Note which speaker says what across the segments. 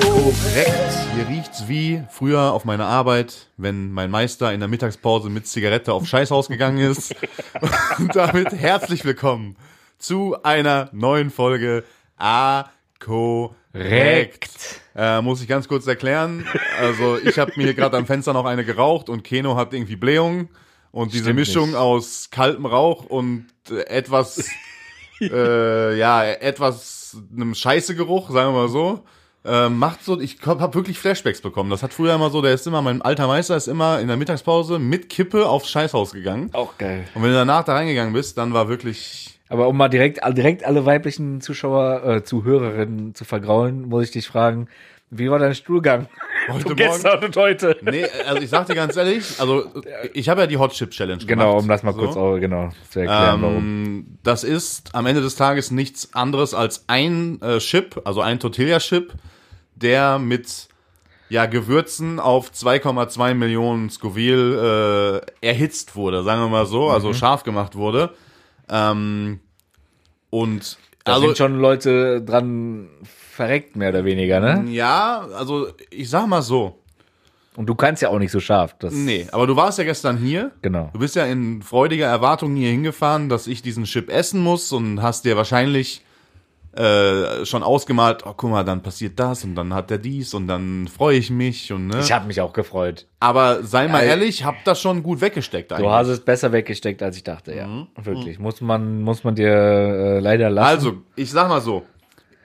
Speaker 1: Korrekt. Hier riecht's wie früher auf meiner Arbeit, wenn mein Meister in der Mittagspause mit Zigarette auf Scheißhaus gegangen ist. Und damit herzlich willkommen zu einer neuen Folge A korrekt. Äh, muss ich ganz kurz erklären. Also ich habe mir hier gerade am Fenster noch eine geraucht und Keno hat irgendwie Blähungen. Und diese
Speaker 2: Stimmt
Speaker 1: Mischung
Speaker 2: nicht.
Speaker 1: aus kaltem Rauch und äh, etwas, äh, ja, etwas, einem Scheißegeruch, sagen wir mal so, äh, macht so, ich habe wirklich Flashbacks bekommen. Das hat früher immer so, der ist immer, mein alter Meister ist immer in der Mittagspause mit Kippe aufs Scheißhaus gegangen.
Speaker 2: Auch geil.
Speaker 1: Und wenn du danach da reingegangen bist, dann war wirklich,
Speaker 2: Aber um mal direkt, direkt alle weiblichen Zuschauer, äh, Zuhörerinnen zu vergraulen, muss ich dich fragen, wie war dein Stuhlgang?
Speaker 1: Heute
Speaker 2: Von gestern und heute.
Speaker 1: nee, also ich sag dir ganz ehrlich, also ich habe ja die Hot Chip Challenge gemacht.
Speaker 2: Genau, um das mal kurz
Speaker 1: So.
Speaker 2: auch, genau, zu erklären, warum.
Speaker 1: Ähm, das ist am Ende des Tages nichts anderes als ein äh, Chip, also ein Tortilla-Chip, der mit ja, Gewürzen auf 2,2 Millionen Scoville äh, erhitzt wurde, sagen wir mal so,
Speaker 2: Mhm.
Speaker 1: also scharf gemacht wurde. Ähm, und
Speaker 2: Da
Speaker 1: also
Speaker 2: sind schon Leute dran verreckt, mehr oder weniger,
Speaker 1: Mm.
Speaker 2: ne?
Speaker 1: ja, also ich sag mal so,
Speaker 2: Und du kannst ja auch nicht so scharf. Das,
Speaker 1: nee, aber du warst ja gestern hier.
Speaker 2: Genau.
Speaker 1: Du bist ja in freudiger Erwartung hier hingefahren, dass ich diesen Chip essen muss und hast dir wahrscheinlich äh, schon ausgemalt, oh guck mal, dann passiert das und dann hat er dies und dann freue ich mich und ne.
Speaker 2: Ich habe mich auch gefreut.
Speaker 1: Aber sei mal
Speaker 2: Ja,
Speaker 1: ehrlich, hab das schon gut weggesteckt eigentlich. Mm.
Speaker 2: Du hast es besser weggesteckt, als ich dachte, ja. Wirklich. Muss man, muss man dir äh, leider lassen.
Speaker 1: also, ich sag mal so,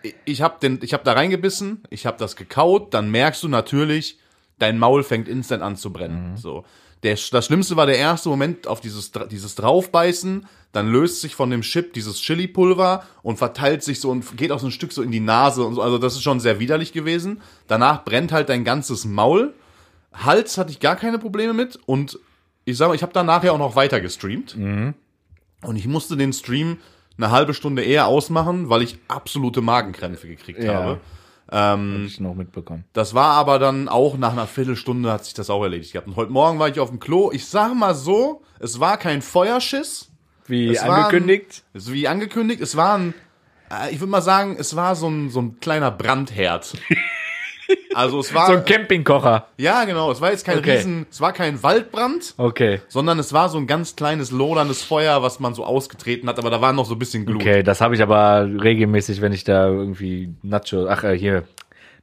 Speaker 1: ich- ich hab den ich hab da reingebissen, ich hab das gekaut, dann merkst du natürlich, dein Maul fängt instant an zu brennen, so. Der, das Schlimmste war der erste Moment auf dieses, Dra- dieses Draufbeißen, dann löst sich von dem Chip dieses Chili-Pulver und verteilt sich so und geht auch so ein Stück so in die Nase und so. Also das ist schon sehr widerlich gewesen. Danach brennt halt dein ganzes Maul. Hals hatte ich gar keine Probleme mit und ich sag mal, ich habe danach ja auch noch weiter gestreamt. Und ich musste den Stream eine halbe Stunde eher ausmachen, weil ich absolute Magenkrämpfe gekriegt
Speaker 2: Ja.
Speaker 1: habe. Also-
Speaker 2: Hab ich noch mitbekommen.
Speaker 1: Das war aber dann auch nach einer Viertelstunde hat sich das auch erledigt gehabt. Und heute Morgen war ich auf dem Klo. Ich sag mal so, es war kein Feuerschiss.
Speaker 2: Wie
Speaker 1: Es war
Speaker 2: angekündigt.
Speaker 1: Ein, es, wie angekündigt, es war ein, äh, ich würde mal sagen, es war so ein, so ein kleiner Brandherd. Also es war,
Speaker 2: so ein Campingkocher.
Speaker 1: ja genau, es war jetzt kein
Speaker 2: Okay.
Speaker 1: Riesen, es war kein Waldbrand,
Speaker 2: Okay.
Speaker 1: sondern es war so ein ganz kleines loderndes Feuer, was man so ausgetreten hat, aber da war noch so ein bisschen Glut.
Speaker 2: Okay, das habe ich aber regelmäßig, wenn ich da irgendwie Nachos, ach äh, hier,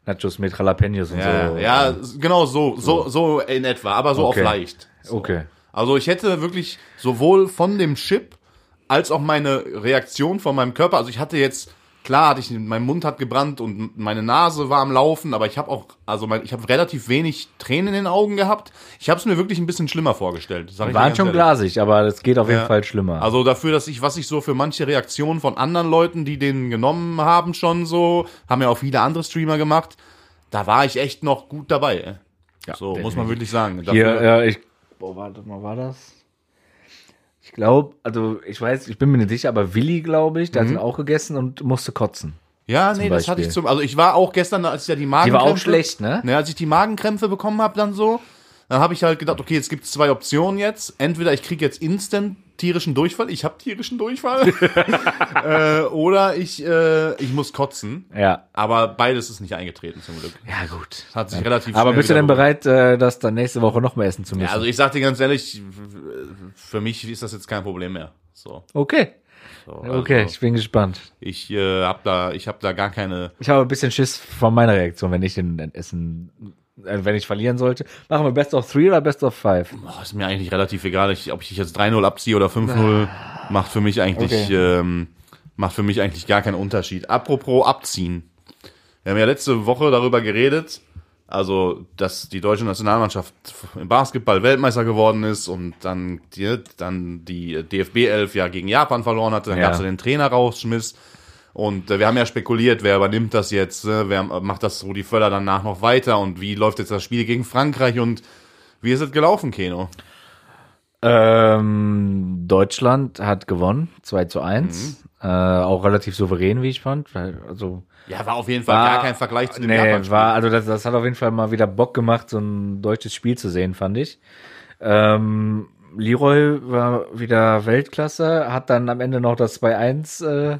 Speaker 2: Nachos mit Jalapenos und
Speaker 1: Ja,
Speaker 2: so.
Speaker 1: ja, s- genau so, so, so in etwa, aber so
Speaker 2: Okay.
Speaker 1: auf leicht. So.
Speaker 2: Okay.
Speaker 1: Also ich hätte wirklich sowohl von dem Chip als auch meine Reaktion von meinem Körper, also ich hatte jetzt, klar hatte ich, mein Mund hat gebrannt und meine Nase war am Laufen, aber ich habe auch, also mein, ich habe relativ wenig Tränen in den Augen gehabt. Ich habe es mir wirklich ein bisschen schlimmer vorgestellt. Sag ich dir
Speaker 2: Waren
Speaker 1: ganz
Speaker 2: schon
Speaker 1: ehrlich.
Speaker 2: glasig, aber es geht auf jeden
Speaker 1: Ja.
Speaker 2: Fall schlimmer.
Speaker 1: Also dafür, dass ich, was ich so für manche Reaktionen von anderen Leuten, die den genommen haben, schon so, haben ja auch viele andere Streamer gemacht, da war ich echt noch gut dabei. Ey. so muss man wirklich sagen. Dafür,
Speaker 2: hier, äh, ja, ich. Boah, warte mal, war das? Ich glaube, also ich weiß, ich bin mir nicht sicher, aber Willi, glaube ich, der hat ihn auch gegessen und musste kotzen.
Speaker 1: ja, nee, das hatte ich
Speaker 2: Beispiel.
Speaker 1: zum. Also ich war auch gestern, als ich ja die Magenkrämpfe.
Speaker 2: Die war auch schlecht, ne?
Speaker 1: Ne, als ich die Magenkrämpfe bekommen habe, dann so, dann habe ich halt gedacht, okay, jetzt gibt es zwei Optionen jetzt. Entweder ich kriege jetzt instant tierischen Durchfall, ich habe tierischen Durchfall, äh, oder ich, äh, ich muss kotzen.
Speaker 2: Ja.
Speaker 1: Aber beides ist nicht eingetreten zum Glück.
Speaker 2: Ja, gut.
Speaker 1: Hat sich relativ
Speaker 2: Aber
Speaker 1: schnell
Speaker 2: bist du
Speaker 1: wieder
Speaker 2: denn bereit, äh, das dann nächste Woche noch mal essen zu müssen?
Speaker 1: Ja, also ich sag dir ganz ehrlich, für mich ist das jetzt kein Problem mehr. So,
Speaker 2: okay.
Speaker 1: so
Speaker 2: Okay,
Speaker 1: Also
Speaker 2: ich bin gespannt.
Speaker 1: ich äh, hab da, ich hab da gar keine.
Speaker 2: Ich habe ein bisschen Schiss von meiner Reaktion, wenn ich den Essen, äh, wenn ich verlieren sollte. Machen wir Best of Three oder Best of Five?
Speaker 1: Boah, ist mir eigentlich relativ egal, ich, ob ich jetzt 3-0 abziehe oder 5-0, macht für mich eigentlich,
Speaker 2: Ah. Okay.
Speaker 1: ähm, macht für mich eigentlich gar keinen Unterschied. Apropos abziehen. Wir haben ja letzte Woche darüber geredet, also, dass die deutsche Nationalmannschaft im Basketball Weltmeister geworden ist und dann die, dann die DFB 11 ja gegen Japan verloren hatte, dann
Speaker 2: Ja.
Speaker 1: gab's ja den Trainer rausschmiss. Und äh, wir haben ja spekuliert, wer übernimmt das jetzt, äh, wer äh, macht das Rudi Völler danach noch weiter und wie läuft jetzt das Spiel gegen Frankreich und wie ist es gelaufen, Keno?
Speaker 2: Ähm, Deutschland hat gewonnen, 2 zu 1. Äh, auch relativ souverän, wie ich fand. weil- Also,
Speaker 1: Ja, war auf jeden Fall gar kein Vergleich zu dem
Speaker 2: nee,
Speaker 1: Japan-Spiel.
Speaker 2: war, also das, das hat auf jeden Fall mal wieder Bock gemacht, so ein deutsches Spiel zu sehen, fand ich. Ähm, Leroy war wieder Weltklasse, hat dann am Ende noch das 2-1 äh,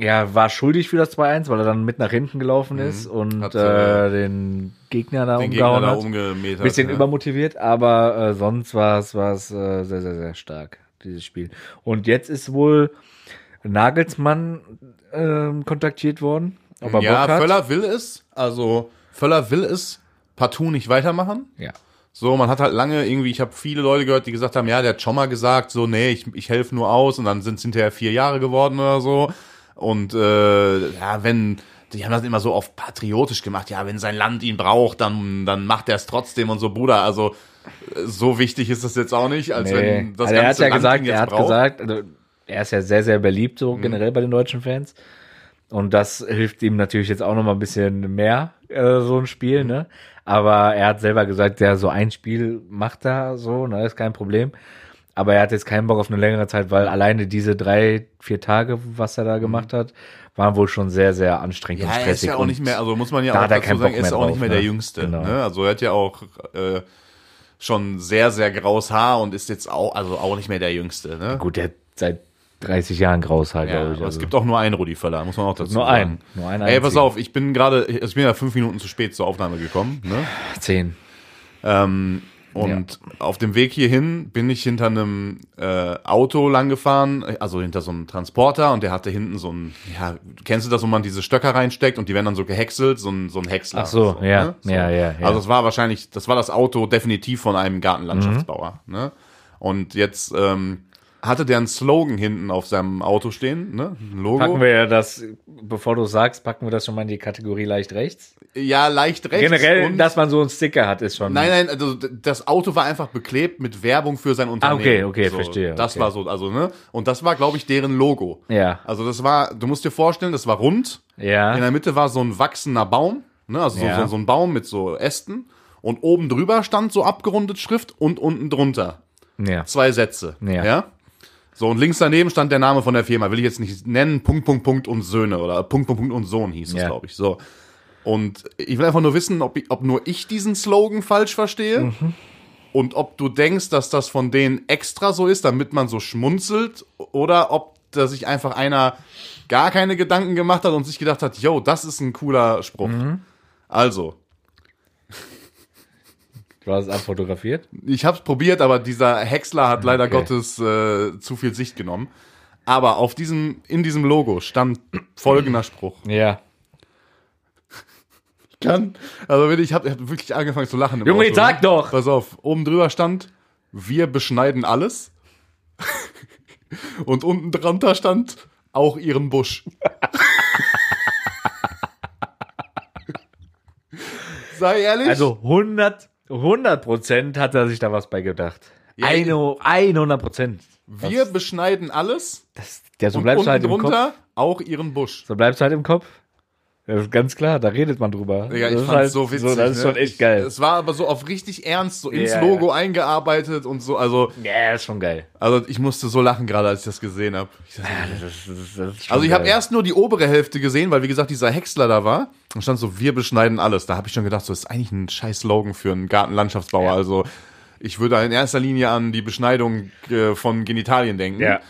Speaker 2: ja, war schuldig für das 2-1, weil er dann mit nach hinten gelaufen ist und
Speaker 1: Mhm. Hat,
Speaker 2: äh,
Speaker 1: äh,
Speaker 2: den Gegner da
Speaker 1: Den Gegner
Speaker 2: umgehauen
Speaker 1: da
Speaker 2: hat.
Speaker 1: umgemäht hat.
Speaker 2: bisschen
Speaker 1: ja.
Speaker 2: übermotiviert, aber äh, sonst war es war's, äh, sehr, sehr, sehr stark, dieses Spiel. Und jetzt ist wohl Nagelsmann ähm, kontaktiert worden. Ob er
Speaker 1: Ja,
Speaker 2: Bock hat.
Speaker 1: Völler will es. Also, Völler will es partout nicht weitermachen.
Speaker 2: Ja.
Speaker 1: So, man hat halt lange irgendwie, ich habe viele Leute gehört, die gesagt haben, ja, der hat schon mal gesagt, so, nee, ich, ich helfe nur aus und dann sind es hinterher vier Jahre geworden oder so. Und äh, ja, wenn, die haben das immer so oft patriotisch gemacht, ja, wenn sein Land ihn braucht, dann, dann macht er es trotzdem und so, Bruder, also äh, so wichtig ist das jetzt auch nicht, als
Speaker 2: Nee.
Speaker 1: wenn das
Speaker 2: Also er hat
Speaker 1: ganze
Speaker 2: ja
Speaker 1: Land
Speaker 2: gesagt,
Speaker 1: ihn jetzt
Speaker 2: er hat
Speaker 1: braucht. Mhm.
Speaker 2: gesagt, also er ist ja sehr, sehr beliebt so generell bei den deutschen Fans. Und das hilft ihm natürlich jetzt auch nochmal ein bisschen mehr, äh, so ein Spiel,
Speaker 1: Mhm.
Speaker 2: ne? Aber er hat selber gesagt, ja, so ein Spiel macht er so, ne, ist kein Problem. Aber er hat jetzt keinen Bock auf eine längere Zeit, weil alleine diese drei, vier Tage, was er da gemacht hat, waren wohl schon sehr, sehr anstrengend
Speaker 1: Mhm. Ja,
Speaker 2: und
Speaker 1: er ist
Speaker 2: stressig.
Speaker 1: ja auch
Speaker 2: und
Speaker 1: nicht mehr, also muss man ja
Speaker 2: da
Speaker 1: auch
Speaker 2: hat er
Speaker 1: dazu
Speaker 2: keinen
Speaker 1: sagen,
Speaker 2: Bock
Speaker 1: er ist
Speaker 2: mehr
Speaker 1: auch nicht
Speaker 2: drauf,
Speaker 1: mehr der
Speaker 2: ne?
Speaker 1: Jüngste.
Speaker 2: Genau.
Speaker 1: Ne? Also er hat ja auch äh, schon sehr, sehr graues Haar und ist jetzt auch, also auch nicht mehr der Jüngste. Ne?
Speaker 2: Gut, der hat seit 30 Jahren Graushaar,
Speaker 1: Ja,
Speaker 2: glaube ich.
Speaker 1: aber es
Speaker 2: also.
Speaker 1: gibt auch nur einen Rudi Völler, muss man auch dazu
Speaker 2: Nur
Speaker 1: sagen.
Speaker 2: einen, nur einen
Speaker 1: Ey, pass
Speaker 2: einzigen.
Speaker 1: auf, ich bin gerade, also ich bin ja fünf Minuten zu spät zur Aufnahme gekommen. Ne?
Speaker 2: zehn.
Speaker 1: Ähm, und auf dem Weg hierhin bin ich hinter einem äh, Auto langgefahren, also hinter so einem Transporter und der hatte hinten so ein, ja, kennst du das, wo man diese Stöcker reinsteckt und die werden dann so gehäckselt, so ein, so ein Häcksler.
Speaker 2: Ach so, ja, ja, ja, ja.
Speaker 1: Also es war wahrscheinlich, das war das Auto definitiv von einem Gartenlandschaftsbauer.
Speaker 2: Mhm.
Speaker 1: Ne? Und jetzt ähm, hatte der einen Slogan hinten auf seinem Auto stehen, ne? ein Logo.
Speaker 2: Packen wir ja das, bevor du sagst, packen wir das schon mal in die Kategorie leicht rechts.
Speaker 1: ja, leicht rechts.
Speaker 2: Generell,
Speaker 1: und-
Speaker 2: dass man so einen Sticker hat, ist schon.
Speaker 1: Nein, nein, also d- das Auto war einfach beklebt mit Werbung für sein Unternehmen.
Speaker 2: Ah, okay, okay,
Speaker 1: so,
Speaker 2: verstehe,
Speaker 1: Das
Speaker 2: okay.
Speaker 1: war so, also, ne? Und das war, glaube ich, deren Logo.
Speaker 2: Ja.
Speaker 1: Also das war, du musst dir vorstellen, das war rund. In
Speaker 2: Ja.
Speaker 1: der Mitte war so ein wachsender Baum, ne? Also so,
Speaker 2: Ja.
Speaker 1: so, so ein Baum mit so Ästen. Und oben drüber stand so abgerundet Schrift und unten drunter
Speaker 2: ja.
Speaker 1: zwei Sätze.
Speaker 2: Ja.
Speaker 1: So, und links daneben stand der Name von der Firma, will ich jetzt nicht nennen, Punkt, Punkt, Punkt und Söhne oder Punkt, Punkt, Punkt und Sohn hieß es,
Speaker 2: Ja.
Speaker 1: glaube ich. So. Und ich will einfach nur wissen, ob, ich, ob nur ich diesen Slogan falsch verstehe und ob du denkst, dass das von denen extra so ist, damit man so schmunzelt oder ob da sich einfach einer gar keine Gedanken gemacht hat und sich gedacht hat, yo, das ist ein cooler Spruch. Also,
Speaker 2: Du hast es abfotografiert.
Speaker 1: ich hab's probiert, aber dieser Häcksler hat leider
Speaker 2: Ah, Okay.
Speaker 1: Gottes äh, zu viel Sicht genommen. Aber auf diesem, in diesem Logo stand folgender Spruch.
Speaker 2: Ja.
Speaker 1: Kann. Also wirklich, ich habe hab wirklich angefangen zu lachen. im
Speaker 2: Junge,
Speaker 1: Auto,
Speaker 2: sag
Speaker 1: ne?
Speaker 2: doch!
Speaker 1: Pass auf, oben drüber stand, wir beschneiden alles. Und unten drunter stand, auch ihren Busch. Sei ehrlich.
Speaker 2: Also 100, 100 Prozent hat er sich da was bei gedacht.
Speaker 1: Ja.
Speaker 2: Eine, 100 Prozent.
Speaker 1: wir beschneiden alles
Speaker 2: Das, ja, so
Speaker 1: und unten
Speaker 2: bleibst du halt im Kopf.
Speaker 1: drunter auch ihren Busch.
Speaker 2: So bleibst du halt im Kopf. Das ist ganz klar, da redet man drüber.
Speaker 1: Digga, ich
Speaker 2: Das ist
Speaker 1: fand's
Speaker 2: halt
Speaker 1: so witzig.
Speaker 2: So, das ist
Speaker 1: ne?
Speaker 2: schon echt geil.
Speaker 1: Es war aber so auf richtig ernst, so ins
Speaker 2: Ja,
Speaker 1: Logo eingearbeitet und so. Also,
Speaker 2: Ja, ist schon geil.
Speaker 1: also ich musste so lachen gerade, als ich das gesehen habe.
Speaker 2: Das ist, das ist, das ist schon
Speaker 1: Also ich habe
Speaker 2: geil.
Speaker 1: erst nur die obere Hälfte gesehen, weil wie gesagt dieser Häcksler da war und stand so, wir beschneiden alles. Da habe ich schon gedacht, so das ist eigentlich ein scheiß Slogan für einen Gartenlandschaftsbauer. Also ich würde in erster Linie an die Beschneidung äh, von Genitalien denken.
Speaker 2: Ja.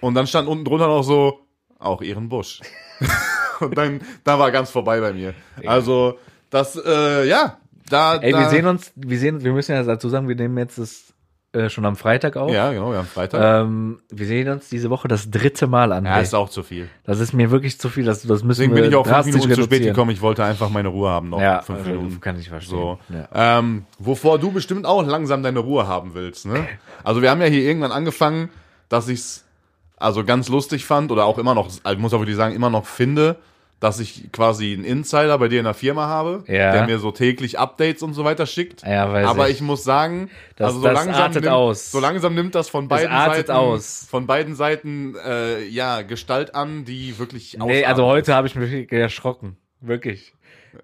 Speaker 1: Und dann stand unten drunter noch so, auch ihren Busch. und dann, da war ganz vorbei bei mir. Also das, äh, ja, da.
Speaker 2: Ey,
Speaker 1: da,
Speaker 2: wir sehen uns, wir sehen, wir müssen ja dazu sagen, wir nehmen jetzt das äh, schon am Freitag auf.
Speaker 1: Ja, genau, wir haben Freitag.
Speaker 2: Ähm, wir sehen uns diese Woche das dritte Mal an.
Speaker 1: ja,
Speaker 2: Ey,
Speaker 1: ist auch zu viel.
Speaker 2: das ist mir wirklich zu viel. Das, das müssen
Speaker 1: Deswegen
Speaker 2: wir
Speaker 1: bin ich auch fünf
Speaker 2: drastisch
Speaker 1: Minuten zu spät
Speaker 2: reduzieren.
Speaker 1: gekommen. Ich wollte einfach meine Ruhe haben noch.
Speaker 2: Ja,
Speaker 1: fünf
Speaker 2: also,
Speaker 1: Minuten.
Speaker 2: kann ich verstehen.
Speaker 1: So.
Speaker 2: Ja.
Speaker 1: Ähm, wovor du bestimmt auch langsam deine Ruhe haben willst, ne? Also wir haben ja hier irgendwann angefangen, dass ich's also ganz lustig fand oder auch immer noch, also muss auch wirklich sagen, immer noch finde, dass ich quasi einen Insider bei dir in der Firma habe,
Speaker 2: Ja.
Speaker 1: der mir so täglich Updates und so weiter schickt.
Speaker 2: Ja, weiß
Speaker 1: Aber
Speaker 2: ich.
Speaker 1: ich muss sagen,
Speaker 2: Das-
Speaker 1: also so
Speaker 2: das
Speaker 1: langsam
Speaker 2: artet
Speaker 1: nimmt,
Speaker 2: aus.
Speaker 1: so langsam nimmt das von beiden
Speaker 2: artet
Speaker 1: Seiten
Speaker 2: aus.
Speaker 1: von beiden Seiten äh, ja Gestalt an, die wirklich
Speaker 2: Nee, also
Speaker 1: ausartet.
Speaker 2: heute habe ich mich wirklich erschrocken. Wirklich.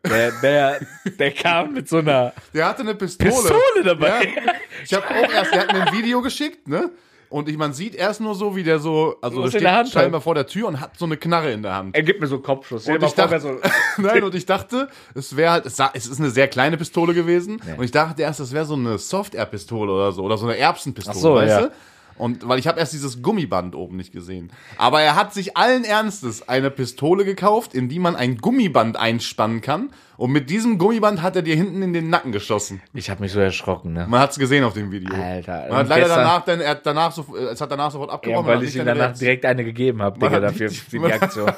Speaker 2: Der, der, der kam mit so einer
Speaker 1: Der hatte eine Pistole.
Speaker 2: Pistole dabei.
Speaker 1: Ja. Ich habe auch erst, der hat mir ein Video geschickt, ne? Und ich, man sieht erst nur so, wie der so, also
Speaker 2: Was
Speaker 1: der
Speaker 2: in der
Speaker 1: steht
Speaker 2: Hand hat.
Speaker 1: scheinbar vor der Tür und hat so eine Knarre in der Hand.
Speaker 2: Er gibt mir so einen Kopfschuss.
Speaker 1: Und
Speaker 2: Stell dir
Speaker 1: ich
Speaker 2: mal vor,
Speaker 1: dachte-
Speaker 2: wer so-
Speaker 1: Nein, und ich dachte, es wäre halt, es, sah, es ist eine sehr kleine Pistole gewesen.
Speaker 2: Ja.
Speaker 1: Und ich dachte erst, das wäre so eine Soft-Air-Pistole oder so, oder so eine Erbsenpistole,
Speaker 2: Ach so,
Speaker 1: weißt
Speaker 2: ja.
Speaker 1: du? Und weil ich habe erst dieses Gummiband oben nicht gesehen. Aber er hat sich allen Ernstes eine Pistole gekauft, in die man ein Gummiband einspannen kann. Und mit diesem Gummiband hat er dir hinten in den Nacken geschossen.
Speaker 2: Ich habe mich so erschrocken, ne?
Speaker 1: Man hat's gesehen auf dem Video.
Speaker 2: Alter.
Speaker 1: Man hat
Speaker 2: Und
Speaker 1: leider
Speaker 2: gestern-
Speaker 1: danach, dann, er hat danach so, es hat danach sofort abgebrochen.
Speaker 2: Ja,
Speaker 1: man hat
Speaker 2: weil ich
Speaker 1: nicht
Speaker 2: ihm
Speaker 1: deine
Speaker 2: danach
Speaker 1: Reaktion-
Speaker 2: direkt eine gegeben habe, Digga,
Speaker 1: hat
Speaker 2: dafür
Speaker 1: nicht-
Speaker 2: für
Speaker 1: man
Speaker 2: die
Speaker 1: hat-
Speaker 2: Aktion.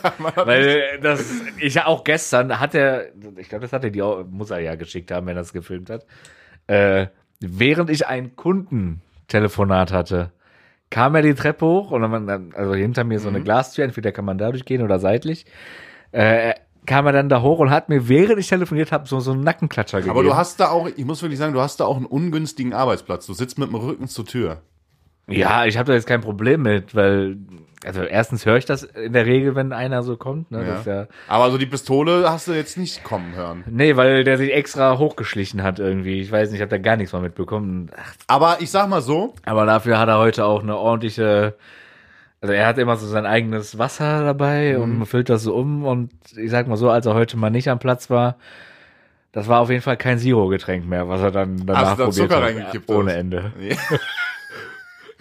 Speaker 2: Weil das, ich auch gestern hat er, ich glaube, das hat er die auch, muss er ja geschickt haben, wenn er es gefilmt hat. Äh, während ich ein Kundentelefonat hatte, kam er die Treppe hoch und dann, dann- also hinter mir so
Speaker 1: Mhm.
Speaker 2: eine Glastür, entweder kann man dadurch gehen oder seitlich. Äh, kam er dann da hoch und hat mir, während ich telefoniert habe, so, so einen Nackenklatscher gegeben.
Speaker 1: Aber du hast da auch, ich muss wirklich sagen, du hast da auch einen ungünstigen Arbeitsplatz. Du sitzt mit dem Rücken zur Tür.
Speaker 2: Ja, ich habe da jetzt kein Problem mit, weil, also erstens höre ich das in der Regel, wenn einer so kommt. Ne? Das
Speaker 1: Ja.
Speaker 2: ist ja,
Speaker 1: Aber so die Pistole hast du jetzt nicht kommen hören.
Speaker 2: nee, weil der sich extra hochgeschlichen hat irgendwie. Ich weiß nicht, ich habe da gar nichts mehr mitbekommen. Ach,
Speaker 1: Aber ich sag mal so,
Speaker 2: Aber dafür hat er heute auch eine ordentliche. Also er hat immer so sein eigenes Wasser dabei
Speaker 1: Mhm.
Speaker 2: und füllt das so um. Und ich sag mal so, als er heute mal nicht am Platz war, das war auf jeden Fall kein Zero-Getränk mehr, was er dann danach
Speaker 1: da
Speaker 2: probiert
Speaker 1: Zucker
Speaker 2: hat.
Speaker 1: reingekippt
Speaker 2: Ohne
Speaker 1: hast?
Speaker 2: Ende.
Speaker 1: Nee.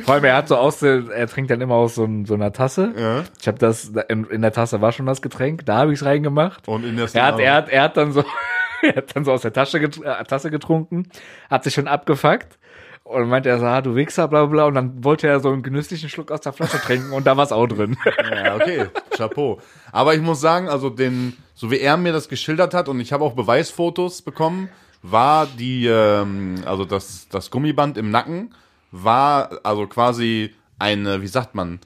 Speaker 2: Vor allem, er hat so aus, er trinkt dann immer aus so, ein- so einer Tasse.
Speaker 1: Ja.
Speaker 2: Ich habe das, in, in der Tasse war schon das Getränk, da habe ich es reingemacht.
Speaker 1: und in der
Speaker 2: Er hat, er hat, er hat dann so, er hat dann so aus der Tasche getr- äh, Tasse getrunken, hat sich schon abgefuckt und meinte er so, ah, du Wichser, bla, bla, bla. Und dann wollte er so einen genüsslichen Schluck aus der Flasche trinken und da war es auch drin.
Speaker 1: Ja, okay, Chapeau. Aber ich muss sagen, also den, so wie er mir das geschildert hat und ich habe auch Beweisfotos bekommen, war die, ähm, also das, das Gummiband im Nacken war also quasi eine, wie sagt man,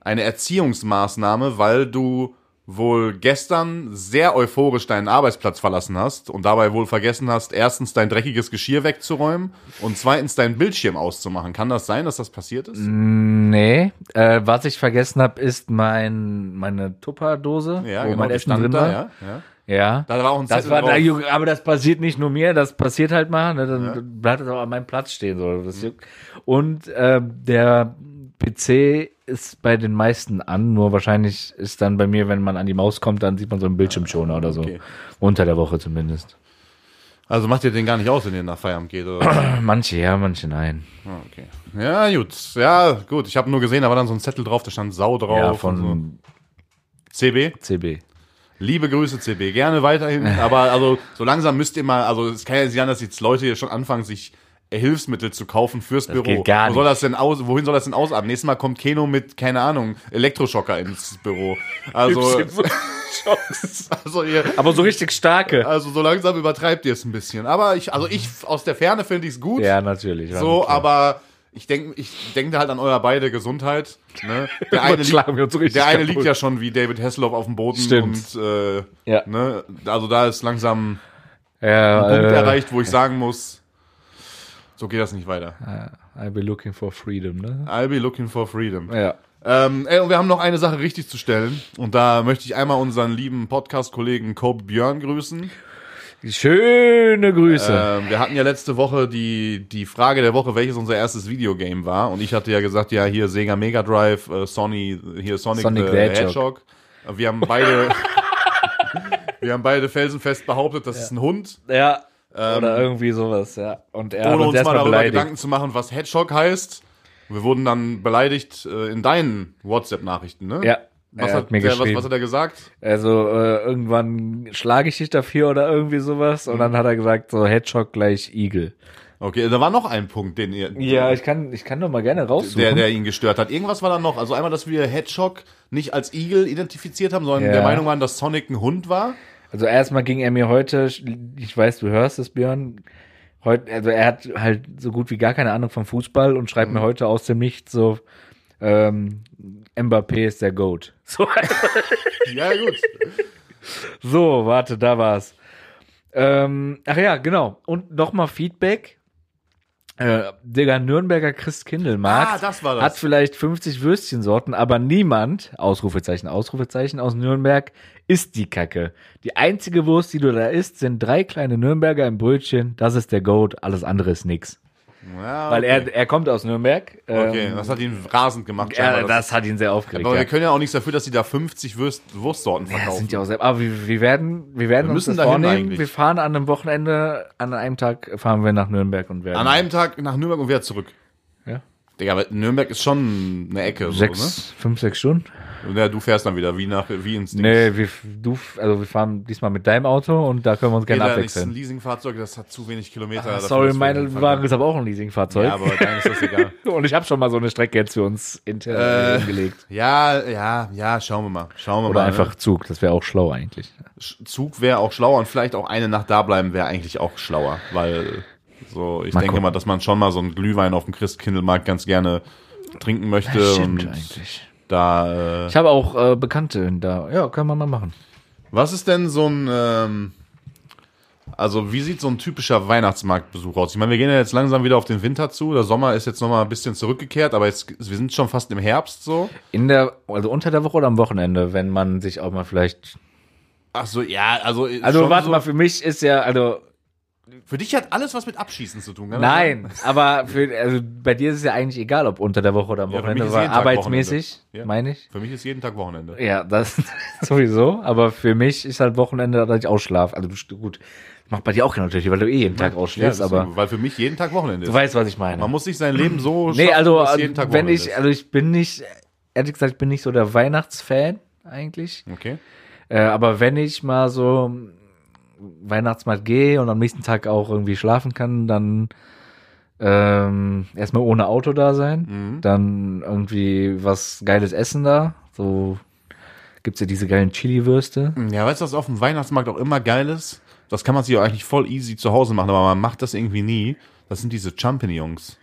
Speaker 1: eine Erziehungsmaßnahme, weil du wohl gestern sehr euphorisch deinen Arbeitsplatz verlassen hast und dabei wohl vergessen hast, erstens dein dreckiges Geschirr wegzuräumen und zweitens deinen Bildschirm auszumachen. Kann das sein, dass das passiert ist?
Speaker 2: Nee, äh, was ich vergessen habe, ist mein, meine Tupperdose, wo mein
Speaker 1: die
Speaker 2: Essen
Speaker 1: genau, stand
Speaker 2: drin
Speaker 1: da,
Speaker 2: war.
Speaker 1: ja, ja.
Speaker 2: Ja.
Speaker 1: Da war auch ein
Speaker 2: Das
Speaker 1: Zettel
Speaker 2: war,
Speaker 1: drauf.
Speaker 2: na, Ju- aber das passiert nicht nur mir, das passiert halt mal. Ne? Dann bleibt es auch an meinem Platz stehen. So.
Speaker 1: Mhm.
Speaker 2: Das juckt. Und ähm, der PC ist bei den meisten an, nur wahrscheinlich ist dann bei mir, wenn man an die Maus kommt, dann sieht man so einen Bildschirmschoner oder so.
Speaker 1: Ah, okay.
Speaker 2: Unter der Woche zumindest.
Speaker 1: Also macht ihr den gar nicht aus, wenn ihr nach Feierabend geht? Oder?
Speaker 2: Manche ja, manche nein.
Speaker 1: Ah, okay. Ja, gut. Ja, gut. Ich habe nur gesehen, da war dann so ein Zettel drauf, da stand Sau drauf.
Speaker 2: ja,
Speaker 1: und
Speaker 2: von
Speaker 1: so. CB.
Speaker 2: CB.
Speaker 1: Liebe Grüße, CB. Gerne weiterhin. Aber also so langsam müsst ihr mal, also es kann ja nicht sein, dass jetzt Leute hier schon anfangen, sich äh, Hilfsmittel zu kaufen fürs Büro.
Speaker 2: geht gar
Speaker 1: Wo soll
Speaker 2: nicht.
Speaker 1: das denn aus, wohin soll das denn ausarten? Nächstes Mal kommt Keno mit, keine Ahnung, Elektroschocker ins Büro. Also, also ihr,
Speaker 2: aber so richtig starke.
Speaker 1: also so langsam übertreibt ihr es ein bisschen. Aber ich, also ich aus der Ferne finde ich es gut.
Speaker 2: Ja, natürlich. war mir
Speaker 1: So,
Speaker 2: klar.
Speaker 1: aber ich denke ich denk da halt an euer beide Gesundheit. Ne? Der, eine liegt,
Speaker 2: Schlagen wir uns so richtig
Speaker 1: der eine
Speaker 2: kaputt.
Speaker 1: liegt ja schon wie David Hasselhoff auf dem Boden
Speaker 2: Stimmt.
Speaker 1: und äh,
Speaker 2: Ja.
Speaker 1: ne? also da ist langsam
Speaker 2: ja,
Speaker 1: ein Punkt
Speaker 2: äh,
Speaker 1: erreicht, wo ich sagen muss, so geht das nicht weiter.
Speaker 2: I'll be looking for freedom, ne?
Speaker 1: I'll be looking for freedom.
Speaker 2: Ja.
Speaker 1: Ähm, ey, und wir haben noch eine Sache richtig zu stellen. Und da möchte ich einmal unseren lieben Podcast-Kollegen Kobe Björn grüßen.
Speaker 2: Schöne Grüße.
Speaker 1: Ähm, wir hatten ja letzte Woche die, die Frage der Woche, welches unser erstes Videogame war. Und ich hatte ja gesagt, ja, hier Sega Mega Drive, äh, Sony, hier Sonic,
Speaker 2: Sonic
Speaker 1: the
Speaker 2: the Hedgehog.
Speaker 1: Hedgehog. Wir haben beide, wir haben beide felsenfest behauptet, das ist ein Hund.
Speaker 2: Ja. oder irgendwie sowas, ja. Und er hat
Speaker 1: Ähm, Ohne
Speaker 2: uns
Speaker 1: uns mal
Speaker 2: erstmal
Speaker 1: darüber
Speaker 2: halt beleidigt.
Speaker 1: Gedanken zu machen, was Hedgehog heißt. Wir wurden dann beleidigt äh, in deinen WhatsApp-Nachrichten, ne?
Speaker 2: Ja.
Speaker 1: Was
Speaker 2: er
Speaker 1: hat,
Speaker 2: hat mir
Speaker 1: der, was,
Speaker 2: geschrieben.
Speaker 1: was hat er gesagt?
Speaker 2: also äh, irgendwann schlage ich dich dafür oder irgendwie sowas. Und
Speaker 1: Mhm.
Speaker 2: dann hat er gesagt, so Hedgehog gleich Igel.
Speaker 1: Okay, da war noch ein Punkt, den ihr,
Speaker 2: Ja, ich kann, ich kann doch mal gerne raussuchen.
Speaker 1: der, der ihn gestört hat. Irgendwas war da noch. Also einmal, dass wir Hedgehog nicht als Igel identifiziert haben, sondern
Speaker 2: Ja.
Speaker 1: der Meinung waren, dass Sonic ein Hund war.
Speaker 2: also erstmal ging er mir heute, ich weiß, du hörst es, Björn. Heute, also er hat halt so gut wie gar keine Ahnung vom Fußball und schreibt
Speaker 1: Mhm.
Speaker 2: mir heute aus dem Nichts so, ähm, Mbappé ist der Goat. So,
Speaker 1: Ja, gut.
Speaker 2: So, warte, da war's. Ähm, ach ja, genau. Und nochmal Feedback. Äh, Digga, Nürnberger Christ Kindelmarkt
Speaker 1: Ah, das war das.
Speaker 2: hat vielleicht 50 Würstchensorten, aber niemand, Ausrufezeichen, Ausrufezeichen, aus Nürnberg isst die Kacke. Die einzige Wurst, die du da isst, sind drei kleine Nürnberger im Brötchen. Das ist der Goat, alles andere ist nix.
Speaker 1: Ja,
Speaker 2: Weil
Speaker 1: okay.
Speaker 2: er, er kommt aus Nürnberg.
Speaker 1: Okay,
Speaker 2: ähm,
Speaker 1: das hat ihn rasend gemacht. scheinbar,
Speaker 2: er,
Speaker 1: das-
Speaker 2: das hat ihn sehr aufgeregt.
Speaker 1: aber
Speaker 2: ja.
Speaker 1: wir können ja auch nichts dafür, dass sie da 50 Würst Wurstsorten
Speaker 2: Ja, das
Speaker 1: verkaufen.
Speaker 2: sind ja auch selber. Aber wir, wir werden, wir werden
Speaker 1: Wir
Speaker 2: uns
Speaker 1: müssen
Speaker 2: das
Speaker 1: dahin
Speaker 2: vornehmen.
Speaker 1: eigentlich.
Speaker 2: Wir fahren an einem
Speaker 1: Ah,
Speaker 2: Wochenende, an einem Tag fahren wir nach Nürnberg und werden.
Speaker 1: An einem Tag nach Nürnberg und wieder zurück.
Speaker 2: ja.
Speaker 1: Digga, aber Nürnberg ist schon eine Ecke. So,
Speaker 2: Sechs, fünf, sechs Stunden?
Speaker 1: ne? Und ja, du fährst dann wieder wie, nach, wie ins Ding.
Speaker 2: Nee, wir, f- du, f- also wir fahren diesmal mit deinem Auto und da können wir uns gerne
Speaker 1: Jeder ist ein
Speaker 2: abwechseln. Ah,
Speaker 1: Leasingfahrzeug, das hat zu wenig Kilometer. dafür,
Speaker 2: Sorry,
Speaker 1: dass wir
Speaker 2: mein
Speaker 1: hinfahren.
Speaker 2: Wagen ist aber auch ein Leasingfahrzeug.
Speaker 1: Ja, aber dann ist das egal.
Speaker 2: und ich habe schon mal so eine Strecke jetzt für uns
Speaker 1: Äh,
Speaker 2: intern gelegt.
Speaker 1: Ja, ja, ja, schauen wir mal. Schauen wir
Speaker 2: Oder
Speaker 1: mal. ne?
Speaker 2: einfach Zug, das wäre auch schlau eigentlich.
Speaker 1: Sch- Zug wäre auch schlauer und vielleicht auch eine Nacht da bleiben wäre eigentlich auch schlauer, weil so, ich
Speaker 2: Mal
Speaker 1: denke
Speaker 2: gucken.
Speaker 1: mal, dass man schon mal so einen Glühwein auf dem Christkindlmarkt ganz gerne trinken möchte und da äh,
Speaker 2: Ich habe auch äh, Bekannte da. Ja, können wir mal machen.
Speaker 1: was ist denn so ein ähm, also wie sieht so ein typischer Weihnachtsmarktbesuch aus? Ich meine, wir gehen ja jetzt langsam wieder auf den Winter zu. Der Sommer ist jetzt noch mal ein bisschen zurückgekehrt, aber jetzt wir sind schon fast im Herbst so.
Speaker 2: In der, also unter der Woche oder am Wochenende, wenn man sich auch mal vielleicht.
Speaker 1: Ach so, ja, also äh,
Speaker 2: Also
Speaker 1: schon
Speaker 2: warte
Speaker 1: so,
Speaker 2: mal, für mich ist ja, also
Speaker 1: Für dich hat alles was mit Abschießen zu tun, kann das sein?
Speaker 2: Nein, aber für, also bei dir ist es ja eigentlich egal, ob unter der Woche oder am
Speaker 1: Ja, für
Speaker 2: Wochenende,
Speaker 1: mich ist
Speaker 2: weil
Speaker 1: jeden Tag
Speaker 2: arbeitsmäßig,
Speaker 1: Wochenende. Ja.
Speaker 2: meine ich.
Speaker 1: Für mich ist jeden Tag Wochenende.
Speaker 2: Ja, das sowieso, aber für mich ist halt Wochenende, dass ich ausschlafe. Also du, gut, macht bei dir auch keinen Unterschied, weil du eh jeden Tag
Speaker 1: Ja,
Speaker 2: ausschläfst,
Speaker 1: deswegen,
Speaker 2: aber
Speaker 1: weil für mich jeden Tag Wochenende
Speaker 2: du
Speaker 1: ist.
Speaker 2: weißt, was ich meine.
Speaker 1: Man muss sich sein Leben so
Speaker 2: nee,
Speaker 1: schaffen,
Speaker 2: also
Speaker 1: dass jeden Tag
Speaker 2: wenn
Speaker 1: Wochenende
Speaker 2: ich, also ich bin nicht, ehrlich gesagt, ich bin nicht so der Weihnachtsfan eigentlich,
Speaker 1: ist. Okay.
Speaker 2: äh, aber wenn ich mal so Weihnachtsmarkt gehe und am nächsten Tag auch irgendwie schlafen kann, dann ähm, erstmal ohne Auto da sein,
Speaker 1: Mhm.
Speaker 2: dann irgendwie was geiles essen da, so gibt's ja diese geilen Chili-Würste.
Speaker 1: Ja, weißt du, was auf dem Weihnachtsmarkt auch immer geil ist? Das kann man sich auch eigentlich voll easy zu Hause machen, aber man macht das irgendwie nie. Das sind diese Champignons.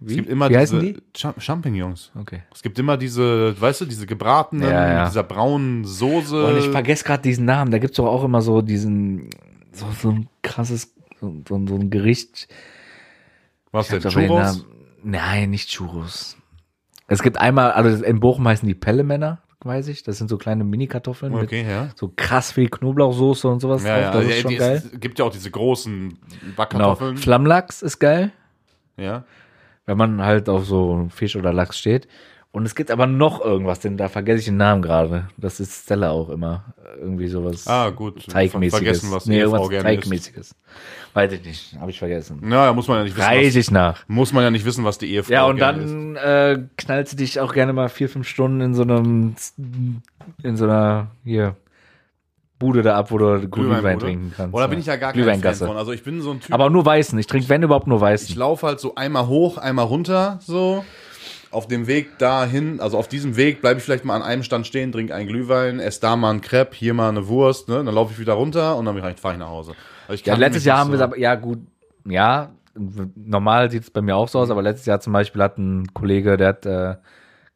Speaker 2: Wie,
Speaker 1: Es gibt immer
Speaker 2: Wie
Speaker 1: diese
Speaker 2: heißen die?
Speaker 1: Cha- Champignons.
Speaker 2: Okay.
Speaker 1: Es gibt immer diese, weißt du, diese gebratenen,
Speaker 2: Ja, ja.
Speaker 1: mit dieser braunen Soße.
Speaker 2: Und ich vergesse gerade diesen Namen, da gibt's doch auch immer so diesen, so, so ein krasses, so, so so ein Gericht.
Speaker 1: was denn?
Speaker 2: Ich hab doch den
Speaker 1: Churros?
Speaker 2: Namen- Nein, nicht Churros. Es gibt einmal, also in Bochum heißen die Pellemänner, weiß ich. Das sind so kleine Mini-Kartoffeln mit
Speaker 1: Okay, ja.
Speaker 2: so krass viel Knoblauchsoße und sowas
Speaker 1: Ja, ja,
Speaker 2: drauf. Das
Speaker 1: ja,
Speaker 2: ist schon
Speaker 1: die-
Speaker 2: geil.
Speaker 1: Es gibt ja auch diese großen
Speaker 2: Genau.
Speaker 1: Backkartoffeln.
Speaker 2: Flammlachs ist geil,
Speaker 1: Ja.
Speaker 2: wenn man halt auf so Fisch oder Lachs steht. Und es gibt aber noch irgendwas, denn da vergesse ich den Namen gerade. Das ist Stella auch immer. Irgendwie sowas
Speaker 1: Ah, gut.
Speaker 2: Teigmäßiges.
Speaker 1: Vergessen, was
Speaker 2: nee,
Speaker 1: nee, Ehefrau
Speaker 2: irgendwas
Speaker 1: gerne isst.
Speaker 2: Teigmäßiges. Weiß ich nicht, habe ich vergessen.
Speaker 1: Na, da muss man ja nicht wissen, was
Speaker 2: Reise ich nach.
Speaker 1: Muss man ja nicht wissen, was die Ehefrau
Speaker 2: Ja, und
Speaker 1: gerne isst.
Speaker 2: dann äh, knallst du dich auch gerne mal vier, fünf Stunden in so einem, in so einer, hier, Bude da ab, wo du Glühwein
Speaker 1: Glühweinbude.
Speaker 2: trinken kannst.
Speaker 1: Oder bin ich ja gar kein Fan
Speaker 2: Glühweingasse.
Speaker 1: von. Also ich bin so ein Typ,
Speaker 2: Aber nur Weißen. Ich trinke, wenn überhaupt, nur
Speaker 1: ich
Speaker 2: Weißen.
Speaker 1: laufe halt so einmal hoch, einmal runter, so. Auf dem Weg dahin, also auf diesem Weg bleibe ich vielleicht mal an einem Stand stehen, trinke einen Glühwein, esse da mal einen Crepe, hier mal eine Wurst, ne? Dann laufe ich wieder runter und dann reicht, fahre ich nach Hause. Also ich
Speaker 2: Ja,
Speaker 1: kann
Speaker 2: letztes
Speaker 1: mich
Speaker 2: Jahr
Speaker 1: nicht
Speaker 2: haben wir
Speaker 1: so-
Speaker 2: gesagt, ja, gut, ja, w- normal sieht es bei mir auch so aus,
Speaker 1: Mhm.
Speaker 2: aber letztes Jahr zum Beispiel hat ein Kollege, der hat äh,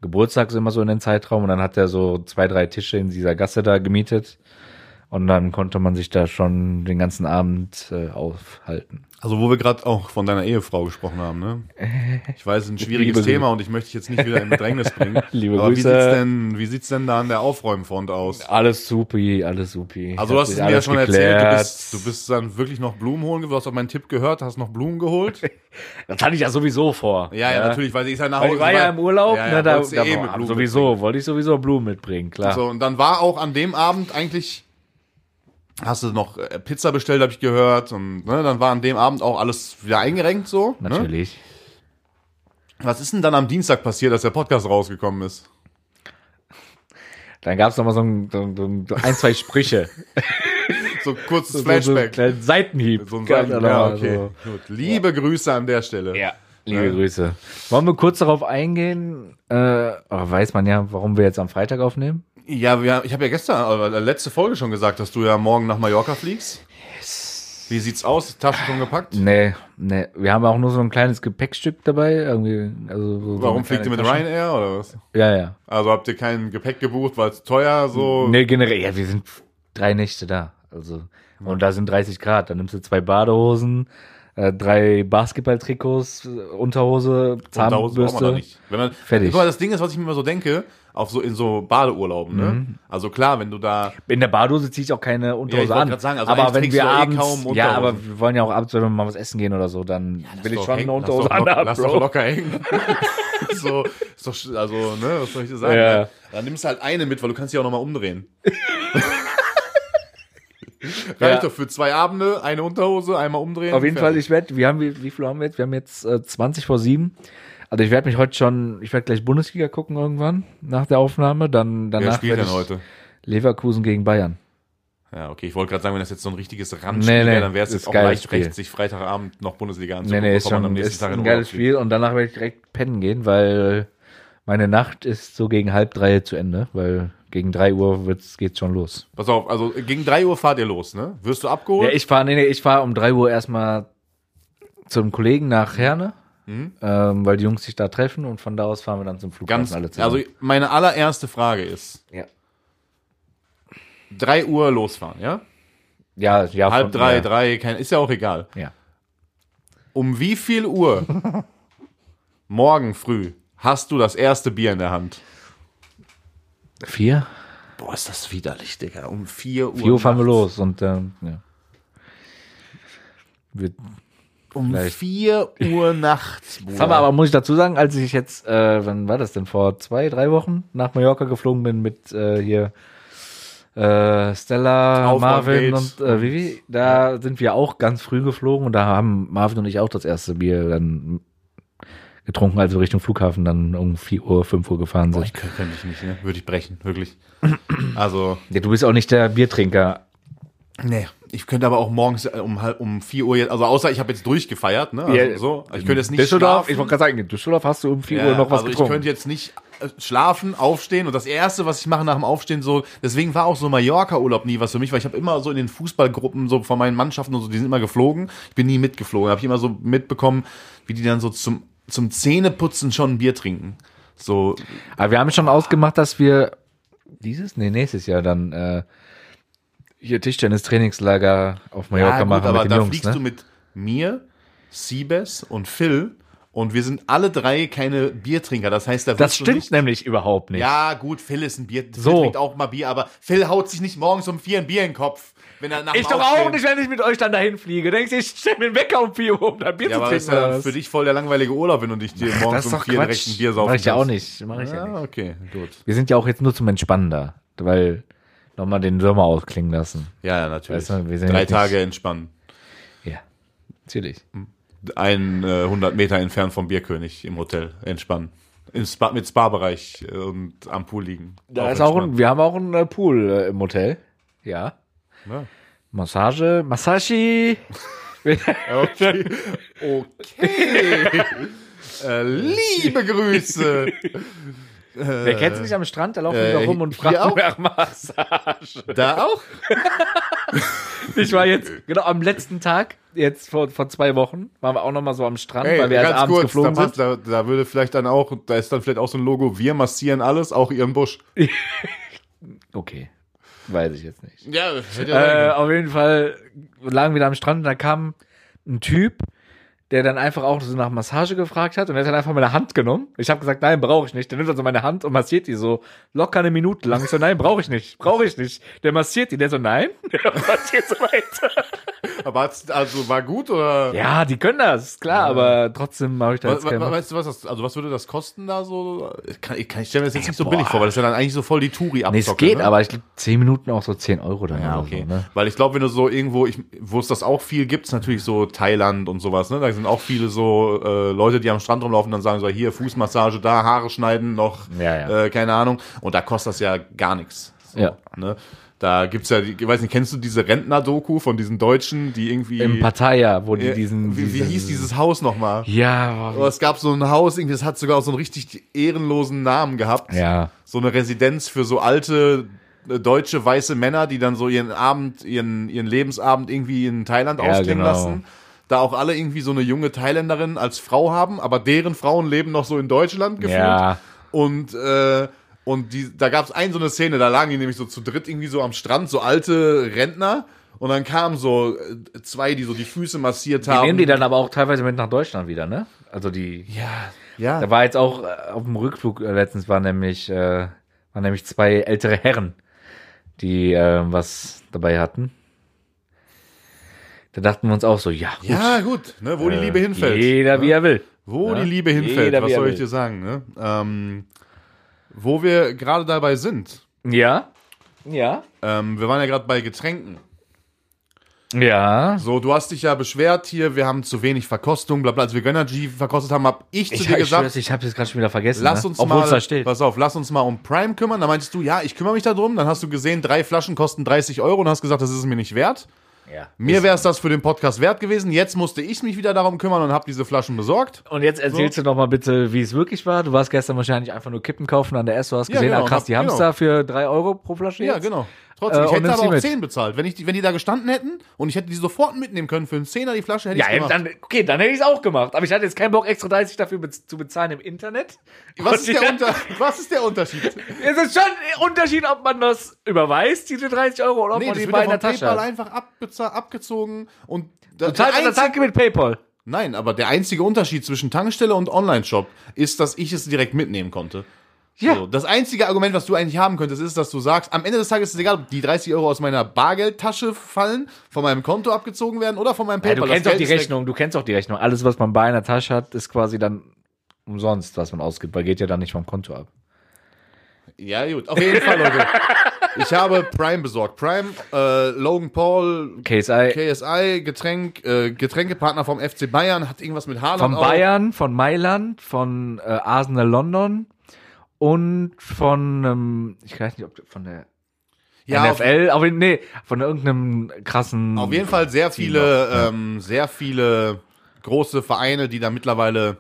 Speaker 2: Geburtstag so immer so in den Zeitraum und dann hat er so zwei, drei Tische in dieser Gasse da gemietet. Und dann konnte man sich da schon den ganzen Abend äh, aufhalten.
Speaker 1: Also wo wir gerade auch von deiner Ehefrau gesprochen haben, ne? Ich weiß, es ist ein schwieriges
Speaker 2: Liebe
Speaker 1: Thema und ich möchte dich jetzt nicht wieder in Bedrängnis bringen.
Speaker 2: Liebe
Speaker 1: aber
Speaker 2: Grüße.
Speaker 1: wie sieht's denn, wie sieht's denn da an der Aufräumfront aus?
Speaker 2: Alles supi, alles supi.
Speaker 1: Also du
Speaker 2: Hat
Speaker 1: hast es
Speaker 2: sich
Speaker 1: mir ja
Speaker 2: alles
Speaker 1: schon erzählt,
Speaker 2: geklärt.
Speaker 1: du bist, du bist dann wirklich noch Blumen holen, gegangen. du hast auf meinen Tipp gehört, hast noch Blumen geholt.
Speaker 2: Das hatte ich ja sowieso vor.
Speaker 1: Ja, ja, natürlich, weil sie ist ja nach
Speaker 2: Weil
Speaker 1: Hause.
Speaker 2: ich war ja im Urlaub,
Speaker 1: ja,
Speaker 2: ne,
Speaker 1: ja,
Speaker 2: da,
Speaker 1: wolltest du
Speaker 2: da
Speaker 1: eh
Speaker 2: war-
Speaker 1: mit Blumen
Speaker 2: sowieso, wollte ich sowieso Blumen mitbringen, klar.
Speaker 1: So, und dann war auch an dem Abend eigentlich, hast du noch äh, Pizza bestellt, habe ich gehört, und ne, dann war an dem Abend auch alles wieder eingerenkt so. Ne?
Speaker 2: Natürlich.
Speaker 1: Was ist denn dann am Dienstag passiert, als der Podcast rausgekommen ist?
Speaker 2: Dann gab es nochmal so ein, so, ein- so ein- so ein, zwei Sprüche.
Speaker 1: So ein kurzes
Speaker 2: So, so einen
Speaker 1: Flashback.
Speaker 2: kleinen Seitenhieb.
Speaker 1: So ein
Speaker 2: Ganz
Speaker 1: Seiten-
Speaker 2: genau,
Speaker 1: ja, okay.
Speaker 2: so.
Speaker 1: Gut. Liebe Grüße an der Stelle.
Speaker 2: Ja. Liebe Grüße. Wollen wir kurz darauf eingehen? Äh, aber weiß man ja, warum wir jetzt am Freitag aufnehmen?
Speaker 1: Ja, wir, ich habe ja gestern, äh, letzte Folge schon gesagt, dass du ja morgen nach Mallorca fliegst. Wie sieht's aus? Tasche schon gepackt?
Speaker 2: Nee, nee. Wir haben auch nur so ein kleines Gepäckstück dabei. Irgendwie, also so, so
Speaker 1: Warum
Speaker 2: eine
Speaker 1: fliegt ihr
Speaker 2: kleine
Speaker 1: mit
Speaker 2: Tasche.
Speaker 1: Ryanair oder was?
Speaker 2: Ja, ja.
Speaker 1: Also habt ihr kein Gepäck gebucht, weil es teuer so?
Speaker 2: Nee, generell, ja, wir sind drei Nächte da. Also, und da sind 30 Grad. Dann nimmst du zwei Badehosen, äh, drei Basketballtrikots, äh, Unterhose,
Speaker 1: Unterhosen braucht
Speaker 2: Zahnbürste.
Speaker 1: man da nicht. Wenn man,
Speaker 2: Fertig.
Speaker 1: Guck mal, das Ding ist, was ich mir immer so denke, auf so in so Badeurlauben,
Speaker 2: Mhm.
Speaker 1: ne? Also klar, wenn du da
Speaker 2: In der Badehose ziehe ich auch keine Unterhose
Speaker 1: Ja, ich wollte
Speaker 2: an.
Speaker 1: grad sagen, also
Speaker 2: aber
Speaker 1: eigentlich
Speaker 2: wenn
Speaker 1: trägst
Speaker 2: wir
Speaker 1: du ja eh
Speaker 2: abends,
Speaker 1: kaum
Speaker 2: ja, aber
Speaker 1: Unterhosen.
Speaker 2: wir wollen ja auch abends, wenn wir mal was essen gehen oder so, dann will ich
Speaker 1: Lass
Speaker 2: schon
Speaker 1: doch
Speaker 2: eine
Speaker 1: hängen,
Speaker 2: Unterhose
Speaker 1: lass doch locker-
Speaker 2: anhaben,
Speaker 1: Lass doch
Speaker 2: Bro.
Speaker 1: locker hängen. so, ist doch, sch- also, ne, was soll ich dir sagen?
Speaker 2: Ja.
Speaker 1: ne? Dann nimmst du halt eine mit, weil du kannst die auch nochmal umdrehen. Reicht
Speaker 2: Ja.
Speaker 1: doch für zwei Abende, eine Unterhose, einmal umdrehen.
Speaker 2: Auf jeden Fall,
Speaker 1: fertig.
Speaker 2: ich werde, wir haben, wie, wie viel haben wir jetzt? Wir haben jetzt äh, 20 vor 7. Also ich werde mich heute schon, ich werde gleich Bundesliga gucken irgendwann nach der Aufnahme. Dann danach
Speaker 1: Wer spielt
Speaker 2: werd
Speaker 1: denn
Speaker 2: ich
Speaker 1: heute?
Speaker 2: Leverkusen gegen Bayern.
Speaker 1: Ja, okay, ich wollte gerade sagen, wenn das jetzt so ein richtiges Randspiel
Speaker 2: Nee, nee,
Speaker 1: wäre, dann wäre es
Speaker 2: ist
Speaker 1: jetzt auch
Speaker 2: geiles
Speaker 1: leicht
Speaker 2: Spiel.
Speaker 1: recht, sich Freitagabend noch Bundesliga
Speaker 2: nee,
Speaker 1: anzugucken,
Speaker 2: nee, ist
Speaker 1: bevor man
Speaker 2: schon
Speaker 1: am nächsten
Speaker 2: ist
Speaker 1: Tag in
Speaker 2: ein
Speaker 1: Urlaub
Speaker 2: geiles
Speaker 1: geht.
Speaker 2: Spiel und danach werde ich direkt pennen gehen, weil meine Nacht ist so gegen halb drei zu Ende, weil gegen drei Uhr wird's, geht's schon los.
Speaker 1: Pass auf, also gegen 3 Uhr fahrt ihr los, ne? Wirst du abgeholt?
Speaker 2: Ja, ich fahre, nee, nee, ich fahre um drei Uhr erstmal zum Kollegen nach Herne, ähm, weil die Jungs sich da treffen und von da aus fahren wir dann zum Flughafen
Speaker 1: Mhm. Ganz,
Speaker 2: alle zusammen.
Speaker 1: also meine allererste Frage ist,
Speaker 2: ja.
Speaker 1: 3 Uhr losfahren, ja?
Speaker 2: Ja, ja,
Speaker 1: Halb
Speaker 2: von-
Speaker 1: drei,
Speaker 2: ja.
Speaker 1: drei, kein, ist ja auch egal.
Speaker 2: Ja.
Speaker 1: Um wie viel Uhr morgen früh hast du das erste Bier in der Hand?
Speaker 2: Vier?
Speaker 1: Boah, ist das widerlich, Digga. Um 4 Uhr.
Speaker 2: Vier Uhr fahren wir los und ähm, ja. Wir,
Speaker 1: Um
Speaker 2: Vielleicht.
Speaker 1: 4 Uhr nachts, Bruder.
Speaker 2: das haben wir aber, muss ich dazu sagen, als ich jetzt, äh, wann war das denn, vor zwei, drei Wochen nach Mallorca geflogen bin mit äh, hier äh, Stella,
Speaker 1: Auf und
Speaker 2: Marvin und
Speaker 1: geht's.
Speaker 2: äh, Vivi, da sind wir auch ganz früh geflogen und da haben Marvin und ich auch das erste Bier dann getrunken, als wir Richtung Flughafen dann um 4 Uhr, 5 Uhr gefahren
Speaker 1: Boah,
Speaker 2: sind.
Speaker 1: ich könnte könnte ich nicht, ne? Würde ich brechen, wirklich. Also,
Speaker 2: Ja, du bist auch nicht der Biertrinker.
Speaker 1: nee. Ich könnte aber auch morgens äh, um, halb- um 4 Uhr jetzt, also außer ich habe jetzt durchgefeiert, ne? Also, so. Ich könnte jetzt nicht
Speaker 2: Düsseldorf,
Speaker 1: schlafen.
Speaker 2: ich wollte gerade sagen, in Düsseldorf hast du um 4
Speaker 1: Ja,
Speaker 2: Uhr noch was
Speaker 1: also ich
Speaker 2: getrunken.
Speaker 1: könnte jetzt nicht äh, schlafen, aufstehen und das erste, was ich mache nach dem Aufstehen so, deswegen war auch so Mallorca Urlaub nie was für mich, weil ich habe immer so in den Fußballgruppen so von meinen Mannschaften und so, die sind immer geflogen, ich bin nie mitgeflogen, habe ich immer so mitbekommen, wie die dann so zum zum Zähneputzen schon ein Bier trinken. So
Speaker 2: Aber wir haben schon ausgemacht, dass wir dieses, nee, nächstes Jahr dann äh, hier Tischtennis-Trainingslager auf Mallorca
Speaker 1: Ja, gut,
Speaker 2: machen
Speaker 1: aber
Speaker 2: mit
Speaker 1: da
Speaker 2: den Jungs.
Speaker 1: fliegst
Speaker 2: Ne?
Speaker 1: du mit mir, Siebes und Phil und wir sind alle drei keine Biertrinker, das heißt, da
Speaker 2: das
Speaker 1: wirst du
Speaker 2: stimmt
Speaker 1: nicht
Speaker 2: nämlich überhaupt nicht.
Speaker 1: Ja, gut, Phil ist ein Bier, Phil
Speaker 2: So.
Speaker 1: trinkt auch mal Bier, aber Phil haut sich nicht morgens um vier ein Bier in den Kopf, wenn er nach dem
Speaker 2: ich doch
Speaker 1: Aufstehen-
Speaker 2: auch nicht, wenn ich mit euch dann dahin fliege. Denkst du, ich stelle mir einen Wecker um 4 Uhr, um dann Bier
Speaker 1: Ja, aber
Speaker 2: zu
Speaker 1: das ist
Speaker 2: trinken?
Speaker 1: ja
Speaker 2: oder
Speaker 1: dann
Speaker 2: was?
Speaker 1: für dich voll der langweilige Urlaub, wenn du dich dir
Speaker 2: das
Speaker 1: morgens
Speaker 2: ist
Speaker 1: um
Speaker 2: doch
Speaker 1: vier direkt ein
Speaker 2: Quatsch.
Speaker 1: Bier saufen
Speaker 2: Mach ich ja auch
Speaker 1: kannst.
Speaker 2: nicht. Mach ich ja nicht.
Speaker 1: Ja, okay, gut.
Speaker 2: Wir sind ja auch jetzt nur zum Entspannen da, weil nochmal den Sommer ausklingen lassen.
Speaker 1: Ja, ja natürlich.
Speaker 2: Weißt du, wir sind
Speaker 1: Drei
Speaker 2: jetzt nicht-
Speaker 1: Tage entspannen.
Speaker 2: Ja, natürlich.
Speaker 1: Ein, äh, 100 Meter entfernt vom Bierkönig im Hotel entspannen. Im Spa, mit Spa-Bereich äh, und am Pool liegen.
Speaker 2: Da ist auch
Speaker 1: entspannen.
Speaker 2: ein, wir haben auch einen äh, Pool äh, im Hotel. Ja.
Speaker 1: Ja.
Speaker 2: Massage, Massashi.
Speaker 1: Okay. okay. äh, liebe Grüße.
Speaker 2: Wer kennt sie nicht am Strand? Da laufen
Speaker 1: äh,
Speaker 2: die doch rum und
Speaker 1: hier
Speaker 2: fragen
Speaker 1: auch?
Speaker 2: nach Massage.
Speaker 1: Da auch?
Speaker 2: Ich war jetzt, genau, am letzten Tag, jetzt vor, vor zwei Wochen, waren wir auch nochmal so am Strand,
Speaker 1: Ey,
Speaker 2: weil wir erst
Speaker 1: ganz
Speaker 2: abends
Speaker 1: kurz,
Speaker 2: geflogen
Speaker 1: da,
Speaker 2: sind.
Speaker 1: passt- da, da würde vielleicht dann auch, da ist dann vielleicht auch so ein Logo, wir massieren alles, auch ihren Busch.
Speaker 2: Okay. Weiß ich jetzt nicht.
Speaker 1: Ja,
Speaker 2: Äh, auf jeden Fall lagen wir da am Strand und da kam ein Typ, der dann einfach auch so nach Massage gefragt hat und er hat dann einfach meine Hand genommen. Ich habe gesagt, nein, brauche ich nicht. Der nimmt also meine Hand und massiert die so locker eine Minute lang. Ich so, nein, brauche ich nicht, brauche ich nicht. Der massiert die, der so, nein, der massiert so weiter.
Speaker 1: aber hat's, also war gut oder?
Speaker 2: Ja, die können das, klar, aber trotzdem habe ich da
Speaker 1: Was,
Speaker 2: jetzt
Speaker 1: was,
Speaker 2: keine.
Speaker 1: weißt du, was, das, also was würde das kosten da so? Kann, ich, kann, ich stelle mir das jetzt nicht so
Speaker 2: Boah.
Speaker 1: billig vor, weil das ist ja dann eigentlich so voll die touri
Speaker 2: Nee,
Speaker 1: abzocke
Speaker 2: es geht,
Speaker 1: ne?
Speaker 2: aber ich glaube, 10 Minuten auch so 10 Euro dann.
Speaker 1: Ja,
Speaker 2: oder
Speaker 1: okay.
Speaker 2: So, ne?
Speaker 1: Weil ich glaube, wenn du so irgendwo, ich, wo es das auch viel gibt, ist natürlich so Thailand und sowas, ne? Da sind auch viele so äh, Leute, die am Strand rumlaufen und dann sagen so, hier Fußmassage, da Haare schneiden noch,
Speaker 2: Ja, ja.
Speaker 1: Äh, keine Ahnung. Und da kostet das ja gar nichts. So,
Speaker 2: Ja.
Speaker 1: Ne? Da gibt's ja, die- ich weiß nicht, kennst du diese Rentner-Doku von diesen Deutschen, die irgendwie.
Speaker 2: Im Pattaya, wo die
Speaker 1: äh,
Speaker 2: diesen.
Speaker 1: wie, wie
Speaker 2: diesen-
Speaker 1: hieß Oh, dieses Haus nochmal?
Speaker 2: Ja,
Speaker 1: Aber es gab so ein Haus, irgendwie, das hat sogar auch so einen richtig ehrenlosen Namen gehabt
Speaker 2: ja.
Speaker 1: so eine Residenz für so alte äh, deutsche weiße Männer, die dann so ihren Abend, ihren, ihren Lebensabend irgendwie in Thailand
Speaker 2: Ja,
Speaker 1: ausklingen
Speaker 2: genau.
Speaker 1: lassen. Da auch alle irgendwie so eine junge Thailänderin als Frau haben, aber deren Frauen leben noch so in Deutschland gefühlt.
Speaker 2: Ja.
Speaker 1: Und, äh, und die, da gab es ein so eine Szene, da lagen die nämlich so zu dritt irgendwie so am Strand, so alte Rentner. Und dann kamen so äh, zwei, die so die Füße massiert
Speaker 2: Die
Speaker 1: haben.
Speaker 2: nehmen die dann aber auch teilweise mit nach Deutschland wieder, ne? Also die.
Speaker 1: ja, ja.
Speaker 2: Da war jetzt auch äh, auf dem Rückflug äh, letztens waren nämlich, äh, waren nämlich zwei ältere Herren, die äh, was dabei hatten. Da dachten wir uns auch so, ja, gut, Äh,
Speaker 1: ja, gut, ne, wo die Liebe hinfällt.
Speaker 2: jeder
Speaker 1: ne?
Speaker 2: wie er will.
Speaker 1: Wo
Speaker 2: Ja.
Speaker 1: die Liebe hinfällt,
Speaker 2: Jeder,
Speaker 1: was
Speaker 2: wie er
Speaker 1: soll ich dir
Speaker 2: will.
Speaker 1: sagen? Ne? Ähm, wo wir gerade dabei sind,
Speaker 2: Ja. Ja.
Speaker 1: ähm, wir waren ja gerade bei Getränken.
Speaker 2: Ja.
Speaker 1: So, du hast dich ja beschwert hier, wir haben zu wenig Verkostung, bla bla. Als wir Gönnergy verkostet haben, hab ich zu
Speaker 2: Ich,
Speaker 1: dir
Speaker 2: ich,
Speaker 1: gesagt,
Speaker 2: schwör's, ich habe jetzt gerade schon wieder vergessen.
Speaker 1: lass
Speaker 2: ne?
Speaker 1: uns
Speaker 2: Obwohl's
Speaker 1: mal,
Speaker 2: da steht.
Speaker 1: pass auf, lass uns mal um Prime kümmern. Da meintest du, ja, ich kümmere mich darum. Dann hast du gesehen, drei Flaschen kosten 30 Euro und hast gesagt, das ist es mir nicht wert.
Speaker 2: Ja.
Speaker 1: Mir wäre es das für den Podcast wert gewesen. Jetzt musste ich mich wieder darum kümmern und habe diese Flaschen besorgt.
Speaker 2: Und jetzt erzählst du noch mal bitte, wie es wirklich war. Du warst gestern wahrscheinlich einfach nur Kippen kaufen an der S. Du hast
Speaker 1: Ja,
Speaker 2: gesehen,
Speaker 1: genau,
Speaker 2: ah, krass, die
Speaker 1: hab-
Speaker 2: Hamster für drei Euro pro Flasche
Speaker 1: Ja,
Speaker 2: jetzt.
Speaker 1: genau. Trotzdem,
Speaker 2: Äh,
Speaker 1: ich
Speaker 2: und
Speaker 1: hätte
Speaker 2: nimmst
Speaker 1: aber auch
Speaker 2: die mit.
Speaker 1: 10 bezahlt. Wenn, ich die, wenn die da gestanden hätten und ich hätte die sofort mitnehmen können für einen Zehner die Flasche, hätte
Speaker 2: Ja,
Speaker 1: ich
Speaker 2: eben
Speaker 1: gemacht.
Speaker 2: dann, okay, dann hätte ich es auch gemacht. Aber ich hatte jetzt keinen Bock, extra 30 dafür bez- zu bezahlen im Internet.
Speaker 1: was, ist
Speaker 2: Und
Speaker 1: der
Speaker 2: ja,
Speaker 1: Unter was ist der Unterschied?
Speaker 2: Es ist schon ein Unterschied, ob man das überweist, diese 30 Euro, oder ob
Speaker 1: Nee,
Speaker 2: man
Speaker 1: das
Speaker 2: die
Speaker 1: wird
Speaker 2: bei
Speaker 1: ja von
Speaker 2: in der
Speaker 1: Tasche.
Speaker 2: Tasche
Speaker 1: PayPal
Speaker 2: hat.
Speaker 1: einfach abgeza- abgezogen und da-
Speaker 2: Du zahlst an der Tanke mit PayPal.
Speaker 1: Nein, aber der einzige Unterschied zwischen Tankstelle und Online-Shop ist, dass ich es direkt mitnehmen konnte.
Speaker 2: Ja.
Speaker 1: So, das einzige Argument, was du eigentlich haben könntest, ist, dass du sagst, am Ende des Tages ist es egal, ob die 30 Euro aus meiner Bargeldtasche fallen, von meinem Konto abgezogen werden oder von meinem
Speaker 2: Ja,
Speaker 1: PayPal.
Speaker 2: du kennst
Speaker 1: Das
Speaker 2: doch die
Speaker 1: Geld ist weg.
Speaker 2: Rechnung, du kennst doch die Rechnung. Alles, was man bei einer Tasche hat, ist quasi dann umsonst, was man ausgibt, weil geht ja dann nicht vom Konto ab.
Speaker 1: Ja, gut. Auf jeden Fall, Leute. Ich habe Prime besorgt. Prime, äh, Logan Paul,
Speaker 2: KSI
Speaker 1: KSI, Getränk, äh, Getränkepartner vom FC Bayern, hat irgendwas mit Haaland
Speaker 2: von
Speaker 1: auch.
Speaker 2: Bayern, von Mailand, von äh, Arsenal London und von, ähm, ich weiß nicht, ob von der
Speaker 1: Ja, auf,
Speaker 2: NFL, auf, jeden- nee, von irgendeinem krassen.
Speaker 1: auf jeden Fall sehr viele, ähm, sehr viele große Vereine, die da mittlerweile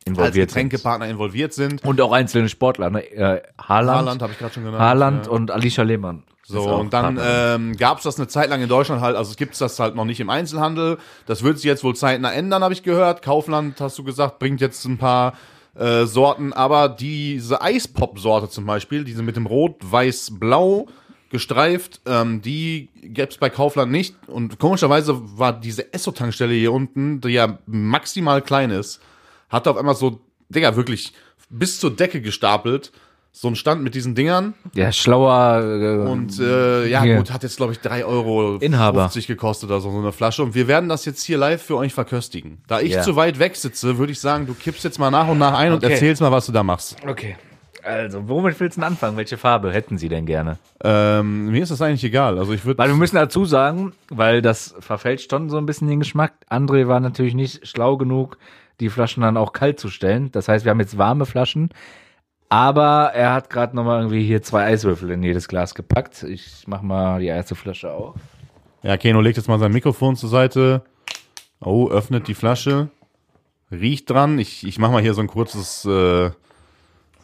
Speaker 1: als
Speaker 2: involviert sind.
Speaker 1: Getränkepartner involviert sind.
Speaker 2: Und auch einzelne Sportler, ne? Äh, Haaland,
Speaker 1: Haaland
Speaker 2: Haaland,
Speaker 1: habe ich gerade schon genannt. ja.
Speaker 2: und Alicia Lehmann. Ist
Speaker 1: So,
Speaker 2: auch ne?
Speaker 1: und dann
Speaker 2: Partner.
Speaker 1: ähm, gab's das eine Zeit lang in Deutschland halt, also gibt's das halt noch nicht im Einzelhandel. Das wird sich jetzt wohl zeitnah ändern, habe ich gehört. Kaufland, hast du gesagt, bringt jetzt ein paar äh, Sorten, aber diese Eispop-Sorte zum Beispiel, diese mit dem Rot, Weiß, Blau gestreift, ähm, die gäb's bei Kaufland nicht. Und komischerweise war diese Esso-Tankstelle hier unten, die ja maximal klein ist, hat auf einmal so, Digga, wirklich bis zur Decke gestapelt. So ein Stand mit diesen Dingern
Speaker 2: ja, schlauer. Äh,
Speaker 1: und äh, ja,
Speaker 2: Hier.
Speaker 1: gut, hat jetzt, glaube ich, 3,50 Euro
Speaker 2: Inhaber.
Speaker 1: gekostet oder so, so eine Flasche. Und wir werden das jetzt hier live für euch verköstigen. Da ich
Speaker 2: Ja.
Speaker 1: zu weit weg sitze, würde ich sagen, du kippst jetzt mal nach und nach ein und
Speaker 2: Okay.
Speaker 1: erzählst mal, was du da machst.
Speaker 2: okay. Also, womit willst du denn anfangen? Welche Farbe hätten Sie denn gerne?
Speaker 1: Ähm, mir ist das eigentlich egal. Also ich
Speaker 2: Weil wir
Speaker 1: würde.
Speaker 2: müssen dazu sagen, weil das verfälscht schon so ein bisschen den Geschmack. André war natürlich nicht schlau genug, die Flaschen dann auch kalt zu stellen. Das heißt, wir haben jetzt warme Flaschen. Aber er hat gerade nochmal irgendwie hier zwei Eiswürfel in jedes Glas gepackt. Ich mach mal die erste Flasche auf.
Speaker 1: Ja, Keno legt jetzt mal sein Mikrofon zur Seite. Oh, öffnet die Flasche. Riecht dran. Ich, ich mache mal hier so ein kurzes, äh,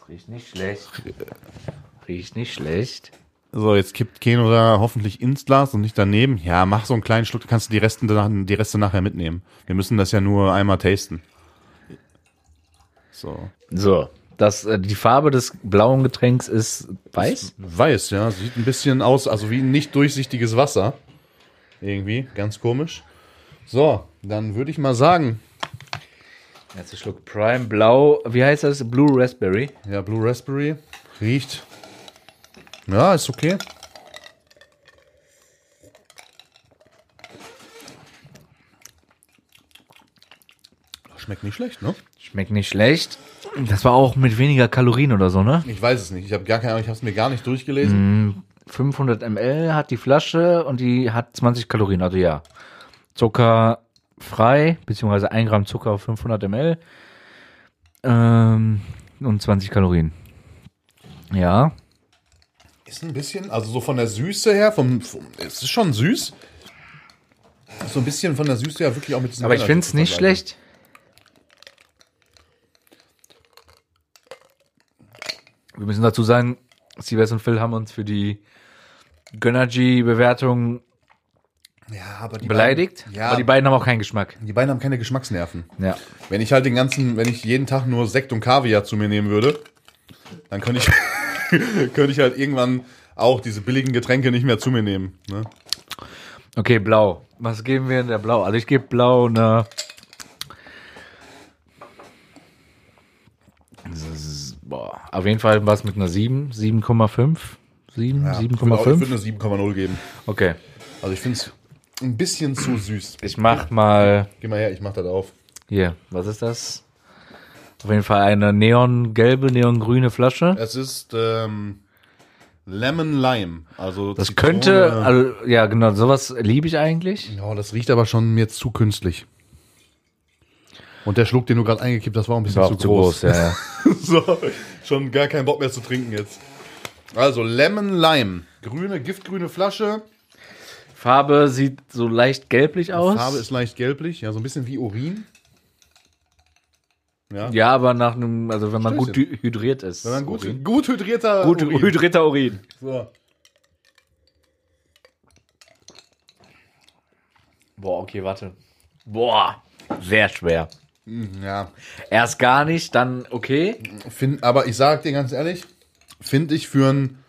Speaker 2: Riecht nicht schlecht. Riecht nicht schlecht.
Speaker 1: so, jetzt kippt Keno da hoffentlich ins Glas und nicht daneben. Ja, mach so einen kleinen Schluck, du kannst die Reste, nach- die Reste nachher mitnehmen. Wir müssen das ja nur einmal tasten. So.
Speaker 2: So, das, äh, die Farbe des blauen Getränks ist weiß.
Speaker 1: Weiß, ja. Sieht ein bisschen aus, also wie nicht durchsichtiges Wasser. Irgendwie, ganz komisch. So, dann würde ich mal sagen,
Speaker 2: Jetzt ein Schluck Prime Blau. Wie heißt das? Blue Raspberry.
Speaker 1: ja, Blue Raspberry riecht. Ja, ist okay. Schmeckt nicht schlecht, ne?
Speaker 2: Schmeckt nicht schlecht. Das war auch mit weniger Kalorien oder so, ne?
Speaker 1: Ich weiß es nicht. Ich habe gar keine Ahnung, ich habe es mir gar nicht durchgelesen.
Speaker 2: 500 ml hat die Flasche und die hat 20 Kalorien, also ja. Zucker frei, beziehungsweise 1 Gramm Zucker auf 500 ml ähm, und 20 Kalorien. Ja,
Speaker 1: Ist ein bisschen, also so von der Süße her, vom, vom es ist schon süß. So ein bisschen von der Süße her wirklich auch mit diesem
Speaker 2: aber ich finde es nicht
Speaker 1: Vergleich.
Speaker 2: schlecht. Wir müssen dazu sagen, Sievers und Phil haben uns für die Gönnergy-Bewertung
Speaker 1: Ja, aber die
Speaker 2: beleidigt,
Speaker 1: Beiden, ja,
Speaker 2: aber die beiden haben auch keinen Geschmack.
Speaker 1: die beiden haben keine Geschmacksnerven.
Speaker 2: Ja.
Speaker 1: Wenn ich halt den ganzen, wenn ich jeden Tag nur Sekt und Kaviar zu mir nehmen würde, dann könnte ich, könnte ich halt irgendwann auch diese billigen Getränke nicht mehr zu mir nehmen. Ne?
Speaker 2: Okay, blau. Was geben wir in der blau? Also ich gebe blau eine Das ist- Boah, auf jeden Fall was mit einer 7, 7,5. 7,
Speaker 1: Ich
Speaker 2: 7,5.
Speaker 1: würde eine 7,0 geben.
Speaker 2: Okay,
Speaker 1: Also ich finde es ein bisschen zu süß.
Speaker 2: ich mach mal
Speaker 1: Geh mal her, ich mach das auf.
Speaker 2: hier, was ist das? Auf jeden Fall eine neongelbe, neongrüne Flasche.
Speaker 1: Es ist ähm, Lemon Lime. Also
Speaker 2: Das könnte, also, ja genau, sowas liebe ich eigentlich.
Speaker 1: Ja, das riecht aber schon mir zu künstlich. Und der Schluck, den du gerade eingekippt hast, war auch ein bisschen
Speaker 2: War
Speaker 1: zu,
Speaker 2: auch zu
Speaker 1: groß.
Speaker 2: groß, ja, ja.
Speaker 1: so, schon gar keinen Bock mehr zu trinken jetzt. Also Lemon Lime. Grüne, giftgrüne Flasche.
Speaker 2: Farbe sieht so leicht gelblich aus.
Speaker 1: Farbe ist leicht gelblich, ja, so ein bisschen wie Urin. Ja.
Speaker 2: ja, aber nach einem, also wenn man gut
Speaker 1: Stößchen.
Speaker 2: hy- hydriert ist.
Speaker 1: Dann gut, gut hydrierter
Speaker 2: gut
Speaker 1: Urin.
Speaker 2: hydrierter Urin.
Speaker 1: So.
Speaker 2: Boah, okay, warte. Boah, sehr schwer.
Speaker 1: Ja,
Speaker 2: Erst gar nicht, dann okay.
Speaker 1: Find, aber ich sag dir ganz ehrlich, finde ich für ein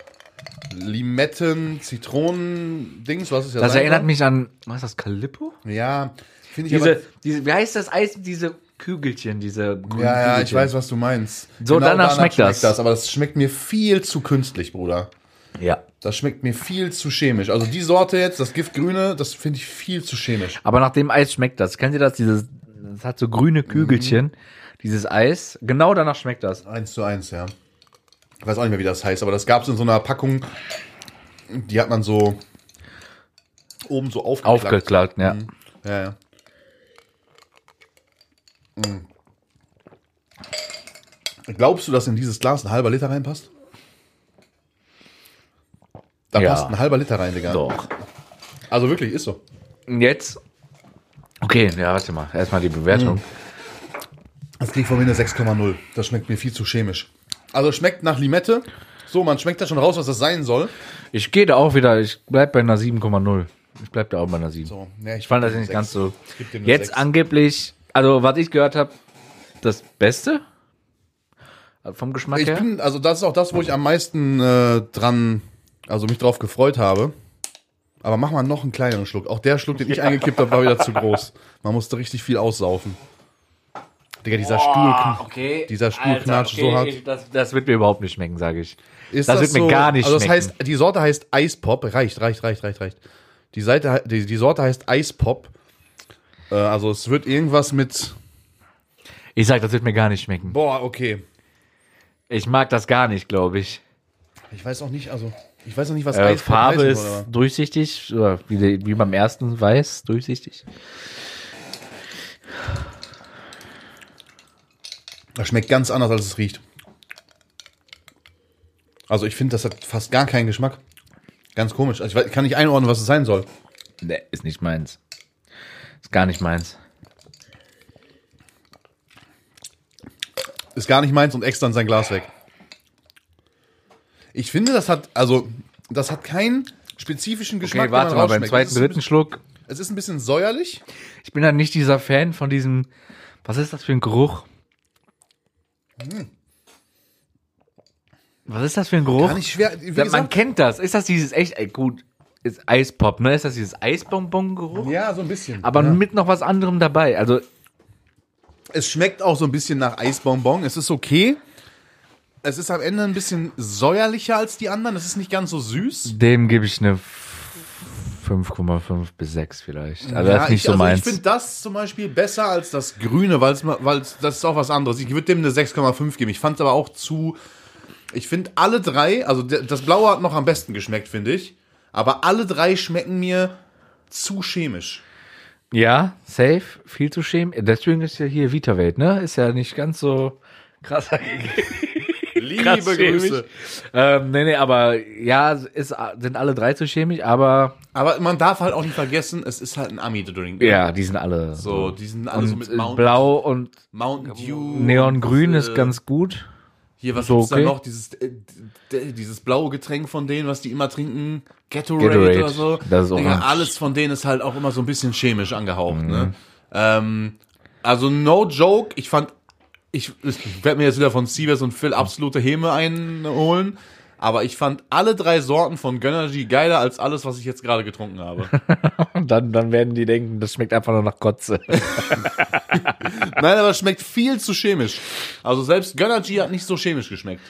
Speaker 1: Limetten, Zitronen, Dings, was ist ja
Speaker 2: Das
Speaker 1: sein
Speaker 2: erinnert
Speaker 1: kann.
Speaker 2: mich an, was ist das, Calippo?
Speaker 1: Ja, finde ich
Speaker 2: Diese,
Speaker 1: aber,
Speaker 2: diese, wie heißt das Eis? Diese Kügelchen, diese grünen
Speaker 1: ja, ja, ich
Speaker 2: Kügelchen.
Speaker 1: weiß, was du meinst.
Speaker 2: So, danach schmeckt das.
Speaker 1: Aber das schmeckt mir viel zu künstlich, Bruder.
Speaker 2: Ja.
Speaker 1: Das schmeckt mir viel zu chemisch. Also die Sorte jetzt, das Giftgrüne, das finde ich viel zu chemisch.
Speaker 2: Aber nach dem Eis schmeckt das. Kennt ihr das? Dieses, das hat so
Speaker 1: Mhm.
Speaker 2: grüne Kügelchen, dieses Eis. Genau danach schmeckt das.
Speaker 1: Eins zu eins, ja. Ich weiß auch nicht mehr, wie das heißt, aber das gab es in so einer Packung, die hat man so oben so aufgeklappt.
Speaker 2: Aufgeklagt, ja.
Speaker 1: Mhm. Ja, ja. Mm. Glaubst du, dass in dieses Glas ein halber Liter reinpasst? Da
Speaker 2: Ja.
Speaker 1: passt ein halber Liter rein, Digga.
Speaker 2: Doch.
Speaker 1: Also wirklich, ist so.
Speaker 2: Und jetzt? Okay, ja, warte mal. Erstmal die Bewertung.
Speaker 1: Das kriegt von mir eine 6,0. Das schmeckt mir viel zu chemisch. Also schmeckt nach Limette. So, man schmeckt da schon raus, was das sein soll.
Speaker 2: Ich gehe da auch wieder, ich bleib bei einer 7,0. Ich bleib da auch bei einer 7.
Speaker 1: So, ne,
Speaker 2: Ich fand das nicht ganz so. Jetzt angeblich, also was ich gehört habe, das Beste Also vom Geschmack
Speaker 1: Ich
Speaker 2: her.
Speaker 1: bin, also das ist auch das, wo ich am meisten äh, dran, also mich drauf gefreut habe. Aber mach mal noch einen kleineren Schluck. Auch der Schluck, den ich eingekippt habe, war wieder zu groß. Man musste richtig viel aussaufen. Digga, dieser Stuhl.
Speaker 2: okay.
Speaker 1: dieser Stuhl knatscht so hart.
Speaker 2: ich- das, das wird mir überhaupt nicht schmecken, sage ich.
Speaker 1: Ist
Speaker 2: das wird mir gar nicht
Speaker 1: Also das
Speaker 2: schmecken.
Speaker 1: heißt, die Sorte heißt Eispop. Reicht, reicht, reicht, reicht, reicht. Die, Seite, he- die, die Sorte heißt Eispop. Äh, also es wird irgendwas mit.
Speaker 2: Ich sag, das wird mir gar nicht schmecken.
Speaker 1: Boah, okay.
Speaker 2: Ich mag das gar nicht, glaube ich.
Speaker 1: Ich weiß auch nicht, also. Ich weiß auch nicht, was
Speaker 2: Äh,
Speaker 1: Eispop
Speaker 2: Farbe
Speaker 1: heißen
Speaker 2: ist
Speaker 1: soll, aber-
Speaker 2: durchsichtig, oder wie, die- wie beim ersten weiß, durchsichtig.
Speaker 1: Das schmeckt ganz anders, als es riecht. Also ich finde, das hat fast gar keinen Geschmack. Ganz komisch. Also ich weiß, kann nicht einordnen, was es sein soll.
Speaker 2: Ne, ist nicht meins. Ist gar nicht meins.
Speaker 1: Ist gar nicht meins und extra in sein Glas weg. Ich finde, das hat, also, das hat keinen spezifischen Geschmack.
Speaker 2: Okay,
Speaker 1: den
Speaker 2: warte
Speaker 1: man
Speaker 2: mal, beim
Speaker 1: rausschmeckt.
Speaker 2: zweiten,
Speaker 1: es ist, ein
Speaker 2: dritten Schluck.
Speaker 1: bisschen- Es ist ein bisschen säuerlich.
Speaker 2: Ich bin dann nicht dieser Fan von diesem, was ist das für ein Geruch? Was ist das für ein Geruch?
Speaker 1: Hm. Gar nicht schwer. Wie
Speaker 2: Ja, man
Speaker 1: gesagt,
Speaker 2: kennt das. Ist das dieses echt, ey, gut, ist Eispop, ne? Ist das dieses Eisbonbon-Geruch?
Speaker 1: ja, so ein bisschen.
Speaker 2: Aber
Speaker 1: ja.
Speaker 2: mit noch was anderem dabei. Also,
Speaker 1: es schmeckt auch so ein bisschen nach Eisbonbon. Es ist okay. Es ist am Ende ein bisschen säuerlicher als die anderen. Es ist nicht ganz so süß.
Speaker 2: dem gebe ich eine 5,5 bis 6 vielleicht. Also, das ist
Speaker 1: Ja,
Speaker 2: nicht
Speaker 1: ich,
Speaker 2: so
Speaker 1: also
Speaker 2: meins.
Speaker 1: Ich finde das zum Beispiel besser als das Grüne, weil das ist auch was anderes. Ich würde dem eine 6,5 geben. Ich fand es aber auch zu. Ich finde alle drei, also der- das Blaue hat noch am besten geschmeckt, finde ich. Aber alle drei schmecken mir zu chemisch.
Speaker 2: Ja, safe, viel zu schämen. Deswegen ist ja hier Vita-Welt, ne? Ist ja nicht ganz so krass.
Speaker 1: Liebe
Speaker 2: Krass chemisch. ähm, nee, nee, aber ja, ist, sind alle drei zu chemisch, aber
Speaker 1: Aber man darf halt auch nicht vergessen, es ist halt ein Ami-Drink.
Speaker 2: ja, die sind alle.
Speaker 1: So, die sind alle so
Speaker 2: und
Speaker 1: mit
Speaker 2: äh,
Speaker 1: Mountain,
Speaker 2: Blau und
Speaker 1: Mountain Dew.
Speaker 2: Neongrün
Speaker 1: und,
Speaker 2: ist
Speaker 1: äh,
Speaker 2: ganz gut.
Speaker 1: Hier, was
Speaker 2: so
Speaker 1: gibt's
Speaker 2: okay.
Speaker 1: da noch? Dieses, äh, d- dieses blaue Getränk von denen, was die immer trinken. Gatorade,
Speaker 2: Gatorade.
Speaker 1: oder so.
Speaker 2: Das ist auch Mhm.
Speaker 1: Digga,
Speaker 2: ein-
Speaker 1: alles von denen ist halt auch immer so ein bisschen chemisch angehaucht. Ne? Ähm, also no joke, ich fand, ich, ich werde mir jetzt wieder von Sievers und Phil absolute Häme einholen. Aber ich fand alle drei Sorten von Gönnergy geiler als alles, was ich jetzt gerade getrunken habe.
Speaker 2: Und dann, dann werden die denken, das schmeckt einfach nur nach Kotze.
Speaker 1: Nein, aber es schmeckt viel zu chemisch. Also selbst Gönnergy hat nicht so chemisch geschmeckt.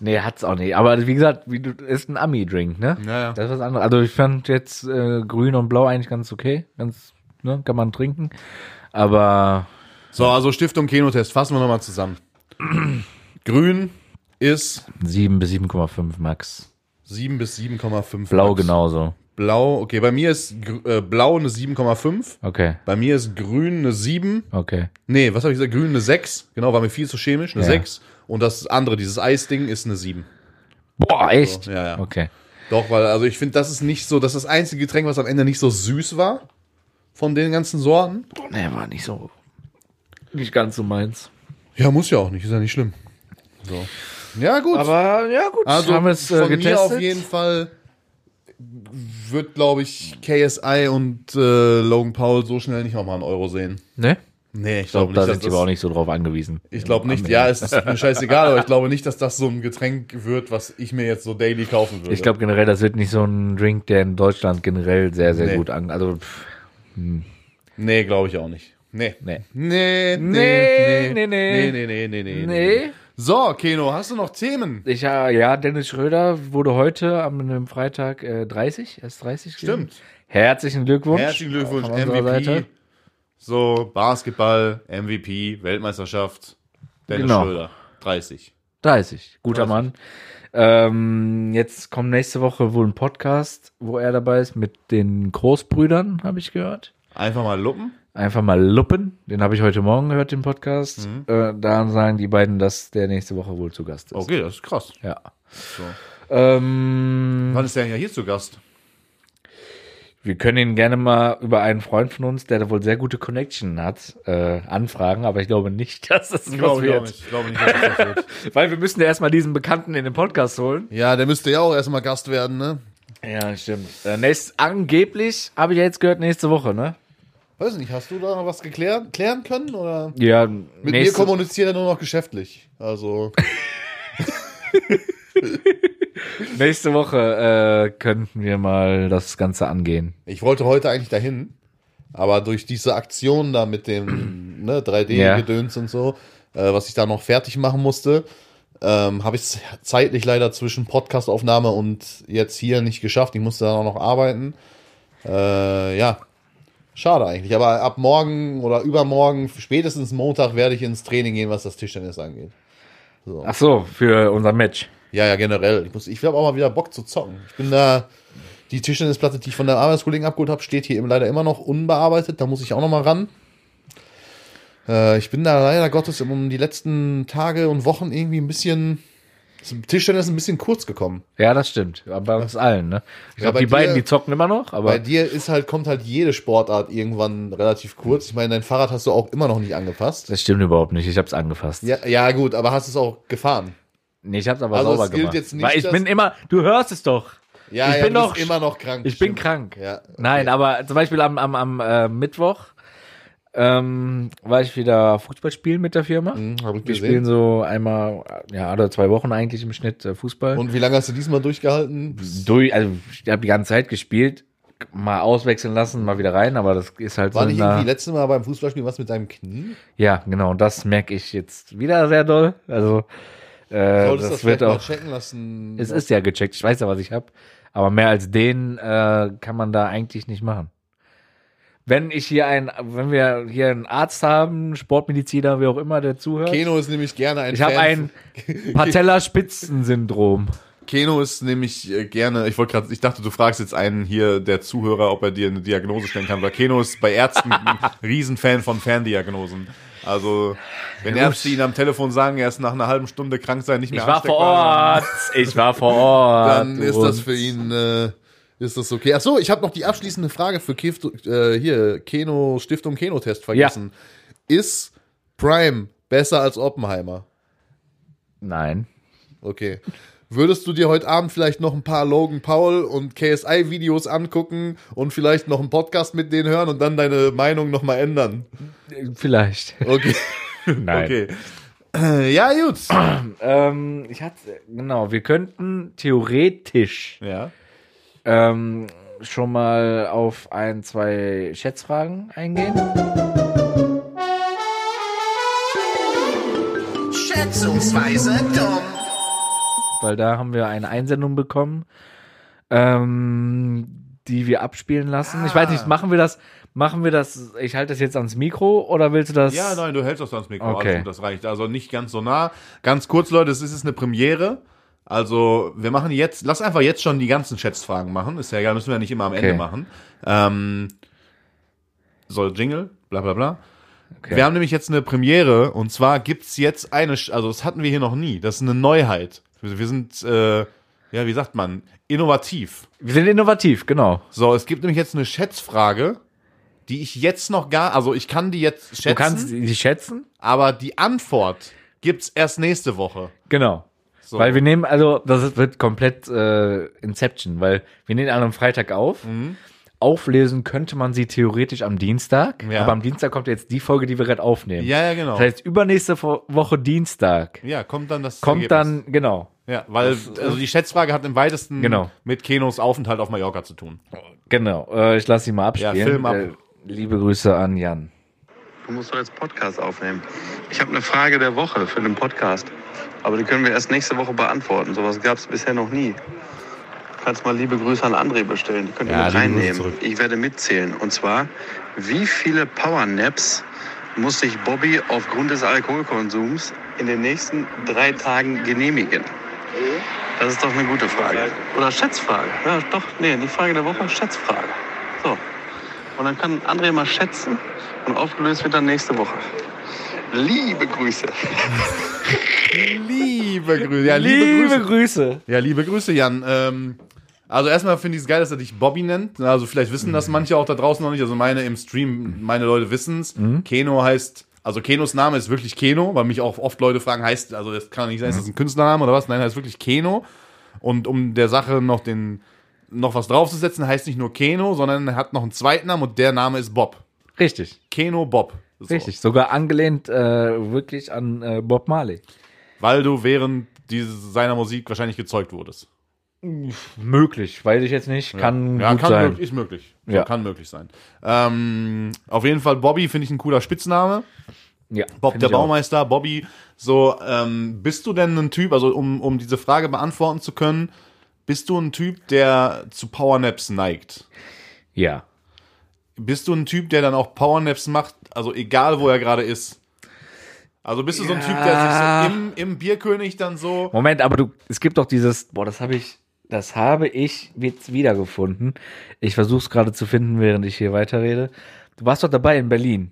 Speaker 2: nee, hat's auch nicht. Aber wie gesagt, wie du, ist ein Ami-Drink, ne?
Speaker 1: Ja, ja.
Speaker 2: Das ist was anderes. Also ich fand jetzt äh, grün und blau eigentlich ganz okay. Ganz, ne, kann man trinken. Aber
Speaker 1: So, also Stiftung Kenotest, fassen wir nochmal zusammen. Grün ist
Speaker 2: 7 bis 7,5 Max.
Speaker 1: 7 bis 7,5.
Speaker 2: Blau genau.
Speaker 1: Max.
Speaker 2: genauso.
Speaker 1: Blau, okay, bei mir ist gr- äh, blau eine 7,5.
Speaker 2: Okay,
Speaker 1: Bei mir ist grün eine 7.
Speaker 2: okay.
Speaker 1: Nee, was habe ich gesagt? Grün eine 6. Genau, war mir viel zu chemisch, eine
Speaker 2: Ja.
Speaker 1: 6. Und das andere, dieses Eisding, ist eine 7.
Speaker 2: Boah, echt?
Speaker 1: Ja, ja.
Speaker 2: Okay.
Speaker 1: Doch, weil, also ich finde, das ist nicht so, das ist das einzige Getränk, was am Ende nicht so süß war. Von den ganzen Sorten.
Speaker 2: Nee, war nicht so. Nicht ganz so meins.
Speaker 1: Ja, muss ja auch nicht, ist ja nicht schlimm. So. Ja, gut.
Speaker 2: Aber ja, gut.
Speaker 1: also
Speaker 2: haben wir es äh,
Speaker 1: von mir
Speaker 2: getestet.
Speaker 1: auf jeden Fall wird, glaube ich, KSI und äh, Logan Paul so schnell nicht nochmal einen Euro sehen.
Speaker 2: ne?
Speaker 1: Nee, ich
Speaker 2: Ich glaube,
Speaker 1: glaube nicht,
Speaker 2: da
Speaker 1: dass
Speaker 2: sind die
Speaker 1: das,
Speaker 2: aber auch nicht so drauf angewiesen.
Speaker 1: Ich glaube nicht, ja, es ist mir scheißegal, aber ich glaube nicht, dass das so ein Getränk wird, was ich mir jetzt so daily kaufen würde.
Speaker 2: Ich glaube generell, das wird nicht so ein Drink, der in Deutschland generell sehr, sehr
Speaker 1: Nee.
Speaker 2: gut an. Also, pff,
Speaker 1: Nee, glaube ich auch nicht. Nee.
Speaker 2: nee.
Speaker 1: Nee,
Speaker 2: Nee, nee,
Speaker 1: nee,
Speaker 2: nee.
Speaker 1: nee, nee, nee, nee,
Speaker 2: Nee.
Speaker 1: So, Keno, hast du noch Themen?
Speaker 2: Ich, äh, ja, Dennis Schröder wurde heute am einem Freitag äh, 30, erst 30 gewesen.
Speaker 1: Stimmt.
Speaker 2: Herzlichen Glückwunsch.
Speaker 1: Herzlichen Glückwunsch,
Speaker 2: Von unserer
Speaker 1: MVP.
Speaker 2: Seite.
Speaker 1: So, Basketball, MVP, Weltmeisterschaft, Dennis
Speaker 2: Genau.
Speaker 1: Schröder, 30.
Speaker 2: 30, guter
Speaker 1: 30.
Speaker 2: Mann. Ähm, jetzt kommt nächste Woche wohl ein Podcast, wo er dabei ist mit den Großbrüdern, habe ich gehört.
Speaker 1: Einfach mal luppen.
Speaker 2: Einfach mal luppen. Den habe ich heute Morgen gehört, den Podcast.
Speaker 1: Mhm.
Speaker 2: Äh, da sagen die beiden, dass der nächste Woche wohl zu Gast ist.
Speaker 1: Okay, das ist krass.
Speaker 2: Ja.
Speaker 1: So.
Speaker 2: Ähm,
Speaker 1: Wann ist der denn ja hier zu Gast?
Speaker 2: wir können ihn gerne mal über einen Freund von uns, der da wohl sehr gute Connection hat, äh, anfragen, aber ich glaube nicht, dass das was
Speaker 1: ich auch
Speaker 2: wird.
Speaker 1: nicht. Ich glaube nicht, dass das was wird.
Speaker 2: Weil wir müssen ja erstmal diesen Bekannten in den Podcast holen.
Speaker 1: Ja, der müsste ja auch erstmal Gast werden, ne?
Speaker 2: Ja, stimmt. Äh, nächst, angeblich habe ich ja jetzt gehört, nächste Woche, ne?
Speaker 1: Weiß nicht, hast du da noch was geklärt, klären können? Oder?
Speaker 2: Ja,
Speaker 1: Mit
Speaker 2: nächste,
Speaker 1: mir kommuniziert er nur noch geschäftlich. Also,
Speaker 2: nächste Woche äh, könnten wir mal das Ganze angehen.
Speaker 1: ich wollte heute eigentlich dahin, aber durch diese Aktion da mit dem ne, 3D-Gedöns und so, äh, was ich da noch fertig machen musste, ähm, habe ich es zeitlich leider zwischen Podcastaufnahme und jetzt hier nicht geschafft. Ich musste dann auch noch arbeiten. Äh, ja, schade eigentlich. Aber ab morgen oder übermorgen, spätestens Montag, werde ich ins Training gehen, was das Tischtennis angeht.
Speaker 2: Ach so, für unser Match.
Speaker 1: Ja, ja, generell. Ich, muss- ich habe auch mal wieder Bock zu zocken. Ich bin da. Die Tischtennisplatte, die ich von der Arbeitskollegen abgeholt habe, steht hier eben leider immer noch unbearbeitet. Da muss ich auch noch mal ran. Äh, ich bin da leider Gottes um die letzten Tage und Wochen irgendwie ein bisschen. zum Tischtennis ein bisschen kurz gekommen.
Speaker 2: Ja, das stimmt. Aber Bei uns allen, ne? Ich
Speaker 1: Ja,
Speaker 2: glaube,
Speaker 1: bei
Speaker 2: die
Speaker 1: dir-
Speaker 2: beiden, die zocken immer noch,
Speaker 1: Bei
Speaker 2: aber
Speaker 1: dir ist halt, kommt halt jede Sportart irgendwann relativ kurz. Ich meine, dein Fahrrad hast du auch immer noch nicht angepasst.
Speaker 2: das stimmt überhaupt nicht. Ich habe es angefasst.
Speaker 1: Ja, ja gut, aber hast es auch gefahren.
Speaker 2: Nee, ich hab's aber
Speaker 1: Also,
Speaker 2: sauber
Speaker 1: es gilt
Speaker 2: gemacht.
Speaker 1: jetzt nicht,
Speaker 2: Weil ich
Speaker 1: dass-
Speaker 2: bin immer, du hörst es doch.
Speaker 1: Ja,
Speaker 2: Ich
Speaker 1: ja,
Speaker 2: bin
Speaker 1: du
Speaker 2: noch-
Speaker 1: bist immer noch krank.
Speaker 2: Ich bin
Speaker 1: Stimmt.
Speaker 2: krank.
Speaker 1: Ja, okay.
Speaker 2: Nein, aber zum Beispiel am, am, am äh, Mittwoch ähm, war ich wieder Fußball spielen mit der Firma.
Speaker 1: Hm, hab ich
Speaker 2: Wir spielen
Speaker 1: gesehen.
Speaker 2: so einmal, ja, alle zwei Wochen eigentlich im Schnitt äh, Fußball.
Speaker 1: Und wie lange hast du diesmal durchgehalten?
Speaker 2: durch, also ich habe die ganze Zeit gespielt, mal auswechseln lassen, mal wieder rein, aber das ist halt
Speaker 1: War
Speaker 2: so.
Speaker 1: nicht
Speaker 2: in einer-
Speaker 1: irgendwie letztes Mal beim Fußballspielen was mit deinem Knie?
Speaker 2: ja, genau, und das merke ich jetzt wieder sehr doll. Also äh,
Speaker 1: Solltest
Speaker 2: das
Speaker 1: vielleicht
Speaker 2: wird
Speaker 1: mal
Speaker 2: auch.
Speaker 1: checken lassen.
Speaker 2: Es ist ja gecheckt, ich weiß ja, was ich habe. Aber mehr als den äh, kann man da eigentlich nicht machen. Wenn ich hier einen, wenn wir hier einen Arzt haben, Sportmediziner, wie auch immer, der zuhört.
Speaker 1: Keno ist nämlich gerne ein
Speaker 2: ich habe
Speaker 1: Fan-
Speaker 2: ein Patellaspitzensyndrom.
Speaker 1: Keno ist nämlich äh, gerne, ich wollte gerade, ich dachte, du fragst jetzt einen hier der Zuhörer, ob er dir eine Diagnose stellen kann, weil Keno ist bei Ärzten ein Riesenfan von Ferndiagnosen. Also, wenn Ärzte ihn am Telefon sagen, er ist nach einer halben Stunde krank sein, nicht mehr
Speaker 2: Ich war vor
Speaker 1: ansteckbar,
Speaker 2: Ort. Ich war vor Ort.
Speaker 1: dann ist das
Speaker 2: und-
Speaker 1: für ihn äh, ist das okay. Ach so, ich habe noch die abschließende Frage für Kef, äh, hier Keno Stiftung Keno Test vergessen. Ist Prime besser als Oppenheimer?
Speaker 2: Nein.
Speaker 1: Okay. Würdest du dir heute Abend vielleicht noch ein paar Logan Paul und KSI-Videos angucken und vielleicht noch einen Podcast mit denen hören und dann deine Meinung nochmal ändern?
Speaker 2: Vielleicht.
Speaker 1: Okay.
Speaker 2: Nein.
Speaker 1: okay. Äh, Ja, gut.
Speaker 2: Ähm, ich hatte, genau, wir könnten theoretisch
Speaker 1: Ja.
Speaker 2: ähm, schon mal auf ein, zwei Schätzfragen eingehen.
Speaker 3: Schätzungsweise dumm.
Speaker 2: weil da haben wir eine Einsendung bekommen, ähm, die wir abspielen lassen. Ich weiß
Speaker 1: Ah.
Speaker 2: nicht, machen wir das, machen wir das, ich halte das jetzt ans Mikro oder willst du das?
Speaker 1: Ja, nein, du hältst das ans Mikro.
Speaker 2: Okay.
Speaker 1: Alles gut, das reicht. Also nicht ganz so nah. Ganz kurz, Leute, es ist eine Premiere. Also, wir machen jetzt, lass einfach jetzt schon die ganzen Schätzfragen machen. Ist ja egal, müssen wir ja nicht immer am Ende
Speaker 2: Okay.
Speaker 1: machen. Ähm, soll Jingle, bla bla bla.
Speaker 2: Okay.
Speaker 1: Wir haben nämlich jetzt eine Premiere und zwar gibt's jetzt eine, Sch- also das hatten wir hier noch nie, das ist eine Neuheit. Wir wir sind, äh, ja, wie sagt man, innovativ.
Speaker 2: Wir sind innovativ, genau.
Speaker 1: So, es gibt nämlich jetzt eine Schätzfrage, die ich jetzt noch gar, also ich kann die jetzt schätzen,
Speaker 2: Du kannst die schätzen?
Speaker 1: aber die Antwort gibt's erst nächste Woche.
Speaker 2: Genau.
Speaker 1: So.
Speaker 2: Weil wir nehmen, also das ist- wird komplett äh, Inception, weil wir nehmen alle am Freitag auf.
Speaker 1: Mhm.
Speaker 2: Auflesen könnte man sie theoretisch am Dienstag,
Speaker 1: Ja.
Speaker 2: aber am Dienstag kommt jetzt die Folge, die wir gerade aufnehmen.
Speaker 1: Ja, ja, genau.
Speaker 2: Das heißt, übernächste Fo- Woche Dienstag
Speaker 1: Ja, kommt dann das
Speaker 2: kommt
Speaker 1: Ergebnis.
Speaker 2: dann, genau,
Speaker 1: Ja, weil also die Schätzfrage hat im weitesten
Speaker 2: Genau.
Speaker 1: mit Kenos Aufenthalt auf Mallorca zu tun.
Speaker 2: genau. Äh, ich lasse sie mal abspielen.
Speaker 1: Film ab.
Speaker 2: Äh, liebe Grüße an Jan.
Speaker 4: Du musst doch jetzt Podcast aufnehmen. Ich habe eine Frage der Woche für den Podcast. Aber die können wir erst nächste Woche beantworten. Sowas gab es bisher noch nie. Du kannst mal liebe Grüße an André bestellen. Die könnt ihr
Speaker 1: Ja,
Speaker 4: mit
Speaker 1: liebe Grüße
Speaker 4: reinnehmen.
Speaker 1: zurück.
Speaker 4: Ich werde mitzählen. Und zwar, wie viele Powernaps muss sich Bobby aufgrund des Alkoholkonsums in den nächsten drei Tagen genehmigen? Das ist doch eine gute Frage. Oder Schätzfrage. Ja, doch, nee, die Frage der Woche, Schätzfrage. So. Und dann kann André mal schätzen und aufgelöst wird dann nächste Woche. Liebe Grüße.
Speaker 1: Liebe Grüße. Ja, liebe, Grüße.
Speaker 2: Grüße.
Speaker 1: Ja, liebe Grüße, Jan. Ähm, also erstmal finde ich es geil, dass er dich Bobby nennt. Also vielleicht wissen das manche auch da draußen noch nicht. Also meine im Stream, meine Leute wissen's. Keno heißt, also Kenos Name ist wirklich Keno, weil mich auch oft Leute fragen, heißt, also das kann doch nicht sein, ist das ein Künstlername oder was? Nein, heißt wirklich Keno. Und um der Sache noch den noch was draufzusetzen, heißt nicht nur Keno, sondern er hat noch einen zweiten Namen und der Name ist Bob.
Speaker 2: Richtig,
Speaker 1: Keno Bob. So.
Speaker 2: richtig. Sogar angelehnt äh, wirklich an äh, Bob Marley.
Speaker 1: Weil du während dieses, seiner Musik wahrscheinlich gezeugt wurdest.
Speaker 2: Möglich, weiß ich jetzt nicht. Kann
Speaker 1: ja,
Speaker 2: gut
Speaker 1: kann
Speaker 2: sein.
Speaker 1: möglich- ist möglich.
Speaker 2: Ja.
Speaker 1: Kann möglich sein. Ähm, auf jeden Fall Bobby finde ich ein cooler Spitzname.
Speaker 2: Ja,
Speaker 1: Bob
Speaker 2: find
Speaker 1: der
Speaker 2: ich auch.
Speaker 1: Baumeister, Bobby. So, ähm, bist du denn ein Typ, also um, um diese Frage beantworten zu können, bist du ein Typ, der zu Powernaps neigt?
Speaker 2: Ja.
Speaker 1: Bist du ein Typ, der dann auch Powernaps macht, also egal wo er gerade ist? Also bist du so ein Typ, der
Speaker 2: Ja.
Speaker 1: sich so im, im Bierkönig dann so.
Speaker 2: Moment, aber du, es gibt doch dieses, boah, das habe ich, das habe ich jetzt wiedergefunden. Ich versuche es gerade zu finden, während ich hier weiterrede. Du warst doch dabei in Berlin.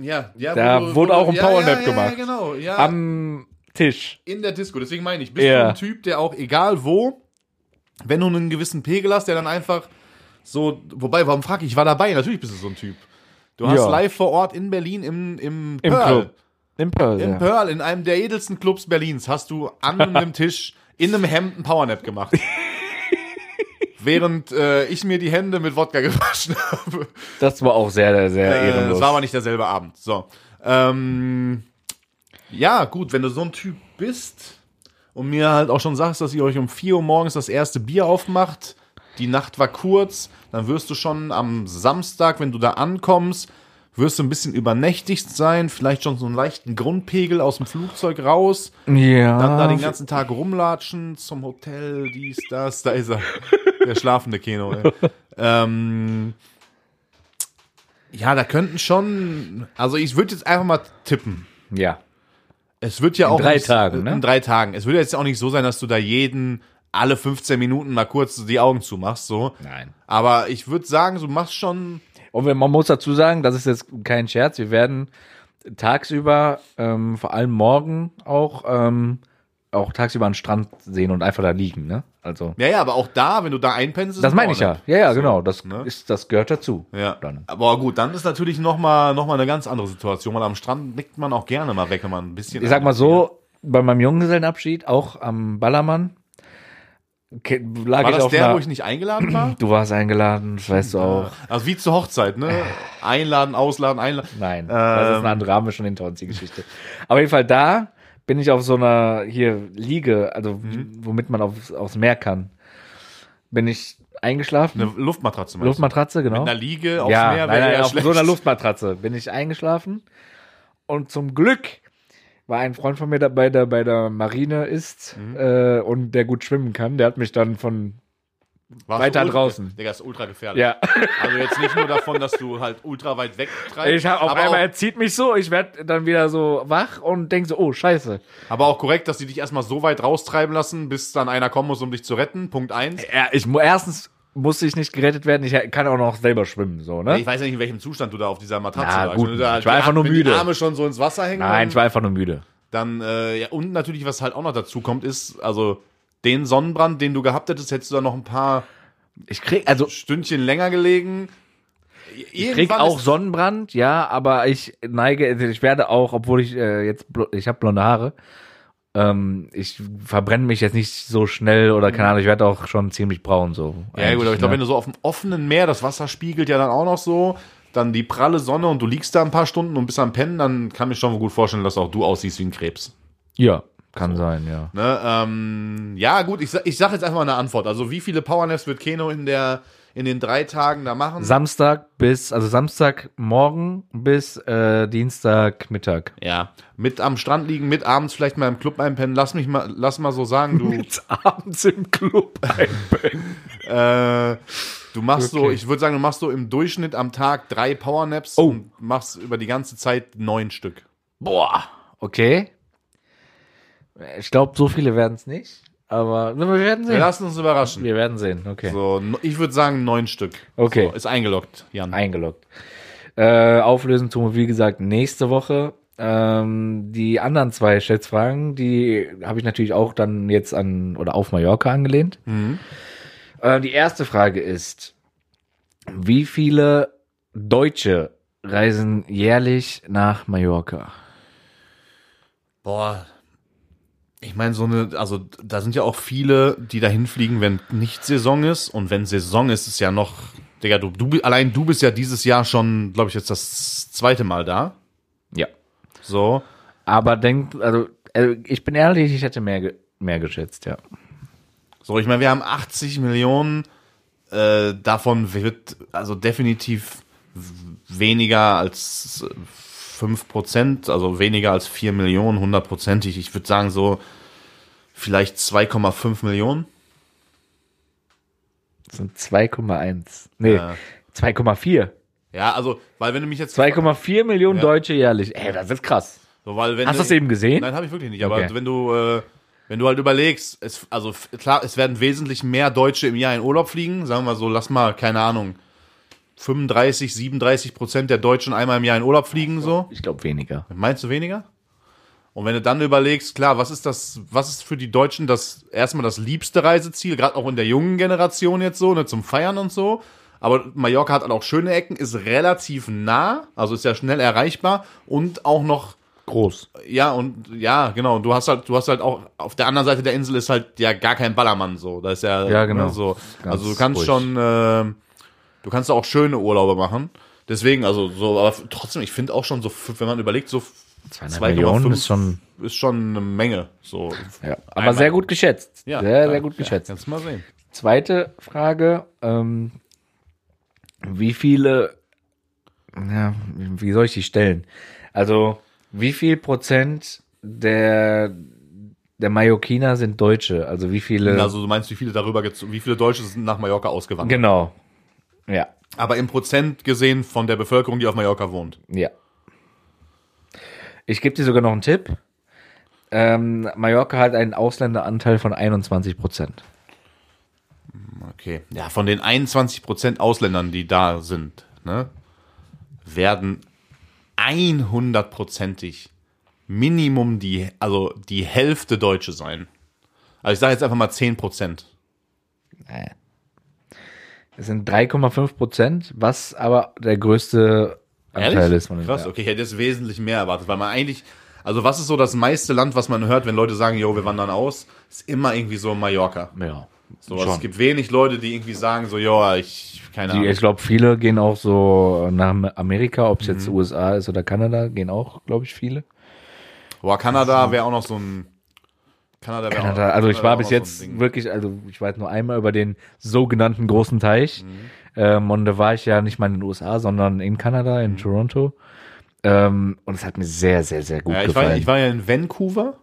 Speaker 1: Ja, ja,
Speaker 2: Da
Speaker 1: du-
Speaker 2: wurde auch ein
Speaker 1: ja,
Speaker 2: Powernap
Speaker 1: ja,
Speaker 2: gemacht.
Speaker 1: Ja, genau, ja.
Speaker 2: Am Tisch.
Speaker 1: in der Disco. Deswegen meine ich, bist
Speaker 2: Ja.
Speaker 1: du ein Typ, der auch egal wo, wenn du einen gewissen Pegel hast, der dann einfach so, wobei, warum frage ich, ich war dabei, natürlich bist du so ein Typ. Du hast
Speaker 2: Ja.
Speaker 1: live vor Ort in Berlin im, im,
Speaker 2: Im
Speaker 1: Pearl,
Speaker 2: Club. Im Pearl.
Speaker 1: im
Speaker 2: ja.
Speaker 1: Pearl, in einem der edelsten Clubs Berlins, hast du an einem Tisch in einem Hemd einen Powernap gemacht. Während äh, ich mir die Hände mit Wodka gewaschen habe.
Speaker 2: Das war auch sehr, sehr
Speaker 1: Äh,
Speaker 2: ehrenlos.
Speaker 1: es war aber nicht derselbe Abend. So. Ähm, ja, gut, wenn du so ein Typ bist und mir halt auch schon sagst, dass ihr euch um 4 Uhr morgens das erste Bier aufmacht, die Nacht war kurz, dann wirst du schon am Samstag, wenn du da ankommst, wirst du ein bisschen übernächtigt sein, vielleicht schon so einen leichten Grundpegel aus dem Flugzeug raus,
Speaker 2: ja.
Speaker 1: dann da den ganzen Tag rumlatschen zum Hotel, dies, das, da ist er. Der schlafende Keno, ey. ähm, Ja, da könnten schon, also ich würde jetzt einfach mal tippen.
Speaker 2: ja.
Speaker 1: Es wird ja auch.
Speaker 2: drei
Speaker 1: nicht,
Speaker 2: Tagen, ne?
Speaker 1: In drei Tagen. Es würde jetzt auch nicht so sein, dass du da jeden, alle 15 Minuten mal kurz die Augen zumachst, so.
Speaker 2: Nein.
Speaker 1: Aber ich würde sagen, du machst schon,
Speaker 2: Und wir- man muss dazu sagen, das ist jetzt kein Scherz, wir werden tagsüber, ähm, vor allem morgen auch, ähm, auch tagsüber an den Strand sehen und einfach da liegen, ne? Also.
Speaker 1: ja, ja, aber auch da, wenn du da einpennst, ist
Speaker 2: Das
Speaker 1: ein
Speaker 2: meine ich ja.
Speaker 1: Powernap.
Speaker 2: Ja, ja, genau. Das,
Speaker 1: ne?
Speaker 2: ist, das gehört dazu.
Speaker 1: Ja.
Speaker 2: Dann.
Speaker 1: Aber gut, dann ist natürlich nochmal noch mal eine ganz andere Situation, weil am Strand nickt man auch gerne mal weg, wenn man ein bisschen.
Speaker 2: Ich sag mal so, bei meinem Junggesellenabschied, auch am Ballermann, ke- lag
Speaker 1: War
Speaker 2: ich
Speaker 1: das
Speaker 2: auf
Speaker 1: der,
Speaker 2: einer,
Speaker 1: wo ich nicht eingeladen war?
Speaker 2: Du warst eingeladen, das weißt du auch. Äh.
Speaker 1: Also wie zur Hochzeit, ne? Einladen, ausladen, einladen.
Speaker 2: Nein, das
Speaker 1: Ähm.
Speaker 2: ist eine andere, haben wir schon hinter uns die Geschichte. Auf jeden Fall da bin ich auf so einer hier Liege, also
Speaker 1: Mhm.
Speaker 2: womit man aufs, aufs Meer kann. Bin ich eingeschlafen.
Speaker 1: Eine Luftmatratze meinst
Speaker 2: Luftmatratze, genau.
Speaker 1: du? In der Liege, aufs
Speaker 2: ja,
Speaker 1: Meer
Speaker 2: nein,
Speaker 1: wäre
Speaker 2: nein,
Speaker 1: ja
Speaker 2: auf
Speaker 1: schlecht.
Speaker 2: so einer Luftmatratze bin ich eingeschlafen. Und zum Glück war ein Freund von mir dabei,
Speaker 1: Mhm.
Speaker 2: der bei der Marine ist äh, und der gut schwimmen kann. Der hat mich dann von
Speaker 1: Warst
Speaker 2: Weiter
Speaker 1: du ultra-
Speaker 2: draußen.
Speaker 1: Digga, ist ultra gefährlich.
Speaker 2: Ja.
Speaker 1: Also jetzt nicht nur davon, dass du halt ultra weit wegtreibst.
Speaker 2: Ich hab auf
Speaker 1: aber,
Speaker 2: einmal, er zieht mich so, ich werd dann wieder so wach und denk so, oh, scheiße.
Speaker 1: auch, aber auch korrekt, dass die dich erstmal so weit raustreiben lassen, bis dann einer kommen muss, um dich zu retten. Punkt eins.
Speaker 2: Ja, ich, mu- erstens musste ich nicht gerettet werden, ich kann auch noch selber schwimmen, so, ne?
Speaker 1: Ich weiß ja nicht, in welchem Zustand du da auf dieser Matratze
Speaker 2: Na,
Speaker 1: lagst.
Speaker 2: gut,
Speaker 1: Wenn du da
Speaker 2: ich war
Speaker 1: die
Speaker 2: einfach nur
Speaker 1: Ar- wenn
Speaker 2: müde.
Speaker 1: Die Arme schon so ins Wasser hängen.
Speaker 2: Nein, ich war einfach nur müde.
Speaker 1: Dann, äh, ja, und natürlich, was halt auch noch dazu kommt, ist, also den Sonnenbrand, den du gehabt hättest, hättest du dann noch ein paar
Speaker 2: Ich krieg, also,
Speaker 1: Stündchen länger gelegen.
Speaker 2: ich krieg auch Sonnenbrand, ja, aber ich neige, also ich werde auch, obwohl ich äh, jetzt, blo- ich habe blonde Haare, ähm, ich verbrenne mich jetzt nicht so schnell oder keine Ahnung, ich werde auch schon ziemlich braun, so.
Speaker 1: Ja, gut, aber ich glaube, wenn du
Speaker 2: ne?
Speaker 1: so auf dem offenen Meer, das Wasser spiegelt ja dann auch noch so, dann die pralle Sonne und du liegst da ein paar Stunden und bist am Pennen, dann kann ich schon gut vorstellen, dass auch du aussiehst wie ein Krebs.
Speaker 2: Ja, kann sein, ja.
Speaker 1: Ne? Ähm, ja, gut, ich, sa- ich sage jetzt einfach mal eine Antwort. Also, wie viele Powernaps wird Keno in, der, in den drei Tagen da machen?
Speaker 2: Samstag bis, also Samstagmorgen bis äh, Dienstagmittag.
Speaker 1: ja. Mit am Strand liegen, mit abends vielleicht mal im Club einpennen. Lass mich mal, lass mal so sagen, du.
Speaker 2: Abends im Club.
Speaker 1: Äh, du machst so,
Speaker 2: Okay.
Speaker 1: ich würde sagen, du machst so im Durchschnitt am Tag drei Powernaps
Speaker 2: Oh.
Speaker 1: und machst über die ganze Zeit neun Stück.
Speaker 2: Boah, okay. Ich glaube, so viele werden es nicht, aber wir werden
Speaker 1: Wir
Speaker 2: sehen.
Speaker 1: lassen uns überraschen.
Speaker 2: Wir werden sehen, okay.
Speaker 1: So, no- ich würde sagen neun Stück.
Speaker 2: Okay.
Speaker 1: So, ist eingeloggt, Jan.
Speaker 2: Eingeloggt. Äh, auflösen tun wir, wie gesagt, nächste Woche. Ähm, die anderen zwei Schätzfragen, die habe ich natürlich auch dann jetzt an oder auf Mallorca angelehnt.
Speaker 1: Mhm.
Speaker 2: Äh, die erste Frage ist: Wie viele Deutsche reisen jährlich nach Mallorca?
Speaker 1: Boah. Ich meine, so eine, also da sind ja auch viele, die dahin fliegen, wenn nicht Saison ist. Und wenn Saison ist, ist ja noch, Digga, du, du, bi- allein du bist ja dieses Jahr schon, glaube ich, jetzt das zweite Mal da.
Speaker 2: Ja.
Speaker 1: So.
Speaker 2: Aber denkt, also äh, ich bin ehrlich, ich hätte mehr, ge- mehr geschätzt, ja.
Speaker 1: So, ich meine, wir haben 80 Millionen. Äh, davon wird also definitiv w- weniger als äh, 5%, also weniger als 4 Millionen, hundertprozentig. Ich würde sagen, so vielleicht 2,5 Millionen.
Speaker 2: Das sind 2,1. Nee, 2,4.
Speaker 1: Ja, also, weil wenn du mich jetzt.
Speaker 2: 2,4 Millionen
Speaker 1: Ja.
Speaker 2: Deutsche jährlich. Ey, das ist krass.
Speaker 1: so, weil wenn
Speaker 2: Hast du das eben gesehen?
Speaker 1: Nein, habe ich wirklich nicht. Aber
Speaker 2: Okay.
Speaker 1: wenn du. Äh, wenn du halt überlegst, es, also f- klar, es werden wesentlich mehr Deutsche im Jahr in Urlaub fliegen. Sagen wir so, lass mal, keine Ahnung, 35, 37 Prozent der Deutschen einmal im Jahr in Urlaub fliegen, so.
Speaker 2: Ich glaube weniger.
Speaker 1: Meinst du weniger? Und wenn du dann überlegst, klar, was ist das, was ist für die Deutschen das erstmal das liebste Reiseziel, gerade auch in der jungen Generation jetzt so, ne, zum Feiern und so. Aber Mallorca hat halt auch schöne Ecken, ist relativ nah, also ist ja schnell erreichbar und auch noch,
Speaker 2: Groß.
Speaker 1: ja, und ja, genau, und du hast halt, du hast halt auch, auf der anderen Seite der Insel ist halt ja gar kein Ballermann so. Da ist ja,
Speaker 2: Ja, genau.
Speaker 1: ne, so.
Speaker 2: Ganz
Speaker 1: Also du kannst
Speaker 2: ruhig.
Speaker 1: schon, ähm, du kannst auch schöne Urlaube machen. Deswegen, also so, aber trotzdem, ich finde auch schon so, f- wenn man überlegt, so
Speaker 2: Zweieinhalb Millionen ist schon-
Speaker 1: ist schon eine Menge. So.
Speaker 2: Ja. Aber
Speaker 1: Einmal-
Speaker 2: sehr gut geschätzt.
Speaker 1: Ja,
Speaker 2: sehr,
Speaker 1: ja,
Speaker 2: sehr gut
Speaker 1: ja,
Speaker 2: geschätzt.
Speaker 1: Kannst du mal sehen.
Speaker 2: Zweite Frage. Ähm, wie viele, ja, wie soll ich die stellen? Also, wie viel Prozent der, der Mallorquiner sind Deutsche? Also, wie viele?
Speaker 1: Also du meinst, wie viele darüber gezogen, wie viele Deutsche sind nach Mallorca ausgewandert?
Speaker 2: genau. Ja,
Speaker 1: Aber im Prozent gesehen von der Bevölkerung, die auf Mallorca wohnt.
Speaker 2: ja. Ich gebe dir sogar noch einen Tipp. Ähm, Mallorca hat einen Ausländeranteil von 21 Prozent.
Speaker 1: Okay. Ja, von den 21 Prozent Ausländern, die da sind, ne, werden 100%ig Minimum die, also die Hälfte Deutsche sein. Also ich sage jetzt einfach mal 10 Prozent.
Speaker 2: Es sind 3,5 Prozent, was aber der größte Anteil
Speaker 1: Ehrlich?
Speaker 2: ist. Von den-
Speaker 1: Krass, okay, ich hätte jetzt wesentlich mehr erwartet, weil man eigentlich, also was ist so das meiste Land, was man hört, wenn Leute sagen, jo, wir wandern aus, ist immer irgendwie so Mallorca.
Speaker 2: Ja.
Speaker 1: So, also
Speaker 2: Schon.
Speaker 1: es gibt wenig Leute, die irgendwie sagen, so, jo, ich, keine
Speaker 2: Die,
Speaker 1: Ahnung.
Speaker 2: ich glaube, viele gehen auch so nach Amerika, ob es
Speaker 1: Mhm.
Speaker 2: jetzt USA ist oder Kanada, gehen auch, glaube ich, viele.
Speaker 1: Boah, Kanada wäre auch noch so ein, Kanada wäre auch
Speaker 2: Kanada, also ich
Speaker 1: Genau. Kanada wär
Speaker 2: war
Speaker 1: auch noch
Speaker 2: bis jetzt
Speaker 1: so ein Ding.
Speaker 2: wirklich, also ich war jetzt nur einmal über den sogenannten großen Teich.
Speaker 1: Mhm.
Speaker 2: Ähm, und da war ich ja nicht mal in den USA, sondern in Kanada,
Speaker 1: Mhm.
Speaker 2: in Toronto. Ähm, und es hat mir sehr, sehr, sehr gut
Speaker 1: Ja, ich war,
Speaker 2: gefallen.
Speaker 1: ich war ja in Vancouver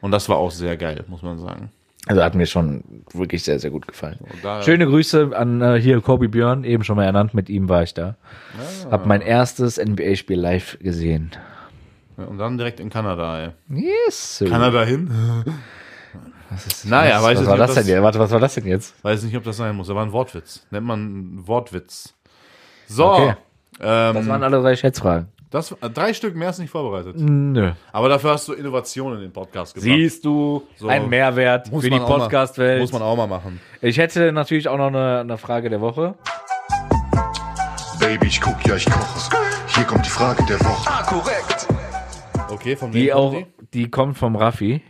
Speaker 1: und das war auch sehr geil, muss man sagen.
Speaker 2: Also hat mir schon wirklich sehr, sehr gut gefallen.
Speaker 1: daher-
Speaker 2: Schöne Grüße an äh, hier Kobe Björn, eben schon mal ernannt, mit ihm war ich da.
Speaker 1: Ah.
Speaker 2: Hab mein erstes NBA-Spiel live gesehen.
Speaker 1: Und dann direkt in Kanada, ey.
Speaker 2: Yes. Sir.
Speaker 1: Kanada hin?
Speaker 2: Was ist-
Speaker 1: Naja, weiß
Speaker 2: was, was
Speaker 1: ich
Speaker 2: war
Speaker 1: nicht, ob
Speaker 2: das denn
Speaker 1: das-
Speaker 2: jetzt? Warte, was war das denn jetzt?
Speaker 1: Weiß nicht, ob das sein muss, aber ein Wortwitz. Nennt man einen Wortwitz. So.
Speaker 2: Okay. Das
Speaker 1: Ähm,
Speaker 2: waren alle drei Schätzfragen.
Speaker 1: das, äh, drei Stück mehr ist nicht vorbereitet.
Speaker 2: Nö.
Speaker 1: Aber dafür hast du Innovationen in den Podcast gebracht.
Speaker 2: Siehst du,
Speaker 1: So.
Speaker 2: ein Mehrwert
Speaker 1: Muss
Speaker 2: für die
Speaker 1: man auch mal-
Speaker 2: Podcast-Welt.
Speaker 1: Muss man auch mal machen.
Speaker 2: Ich hätte natürlich auch noch eine, eine Frage der Woche.
Speaker 5: Baby, ich guck, ja, ich koche. Hier kommt die Frage der Woche.
Speaker 1: Okay, von
Speaker 2: Die
Speaker 1: wem
Speaker 2: auch,
Speaker 1: kommt
Speaker 2: die kommt vom Raffi.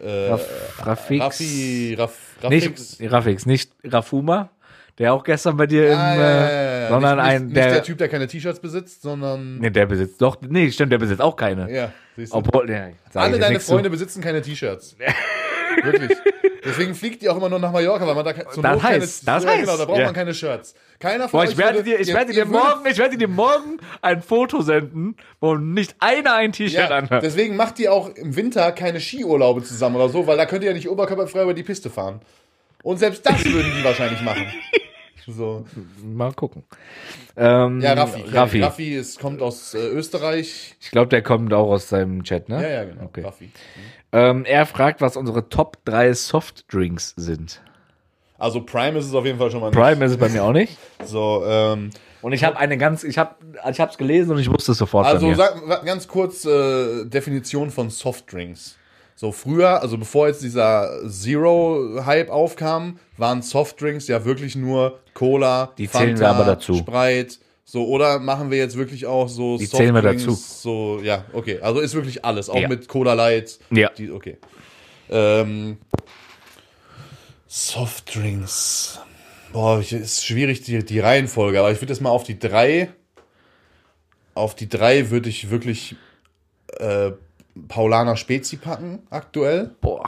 Speaker 1: die? Äh,
Speaker 2: Raff, Raffix.
Speaker 1: Raffi, Raff, Raffix.
Speaker 2: Nicht Raffix, nicht Rafuma, der auch gestern bei dir im,
Speaker 1: Ah, ja, ja, ja,
Speaker 2: äh,
Speaker 1: ja.
Speaker 2: sondern
Speaker 1: nicht,
Speaker 2: ein,
Speaker 1: nicht,
Speaker 2: der,
Speaker 1: nicht der Typ, der keine T-Shirts besitzt, sondern.
Speaker 2: Nee, der besitzt doch, nee, stimmt, der besitzt auch keine.
Speaker 1: Ja, siehst du.
Speaker 2: Obwohl, nee, sag ich
Speaker 1: Alle
Speaker 2: jetzt
Speaker 1: deine
Speaker 2: nichts
Speaker 1: Freunde besitzen keine T-Shirts. Wirklich. Deswegen fliegt ihr auch immer nur nach Mallorca, weil man da ke- zur
Speaker 2: Das
Speaker 1: Not
Speaker 2: heißt,
Speaker 1: keine,
Speaker 2: das
Speaker 1: ja,
Speaker 2: heißt,
Speaker 1: Genau, da braucht
Speaker 2: ja.
Speaker 1: man keine Shirts. Keiner
Speaker 2: Zu.
Speaker 1: von
Speaker 2: Boah,
Speaker 1: euch
Speaker 2: ich werde
Speaker 1: würde-
Speaker 2: dir, ich
Speaker 1: ihr-
Speaker 2: werde dir
Speaker 1: ihr würdet-
Speaker 2: morgen, ich werde dir morgen ein Foto senden, wo nicht einer ein T-Shirt
Speaker 1: Ja,
Speaker 2: anhat.
Speaker 1: deswegen macht ihr auch im Winter keine Skiurlaube zusammen oder so, weil da könnt ihr ja nicht oberkörperfrei über die Piste fahren. Und selbst das würden die wahrscheinlich machen. So.
Speaker 2: Mal gucken. Ähm,
Speaker 1: Ja, Raffi.
Speaker 2: Raffi.
Speaker 1: Raffi ist, kommt aus äh, Österreich.
Speaker 2: Ich glaube, der kommt auch aus seinem Chat, ne?
Speaker 1: Ja, ja, genau.
Speaker 2: Okay.
Speaker 1: Raffi.
Speaker 2: Ähm, er fragt, was unsere Top 3 Softdrinks sind.
Speaker 1: Also Prime ist es auf jeden Fall schon mal nicht.
Speaker 2: Prime ist es bei mir auch nicht.
Speaker 1: So, ähm,
Speaker 2: Und ich habe eine ganz, ich habe, ich habe es gelesen und ich wusste es sofort. bei
Speaker 1: also
Speaker 2: mir.
Speaker 1: sag, wa- ganz kurz äh, Definition von Softdrinks. So früher, also bevor jetzt dieser Zero-Hype aufkam, waren Softdrinks ja wirklich nur Cola,
Speaker 2: Die zählen wir aber dazu.
Speaker 1: Sprite, so oder machen wir jetzt wirklich auch so
Speaker 2: Die zählen wir dazu.
Speaker 1: So ja, okay, also ist wirklich alles, auch
Speaker 2: Ja.
Speaker 1: mit Cola Light.
Speaker 2: Ja.
Speaker 1: Die, okay. Ähm, Softdrinks. Boah, ich, ist schwierig die, die Reihenfolge, aber ich würde jetzt mal auf die drei. Auf die drei würde ich wirklich äh, Paulaner Spezi packen, aktuell.
Speaker 2: Boah.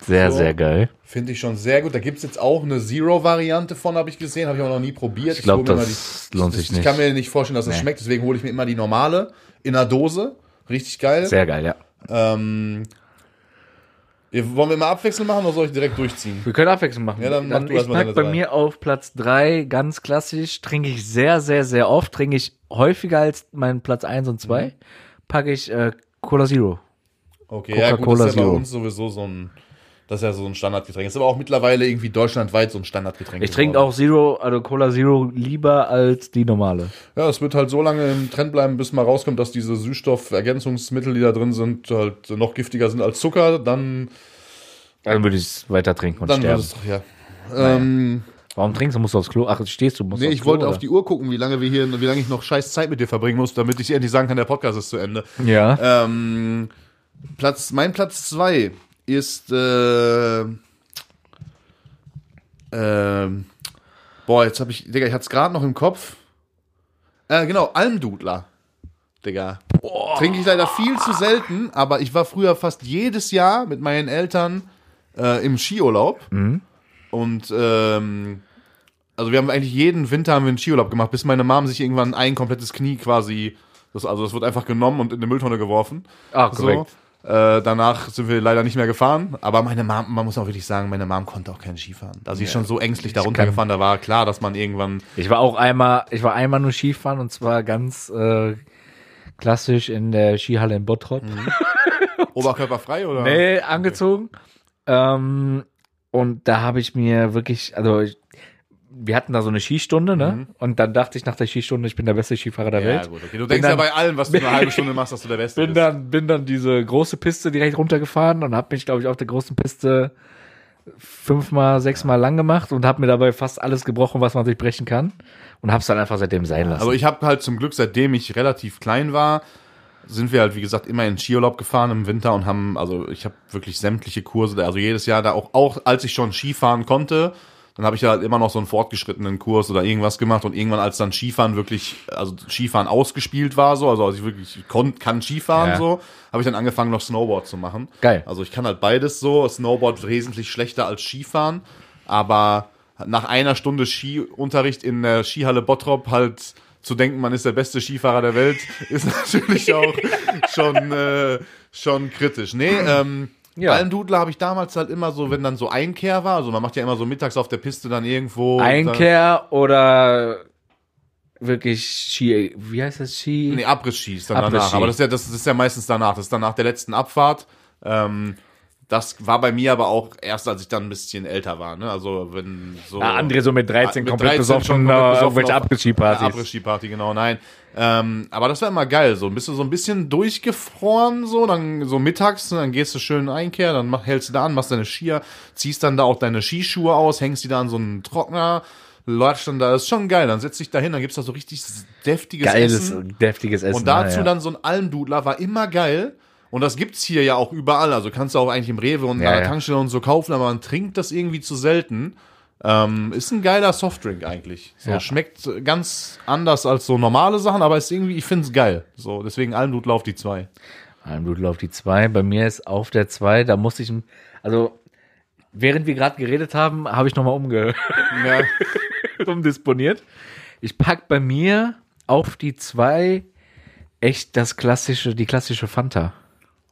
Speaker 2: Sehr,
Speaker 1: So.
Speaker 2: sehr geil.
Speaker 1: Finde ich schon sehr gut. Da gibt es jetzt auch eine Zero-Variante von, habe ich gesehen. Habe ich aber noch nie probiert.
Speaker 2: Ich glaube,
Speaker 1: hol mir mal
Speaker 2: das lohnt sich
Speaker 1: Ich kann
Speaker 2: nicht.
Speaker 1: mir nicht vorstellen, dass es
Speaker 2: Nee.
Speaker 1: schmeckt. Deswegen hole ich mir immer die normale in einer Dose. Richtig geil.
Speaker 2: Sehr geil, ja.
Speaker 1: Ähm, ihr- wollen wir mal abwechselnd machen oder soll ich direkt durchziehen?
Speaker 2: Wir können Abwechslung machen.
Speaker 1: Ja, dann mach du
Speaker 2: ich
Speaker 1: erst mal
Speaker 2: pack
Speaker 1: deine
Speaker 2: bei
Speaker 1: drei.
Speaker 2: mir auf Platz 3 ganz klassisch, trinke ich sehr, sehr, sehr oft, trinke ich häufiger als meinen Platz 1 und
Speaker 1: Mhm.
Speaker 2: 2, packe ich äh, Cola Zero.
Speaker 1: Okay, ja gut,
Speaker 2: Coca-Cola
Speaker 1: das ist ja bei
Speaker 2: Zero.
Speaker 1: uns sowieso so ein, das ist ja so ein Standardgetränk. Ist aber auch mittlerweile irgendwie deutschlandweit so ein Standardgetränk.
Speaker 2: Ich trinke
Speaker 1: geworden.
Speaker 2: auch Zero, also Cola Zero lieber als die normale.
Speaker 1: Ja, es wird halt so lange im Trend bleiben, bis mal rauskommt, dass diese Süßstoffergänzungsmittel, die da drin sind, halt noch giftiger sind als Zucker. Dann,
Speaker 2: Dann würde ich es weiter trinken und
Speaker 1: dann wird
Speaker 2: sterben.
Speaker 1: es, ja. Ähm,
Speaker 2: Warum trinkst du? Musst du aufs Klo? Ach, stehst du? Musst
Speaker 1: nee,
Speaker 2: aufs
Speaker 1: ich
Speaker 2: Klo,
Speaker 1: wollte
Speaker 2: oder?
Speaker 1: auf die Uhr gucken, wie lange wir hier, wie lange ich noch scheiß Zeit mit dir verbringen muss, damit ich endlich sagen kann, der Podcast ist zu Ende.
Speaker 2: Ja.
Speaker 1: Ähm, Platz, mein Platz 2 ist. Äh, ähm, boah, jetzt habe ich. Digga, ich hatte es gerade noch im Kopf. Äh, genau, Almdudler. Digga. Trinke ich leider viel zu selten, aber ich war früher fast jedes Jahr mit meinen Eltern äh, im Skiurlaub. Und ähm, also wir haben eigentlich jeden Winter haben wir einen Skiurlaub gemacht, bis meine Mom sich irgendwann ein komplettes Knie quasi, das, also das wird einfach genommen und in eine Mülltonne geworfen.
Speaker 2: Ah,
Speaker 1: So.
Speaker 2: korrekt.
Speaker 1: Äh, danach sind wir leider nicht mehr gefahren, aber meine Mom, man muss auch wirklich sagen, meine Mom konnte auch keinen Skifahren. Da sie ist schon so ängstlich darunter gefahren, da war klar, dass man irgendwann
Speaker 2: Ich war auch einmal, ich war einmal nur Skifahren und zwar ganz äh, klassisch in der Skihalle in Bottrop.
Speaker 1: Mhm. oberkörperfrei oder?
Speaker 2: Nee, angezogen. Ähm, und da habe ich mir wirklich, also ich, wir hatten da so eine Skistunde, ne? Und dann dachte ich nach der Skistunde, ich bin der beste Skifahrer der
Speaker 1: Mhm. Ja,
Speaker 2: Welt.
Speaker 1: gut, okay. Du denkst
Speaker 2: dann-
Speaker 1: ja bei allem, was du eine halbe Stunde machst, dass du der Beste
Speaker 2: Bin
Speaker 1: bist.
Speaker 2: dann, bin dann diese große Piste direkt runtergefahren und habe mich, glaube ich, auf der großen Piste fünfmal, sechsmal lang gemacht und habe mir dabei fast alles gebrochen, was man sich brechen kann. Und habe es dann einfach seitdem sein lassen.
Speaker 1: Also ich habe halt zum Glück, seitdem ich relativ klein war, sind wir halt, wie gesagt, immer in den Skiurlaub gefahren im Winter und haben, also ich habe wirklich sämtliche Kurse, da, also jedes Jahr da auch, auch als ich schon Skifahren konnte, dann habe ich da halt immer noch so einen fortgeschrittenen Kurs oder irgendwas gemacht und irgendwann, als dann Skifahren wirklich, also Skifahren ausgespielt war, so, also als ich wirklich kon, kann Skifahren
Speaker 2: Ja.
Speaker 1: so, habe ich dann angefangen noch Snowboard zu machen.
Speaker 2: Geil.
Speaker 1: Also ich kann halt beides so, Snowboard wesentlich schlechter als Skifahren, aber nach einer Stunde Skiunterricht in der Skihalle Bottrop halt zu denken, man ist der beste Skifahrer der Welt, ist natürlich auch schon, äh, schon kritisch. Nee, ähm,
Speaker 2: Ja.
Speaker 1: Beim Dudler habe ich damals halt immer so, wenn dann so Einkehr war, also man macht ja immer so mittags auf der Piste dann irgendwo.
Speaker 2: Einkehr oder wirklich Ski, wie heißt das Ski?
Speaker 1: Nee, also Abriss-Ski ist dann danach.
Speaker 2: Abriss-Ski.
Speaker 1: Aber das ist, ja, das ist ja meistens danach. Das ist dann nach der letzten Abfahrt. Ähm, das war bei mir aber auch erst, als ich dann ein bisschen älter war. Ne? Also wenn so.
Speaker 2: Ah, André so mit 13
Speaker 1: mit
Speaker 2: komplett
Speaker 1: 13 schon
Speaker 2: besoffen,
Speaker 1: komplett
Speaker 2: äh,
Speaker 1: besoffen
Speaker 2: irgendwelche
Speaker 1: auf- Ja,
Speaker 2: Abgeschiebpartys.
Speaker 1: Abriss-Ski-Party, genau, nein. Ähm, aber das war immer geil. So, bist du so ein bisschen durchgefroren, so, dann so mittags, ne? dann gehst du schön einkehr, dann mach, hältst du da an, machst deine Skier, ziehst dann da auch deine Skischuhe aus, hängst die da an so einen Trockner, läufst dann da, das ist schon geil. Dann setzt dich da hin, dann gibt's da so richtig deftiges
Speaker 2: Geiles,
Speaker 1: Essen.
Speaker 2: deftiges Essen.
Speaker 1: Und dazu
Speaker 2: ja.
Speaker 1: dann so ein Almdudler war immer geil. Und das gibt's hier ja auch überall. Also kannst du auch eigentlich im Rewe und
Speaker 2: Ja,
Speaker 1: an der
Speaker 2: ja.
Speaker 1: Tankstelle und so kaufen, aber man trinkt das irgendwie zu selten. Ähm, ist ein geiler Softdrink eigentlich. So
Speaker 2: Ja.
Speaker 1: schmeckt äh, ganz anders als so normale Sachen, aber ist irgendwie, ich find's geil. So, deswegen Almdudler auf die zwei.
Speaker 2: Ein Blut auf die 2. Bei mir ist auf der 2, da musste ich, ein- also während wir gerade geredet haben, habe ich nochmal umge umdisponiert. Ich pack bei mir auf die 2 echt das klassische, die klassische Fanta.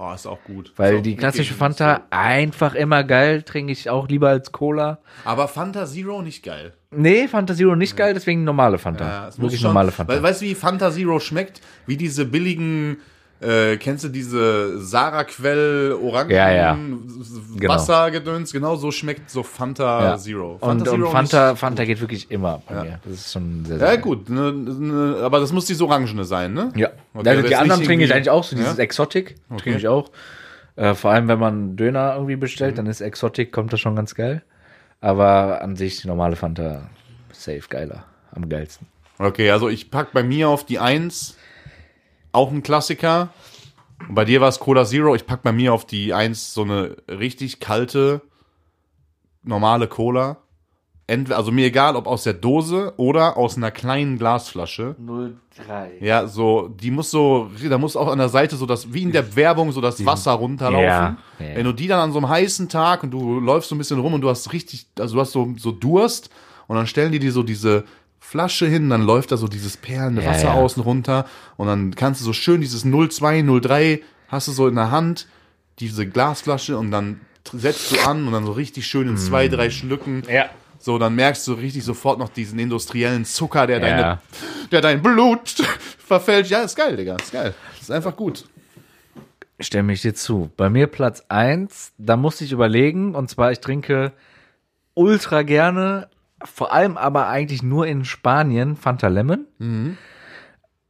Speaker 1: Oh, ist auch gut.
Speaker 2: Weil
Speaker 1: Ist auch
Speaker 2: die
Speaker 1: gut
Speaker 2: klassische
Speaker 1: gegen-
Speaker 2: Fanta einfach immer geil, trinke ich auch lieber als Cola.
Speaker 1: Aber Fanta Zero nicht geil.
Speaker 2: Nee, Fanta Zero nicht geil, deswegen normale Fanta.
Speaker 1: Ja, es muss
Speaker 2: Wirklich
Speaker 1: schon,
Speaker 2: normale Fanta.
Speaker 1: Weil, weißt du, wie Fanta Zero schmeckt? Wie diese billigen, äh, kennst du diese Sarah-Quell, Orangen,
Speaker 2: Ja, ja.
Speaker 1: genau. Wassergedöns? Genau so schmeckt so Fanta
Speaker 2: Ja.
Speaker 1: Zero.
Speaker 2: und und
Speaker 1: Zero
Speaker 2: Fanta,
Speaker 1: nicht-
Speaker 2: Fanta geht wirklich immer bei mir. Das ist schon sehr, sehr
Speaker 1: Ja,
Speaker 2: geil.
Speaker 1: gut, ne, ne, aber das muss diese Orangene sein, ne?
Speaker 2: Ja.
Speaker 1: Okay,
Speaker 2: also
Speaker 1: das
Speaker 2: die
Speaker 1: ist
Speaker 2: anderen
Speaker 1: nicht
Speaker 2: trinke ich
Speaker 1: irgendwie-
Speaker 2: eigentlich auch, so dieses
Speaker 1: Ja?
Speaker 2: Exotic
Speaker 1: Okay.
Speaker 2: trinke ich auch. Äh, vor allem, wenn man Döner irgendwie
Speaker 1: Mhm.
Speaker 2: bestellt, dann ist Exotic, kommt das schon ganz geil. Aber an sich die normale Fanta safe geiler, am geilsten.
Speaker 1: Okay, also ich pack bei mir auf die Eins auch ein Klassiker. Bei dir war es Cola Zero. Ich pack bei mir auf die Eins so eine richtig kalte, normale Cola. Entweder, also mir egal, ob aus der Dose oder aus einer kleinen Glasflasche.
Speaker 2: 03.
Speaker 1: Ja, so, die muss so, da muss auch an der Seite so das, wie in der Werbung, so das Wasser runterlaufen.
Speaker 2: Ja, ja.
Speaker 1: Wenn du die dann an so einem heißen Tag und du läufst so ein bisschen rum und du hast richtig, also du hast so, so Durst und dann stellen die dir so diese Flasche hin, dann läuft da so dieses perlende
Speaker 2: Ja,
Speaker 1: Wasser
Speaker 2: ja.
Speaker 1: außen runter und dann kannst du so schön dieses 02, 03 hast du so in der Hand, diese Glasflasche und dann tr- setzt du an und dann so richtig schön in zwei,
Speaker 2: Mhm.
Speaker 1: drei Schlücken.
Speaker 2: Ja.
Speaker 1: So, dann merkst du richtig sofort noch diesen industriellen Zucker, der deine
Speaker 2: Ja.
Speaker 1: der dein Blut verfälscht. Ja, ist geil, Digga. Ist geil. Ist einfach gut.
Speaker 2: Stell mich dir zu. Bei mir Platz 1, da musste ich überlegen, und zwar ich trinke ultra gerne, vor allem aber eigentlich nur in Spanien, Fanta Lemon.
Speaker 1: Mhm.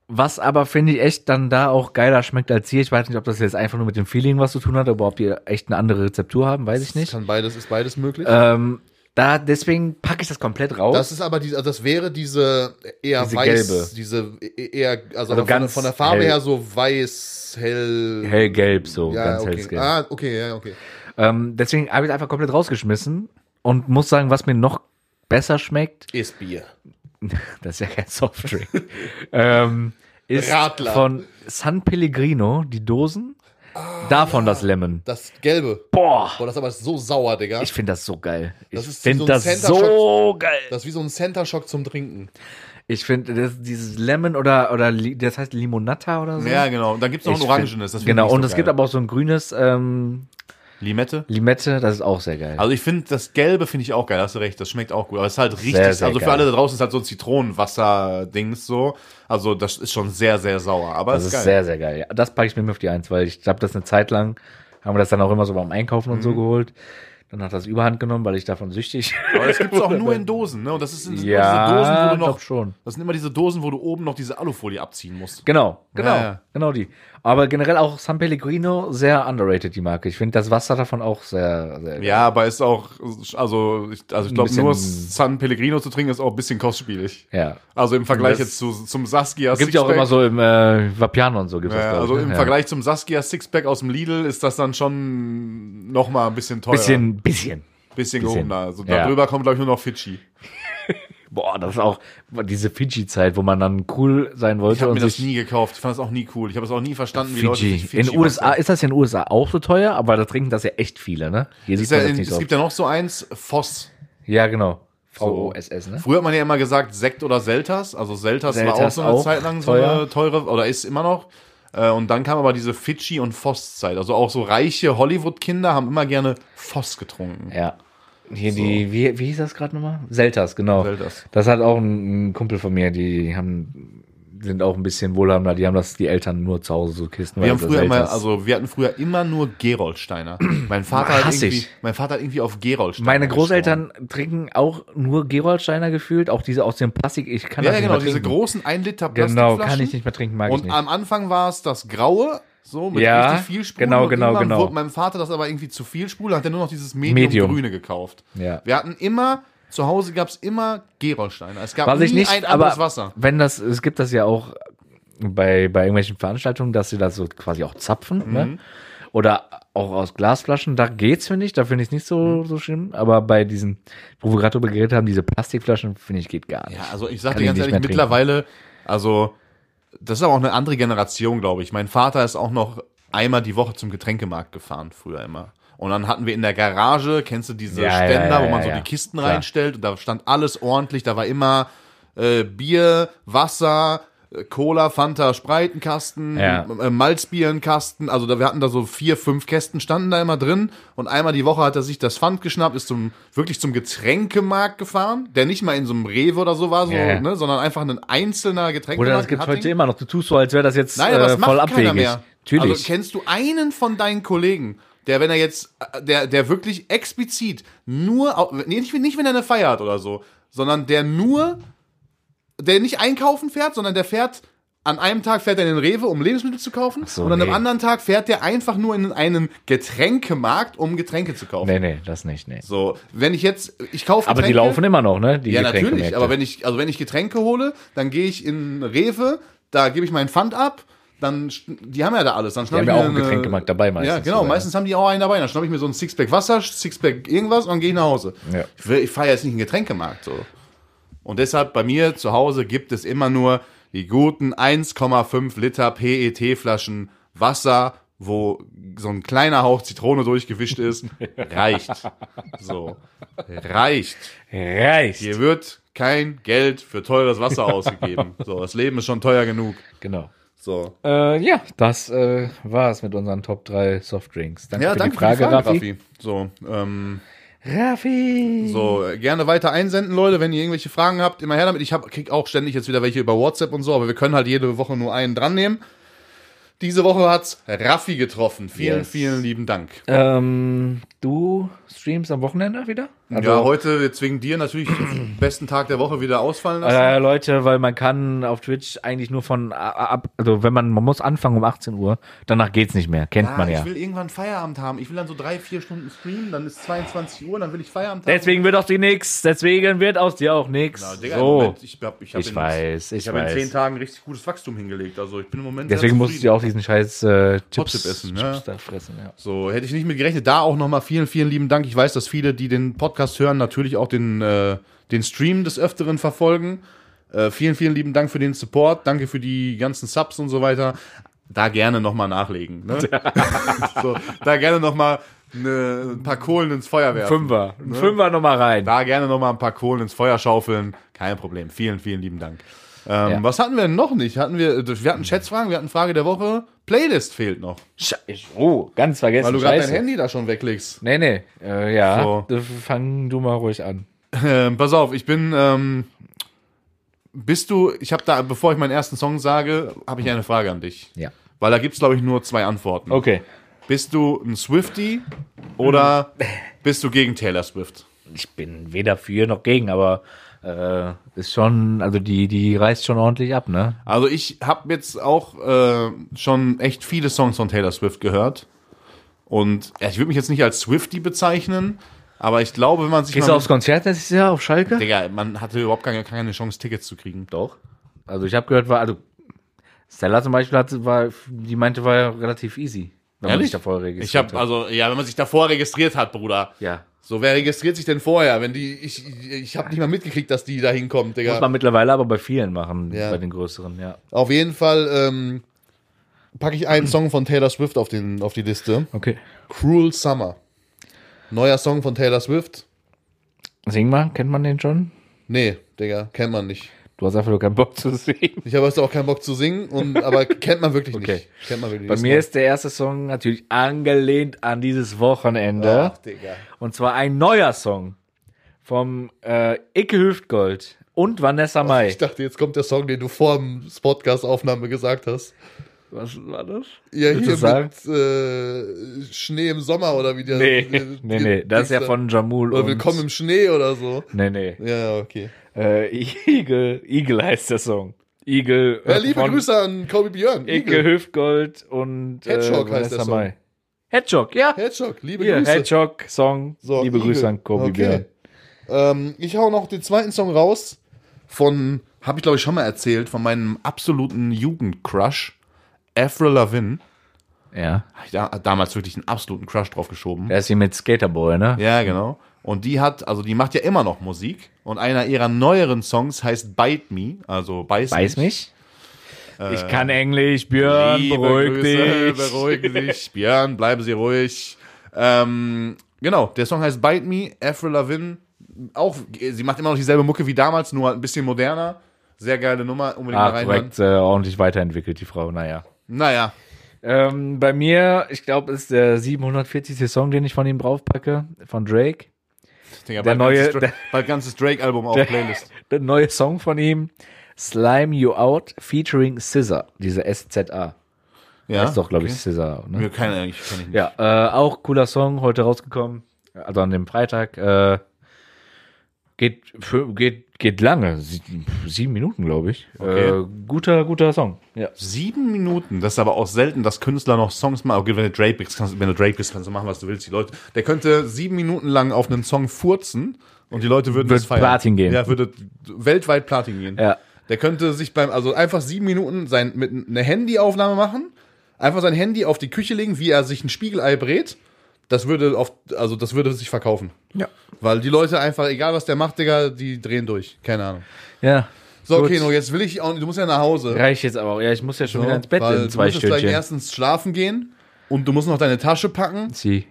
Speaker 2: Was aber, finde ich, echt dann da auch geiler schmeckt als hier. Ich weiß nicht, ob das jetzt einfach nur mit dem Feeling was zu tun hat, oder ob die echt eine andere Rezeptur haben, weiß ich nicht.
Speaker 1: Kann beides, ist beides möglich.
Speaker 2: Ähm, da, deswegen packe ich das komplett raus.
Speaker 1: das ist aber diese, also das wäre diese eher
Speaker 2: oh. Diese
Speaker 1: weiß,
Speaker 2: gelbe.
Speaker 1: diese e- eher, also, von,
Speaker 2: ganz
Speaker 1: von der Farbe
Speaker 2: hell.
Speaker 1: her so weiß, hell.
Speaker 2: hellgelb, so
Speaker 1: ja,
Speaker 2: ganz
Speaker 1: okay.
Speaker 2: hellgelb.
Speaker 1: Ah, okay, ja, okay.
Speaker 2: Ähm, deswegen habe ich es einfach komplett rausgeschmissen und muss sagen, was mir noch besser schmeckt,
Speaker 1: Ist Bier.
Speaker 2: Das ist ja kein Softdrink. ähm, ist
Speaker 1: Radler.
Speaker 2: von San Pellegrino, die Dosen. davon das Lemon.
Speaker 1: Das Gelbe.
Speaker 2: Boah,
Speaker 1: Boah, das ist aber so sauer, Digga.
Speaker 2: ich finde das so geil.
Speaker 1: Das
Speaker 2: Ich
Speaker 1: ist wie
Speaker 2: finde
Speaker 1: so ein
Speaker 2: das
Speaker 1: Center
Speaker 2: so geil.
Speaker 1: das ist wie so ein Center-Shock zum Trinken.
Speaker 2: Ich finde das- dieses Lemon oder, oder li- das heißt Limonata oder so.
Speaker 1: Ja, genau. Und dann gibt's noch ein
Speaker 2: Ich
Speaker 1: Orangenes.
Speaker 2: Find, genau, und es gibt aber auch so ein grünes ähm,
Speaker 1: Limette.
Speaker 2: Limette, das ist auch sehr geil.
Speaker 1: Also ich finde, das Gelbe finde ich auch geil, hast du recht, das schmeckt auch gut. Aber es ist halt richtig,
Speaker 2: Sehr, sehr
Speaker 1: also für
Speaker 2: geil.
Speaker 1: alle da draußen ist halt so ein Zitronenwasser-Dings so. Also das ist schon sehr, sehr sauer, aber
Speaker 2: das
Speaker 1: ist
Speaker 2: ist
Speaker 1: geil.
Speaker 2: sehr, sehr geil. Ja, das packe ich mir mit auf die Eins, weil ich habe das eine Zeit lang, haben wir das dann auch immer so beim Einkaufen und
Speaker 1: Mhm.
Speaker 2: so geholt. Dann hat das überhand genommen, weil ich davon süchtig
Speaker 1: aber das gibt's auch nur in Dosen, ne? Und das ist sind
Speaker 2: Ja,
Speaker 1: immer diese Dosen, wo du
Speaker 2: doch
Speaker 1: noch,
Speaker 2: schon.
Speaker 1: das sind immer diese Dosen, wo du oben noch diese Alufolie abziehen musst.
Speaker 2: Genau, genau,
Speaker 1: Ja, ja.
Speaker 2: genau die. Aber generell auch San Pellegrino sehr underrated, die Marke. Ich finde das Wasser davon auch sehr, sehr geil.
Speaker 1: Ja, aber ist auch, also ich, also ich glaube,
Speaker 2: bisschen-
Speaker 1: nur San Pellegrino zu trinken ist auch ein bisschen kostspielig.
Speaker 2: Ja.
Speaker 1: Also im Vergleich
Speaker 2: Das-
Speaker 1: jetzt zu, zum Saskia
Speaker 2: Gibt ja auch
Speaker 1: Sixpack.
Speaker 2: immer so im äh, Vapiano und so. Gibt's das,
Speaker 1: Ja,
Speaker 2: glaub ich,
Speaker 1: also
Speaker 2: ne?
Speaker 1: im
Speaker 2: ja.
Speaker 1: Vergleich zum Saskia Sixpack aus dem Lidl ist das dann schon nochmal ein bisschen teurer.
Speaker 2: Bisschen, bisschen.
Speaker 1: Bisschen
Speaker 2: Bisschen.
Speaker 1: gehobener. Also
Speaker 2: Ja.
Speaker 1: darüber kommt, glaube ich, nur noch Fidschi.
Speaker 2: Boah, das ist auch diese Fidschi-Zeit, wo man dann cool sein wollte.
Speaker 1: Ich habe
Speaker 2: und
Speaker 1: mir das
Speaker 2: sich-
Speaker 1: nie gekauft. Ich fand das auch nie cool. Ich habe es auch nie verstanden, wie Leute
Speaker 2: Fidschi.
Speaker 1: sich
Speaker 2: In USA
Speaker 1: machen.
Speaker 2: ist das ja in den USA auch so teuer, aber da trinken das ja echt viele, ne? Hier
Speaker 1: Es
Speaker 2: sieht
Speaker 1: ist ja,
Speaker 2: man das
Speaker 1: in,
Speaker 2: nicht
Speaker 1: es
Speaker 2: so.
Speaker 1: gibt ja noch so eins, Voss.
Speaker 2: oft. Ja, genau.
Speaker 1: So.
Speaker 2: V-O-S-S, ne?
Speaker 1: Früher hat man ja immer gesagt, Sekt oder Selters. Also Selters war auch
Speaker 2: Selters
Speaker 1: so eine
Speaker 2: auch
Speaker 1: Zeit lang so
Speaker 2: teuer.
Speaker 1: eine teure, oder ist immer noch. Äh, und dann kam aber diese Fidschi- und Voss-Zeit. Also auch so reiche Hollywood-Kinder haben immer gerne Voss getrunken.
Speaker 2: Ja. Hier die, wie, wie hieß das gerade nochmal? Selters, genau.
Speaker 1: Selters.
Speaker 2: Das hat auch ein, ein Kumpel von mir, die haben, sind auch ein bisschen wohlhabender, die haben das, die Eltern nur zu Hause so Kisten.
Speaker 1: Wir haben früher immer, also wir hatten früher immer nur Gerolsteiner. Mein Vater, hat
Speaker 2: Hass ich.
Speaker 1: irgendwie, mein Vater hat irgendwie auf Gerolsteiner.
Speaker 2: meine Großeltern trinken auch nur Gerolsteiner gefühlt, auch diese aus dem Plastik. Ich kann
Speaker 1: Ja, ja,
Speaker 2: das nicht
Speaker 1: genau,
Speaker 2: mehr
Speaker 1: diese
Speaker 2: trinken.
Speaker 1: großen 1 Liter
Speaker 2: Genau,
Speaker 1: Plastikflaschen.
Speaker 2: kann ich nicht mehr trinken, mag ich
Speaker 1: Und
Speaker 2: nicht.
Speaker 1: am Anfang war es das Graue, so mit
Speaker 2: Ja,
Speaker 1: richtig viel Sprudel.
Speaker 2: genau,
Speaker 1: und
Speaker 2: genau,
Speaker 1: irgendwann
Speaker 2: genau.
Speaker 1: Wurde meinem Vater das aber irgendwie zu viel Sprudel, hat er nur noch dieses Medium,
Speaker 2: Medium.
Speaker 1: Grüne gekauft.
Speaker 2: Ja.
Speaker 1: Wir hatten immer, zu Hause gab es immer Gerolsteiner. Es gab
Speaker 2: Was
Speaker 1: nie
Speaker 2: ich nicht,
Speaker 1: ein anderes
Speaker 2: aber
Speaker 1: Wasser.
Speaker 2: wenn das, es gibt das ja auch bei, bei irgendwelchen Veranstaltungen, dass sie das so quasi auch zapfen,
Speaker 1: Mhm.
Speaker 2: ne? Oder auch aus Glasflaschen, da geht's, finde ich, da finde ich nicht
Speaker 1: Mhm.
Speaker 2: so, so schlimm, aber bei diesen, wo wir gerade drüber geredet haben, diese Plastikflaschen, finde ich, geht gar nicht.
Speaker 1: Ja, also ich sag
Speaker 2: Kann
Speaker 1: dir
Speaker 2: ich
Speaker 1: ganz
Speaker 2: nicht
Speaker 1: ehrlich,
Speaker 2: mehr trinken.
Speaker 1: mittlerweile, also das ist aber auch eine andere Generation, glaube ich. Mein Vater ist auch noch einmal die Woche zum Getränkemarkt gefahren, früher immer. Und dann hatten wir in der Garage, kennst du diese
Speaker 2: Ja, ja,
Speaker 1: Ständer,
Speaker 2: ja,
Speaker 1: wo man
Speaker 2: ja,
Speaker 1: so
Speaker 2: ja.
Speaker 1: die Kisten
Speaker 2: Klar.
Speaker 1: reinstellt und da stand alles ordentlich, da war immer äh, Bier, Wasser, äh, Cola, Fanta, Spreitenkasten,
Speaker 2: Ja.
Speaker 1: äh, Malzbierenkasten, also da, wir hatten da so vier, fünf Kästen standen da immer drin und einmal die Woche hat er sich das Pfand geschnappt, ist zum, wirklich zum Getränkemarkt gefahren, der nicht mal in so einem Rewe oder so war, so,
Speaker 2: Ja, ja.
Speaker 1: ne, sondern einfach ein einzelner Getränkemarkt.
Speaker 2: Oder das
Speaker 1: in
Speaker 2: gibt's heute
Speaker 1: Hattingen.
Speaker 2: immer noch. Du tust so, als wäre das jetzt
Speaker 1: Genau, Nein, aber das
Speaker 2: äh,
Speaker 1: macht
Speaker 2: voll
Speaker 1: keiner
Speaker 2: abwegig.
Speaker 1: mehr.
Speaker 2: Natürlich.
Speaker 1: Also kennst du einen von deinen Kollegen, der, wenn er jetzt, äh, der, der wirklich explizit nur, au- nee, nicht, nicht wenn er eine Feier hat oder so, sondern der nur, der nicht einkaufen fährt, sondern der fährt, an einem Tag fährt er in den Rewe, um Lebensmittel zu kaufen,
Speaker 2: so,
Speaker 1: und an einem
Speaker 2: nee.
Speaker 1: anderen Tag fährt der einfach nur in einen Getränkemarkt, um Getränke zu kaufen.
Speaker 2: nee, nee, das nicht, nee.
Speaker 1: So, wenn ich jetzt, ich kaufe
Speaker 2: Aber die
Speaker 1: Getränke-
Speaker 2: laufen immer noch, ne? Die
Speaker 1: ja, natürlich.
Speaker 2: Getränkemärkte.
Speaker 1: Aber wenn ich, also wenn ich Getränke hole, dann gehe ich in Rewe, da gebe ich meinen Pfand ab. Dann, sch- die haben ja da alles. Dann schnapp ich
Speaker 2: haben ja
Speaker 1: mir
Speaker 2: auch einen
Speaker 1: eine-
Speaker 2: Getränkemarkt dabei meistens
Speaker 1: Ja, genau.
Speaker 2: sogar, ne?
Speaker 1: meistens haben die auch einen dabei. Dann schnapp ich mir so ein Sixpack Wasser, Sixpack irgendwas und dann gehe ich nach Hause.
Speaker 2: Ja.
Speaker 1: Ich, will- ich fahre jetzt nicht in den Getränkemarkt. So. Und deshalb bei mir zu Hause gibt es immer nur die guten 1,5 Liter PET-Flaschen Wasser, wo so ein kleiner Hauch Zitrone durchgewischt ist. Reicht. So. Reicht.
Speaker 2: Reicht.
Speaker 1: Hier wird kein Geld für teures Wasser ausgegeben. So, das Leben ist schon teuer genug.
Speaker 2: Genau.
Speaker 1: So.
Speaker 2: Äh, ja, das äh, war es mit unseren Top 3 Softdrinks. Danke,
Speaker 1: Ja,
Speaker 2: für,
Speaker 1: danke
Speaker 2: die Frage,
Speaker 1: für die Frage,
Speaker 2: Raffi.
Speaker 1: Raffi. So, ähm,
Speaker 2: Raffi.
Speaker 1: so äh, gerne weiter einsenden, Leute, wenn ihr irgendwelche Fragen habt, immer her damit. Ich hab, krieg auch ständig jetzt wieder welche über WhatsApp und so, aber wir können halt jede Woche nur einen dran nehmen. Diese Woche hat's Raffi getroffen. Vielen,
Speaker 2: Yes.
Speaker 1: vielen lieben Dank.
Speaker 2: Ähm, du streamst am Wochenende wieder? Also,
Speaker 1: ja, heute wir zwingen dir natürlich den besten Tag der Woche wieder ausfallen lassen.
Speaker 2: Äh, Leute, weil man kann auf Twitch eigentlich nur von a- ab, also wenn man, man muss anfangen um 18 Uhr, danach geht's nicht mehr, kennt
Speaker 1: Ah,
Speaker 2: man ja.
Speaker 1: Ich will irgendwann Feierabend haben. Ich will dann so drei, vier Stunden streamen, dann ist 22 Uhr, dann will ich Feierabend haben.
Speaker 2: Deswegen wird aus dir nix, deswegen wird aus dir auch nix.
Speaker 1: Na, Digga, im
Speaker 2: so.
Speaker 1: Moment, ich hab, ich hab
Speaker 2: Ich
Speaker 1: in,
Speaker 2: weiß, ich,
Speaker 1: Ich habe in zehn
Speaker 2: weiß.
Speaker 1: Tagen richtig gutes Wachstum hingelegt. Also ich bin im Moment.
Speaker 2: Deswegen musst du ja auch diesen scheiz äh, Chips,
Speaker 1: Hot-Chip essen, ne?
Speaker 2: Chips da fressen, ja.
Speaker 1: So, hätte ich nicht mit gerechnet. Da auch nochmal vielen, vielen lieben Dank. Ich weiß, dass viele, die den Podcast hören, natürlich auch den, äh, den Stream des Öfteren verfolgen. Äh, vielen, vielen lieben Dank für den Support. Danke für die ganzen Subs und so weiter. Da gerne nochmal nachlegen. Ne? so, da gerne nochmal ne, ein paar Kohlen ins Feuer werfen.
Speaker 2: Fünfer, ein Fünfer nochmal rein.
Speaker 1: Da gerne nochmal ein paar Kohlen ins Feuer schaufeln. Kein Problem. Vielen, vielen lieben Dank. Ähm,
Speaker 2: Ja.
Speaker 1: Was hatten wir denn noch nicht? Hatten wir, äh, wir hatten Schätzfragen, wir hatten Frage der Woche. Playlist fehlt noch.
Speaker 2: Sche- Oh, ganz vergessen.
Speaker 1: Weil du gerade dein
Speaker 2: Scheiße.
Speaker 1: Handy da schon weglegst.
Speaker 2: Nee, nee. Äh, ja,
Speaker 1: So.
Speaker 2: D- fang du mal ruhig an.
Speaker 1: Ähm, pass auf, ich bin. Ähm, bist du, ich habe da, bevor ich meinen ersten Song sage, habe ich eine Frage an dich.
Speaker 2: Ja.
Speaker 1: Weil da gibt's glaube ich, nur zwei Antworten.
Speaker 2: Okay.
Speaker 1: Bist du ein Swifty oder bist du gegen Taylor Swift?
Speaker 2: Ich bin weder für noch gegen, aber äh, ist schon, also die, die reißt schon ordentlich ab, ne?
Speaker 1: Also ich habe jetzt auch äh, schon echt viele Songs von Taylor Swift gehört. Und ja, ich würde mich jetzt nicht als Swifty bezeichnen, aber ich glaube, wenn man sich
Speaker 2: Gehst du
Speaker 1: mal...
Speaker 2: aufs Konzert nächstes Jahr auf Schalke?
Speaker 1: Digga, man hatte überhaupt keine, keine Chance, Tickets zu kriegen. Doch.
Speaker 2: Also ich habe gehört, war, also Stella zum Beispiel hat, war, die meinte, war ja relativ easy. Wenn man
Speaker 1: Ehrlich?
Speaker 2: sich davor registriert
Speaker 1: Ich habe
Speaker 2: hat.
Speaker 1: also, ja, wenn man sich davor registriert hat, Bruder.
Speaker 2: Ja.
Speaker 1: So, wer registriert sich denn vorher? Wenn die, ich, ich habe nicht mal mitgekriegt, dass die da hinkommt, Digga.
Speaker 2: Muss man mittlerweile aber bei vielen machen,
Speaker 1: Ja.
Speaker 2: bei den größeren, ja.
Speaker 1: Auf jeden Fall ähm, packe ich einen Song von Taylor Swift auf, den, auf die Liste.
Speaker 2: Okay.
Speaker 1: Cruel Summer. Neuer Song von Taylor Swift.
Speaker 2: Sing mal, kennt man den schon?
Speaker 1: Nee, Digga, kennt man nicht.
Speaker 2: Du hast einfach nur keinen Bock zu singen.
Speaker 1: Ich habe jetzt auch keinen Bock zu singen, und, aber kennt man wirklich nicht.
Speaker 2: Okay.
Speaker 1: Kennt man wirklich
Speaker 2: Bei
Speaker 1: nicht.
Speaker 2: mir ist der erste Song natürlich angelehnt an dieses Wochenende.
Speaker 1: Ach, Digga.
Speaker 2: Und zwar ein neuer Song vom äh, Icke Hüftgold und Vanessa Mai.
Speaker 1: Oh, Ich dachte, jetzt kommt der Song, den du vor dem Podcast-Aufnahme gesagt hast.
Speaker 2: Was war das?
Speaker 1: Ja,
Speaker 2: Willst
Speaker 1: hier
Speaker 2: du sagen?
Speaker 1: mit äh, Schnee im Sommer oder wie der.
Speaker 2: Nee,
Speaker 1: der-
Speaker 2: nee, nee, das ist ja von Jamul
Speaker 1: Oder
Speaker 2: und...
Speaker 1: Willkommen im Schnee oder so.
Speaker 2: Nee, nee.
Speaker 1: Ja, okay.
Speaker 2: Äh, Igel, Igel heißt der Song. Igel.
Speaker 1: Ja,
Speaker 2: äh,
Speaker 1: liebe
Speaker 2: von
Speaker 1: Grüße an Kobe Björn.
Speaker 2: Icke
Speaker 1: Igel.
Speaker 2: Hüftgold und äh,
Speaker 1: Hedgehog heißt der
Speaker 2: Vanessa
Speaker 1: Song.
Speaker 2: Mai. Hedgehog, ja.
Speaker 1: Hedgehog, liebe
Speaker 2: Hier,
Speaker 1: Grüße.
Speaker 2: Hedgehog Song.
Speaker 1: So,
Speaker 2: Liebe
Speaker 1: Igel.
Speaker 2: Grüße an Kobi
Speaker 1: Okay.
Speaker 2: Björn.
Speaker 1: Ähm, ich hau noch den zweiten Song raus von, habe ich glaube ich schon mal erzählt, von meinem absoluten Jugendcrush, Avril Lavigne.
Speaker 2: Ja.
Speaker 1: Hab ich da, damals wirklich einen absoluten Crush drauf geschoben.
Speaker 2: Der ist hier mit Skaterboy, ne?
Speaker 1: Ja, genau. Und die hat, also die macht ja immer noch Musik. Und einer ihrer neueren Songs heißt Bite Me, also beiß,
Speaker 2: Weiß mich. ich kann Englisch, Björn,
Speaker 1: Äh. Liebe
Speaker 2: beruhig
Speaker 1: Grüße,
Speaker 2: dich.
Speaker 1: Beruhigen dich. Björn, bleiben Sie ruhig. Ähm, genau, der Song heißt Bite Me, Avril Lavigne. Auch, sie macht immer noch dieselbe Mucke wie damals, nur halt ein bisschen moderner. Sehr geile Nummer, unbedingt mal
Speaker 2: Ah,
Speaker 1: reinhören.
Speaker 2: korrekt, äh, ordentlich weiterentwickelt, die Frau, naja.
Speaker 1: Naja,
Speaker 2: Ähm, bei mir, ich glaube, ist der 740. Song, den ich von ihm draufpacke, von Drake.
Speaker 1: Digga,
Speaker 2: Der
Speaker 1: bald
Speaker 2: neue-
Speaker 1: ganzes Dra-
Speaker 2: der-
Speaker 1: bald ganzes Drake-Album auf Playlist.
Speaker 2: Der neue Song von ihm, Slime You Out, featuring Scissor, diese SZA.
Speaker 1: Ja,
Speaker 2: Ist doch, glaube ich,
Speaker 1: okay.
Speaker 2: Scissor. Ne?
Speaker 1: Mir keine, Ahnung, ich kenn ich nicht.
Speaker 2: Ja, äh, auch cooler Song, heute rausgekommen, also an dem Freitag. Äh, geht, fü- geht, geht lange, sie- sieben Minuten, glaube ich. Äh,
Speaker 1: Okay.
Speaker 2: guter, guter Song. Ja.
Speaker 1: Sieben Minuten, das ist aber auch selten, dass Künstler noch Songs machen. Okay, wenn du Drake bist, kannst, wenn du Drake bist, kannst du machen, was du willst. Die Leute, der könnte sieben Minuten lang auf einen Song furzen und die Leute würden
Speaker 2: Wird
Speaker 1: das feiern.
Speaker 2: Platin gehen.
Speaker 1: Ja, würde weltweit Platin gehen.
Speaker 2: Ja.
Speaker 1: Der könnte sich beim, also einfach sieben Minuten sein, mit einer Handyaufnahme machen, einfach sein Handy auf die Küche legen, wie er sich ein Spiegelei brät. Das würde auf, also das würde sich verkaufen.
Speaker 2: Ja.
Speaker 1: Weil die Leute einfach, egal was der macht, Digga, die drehen durch. Keine Ahnung.
Speaker 2: Ja.
Speaker 1: So,
Speaker 2: Gut.
Speaker 1: okay, Keno, jetzt will ich auch, du musst ja nach Hause.
Speaker 2: Reicht jetzt aber auch. Ja, ich muss ja schon
Speaker 1: So,
Speaker 2: wieder ins Bett
Speaker 1: weil
Speaker 2: in zwei
Speaker 1: du musst jetzt gleich
Speaker 2: Stündchen.
Speaker 1: erstens schlafen gehen und du musst noch deine Tasche packen.
Speaker 2: Sie.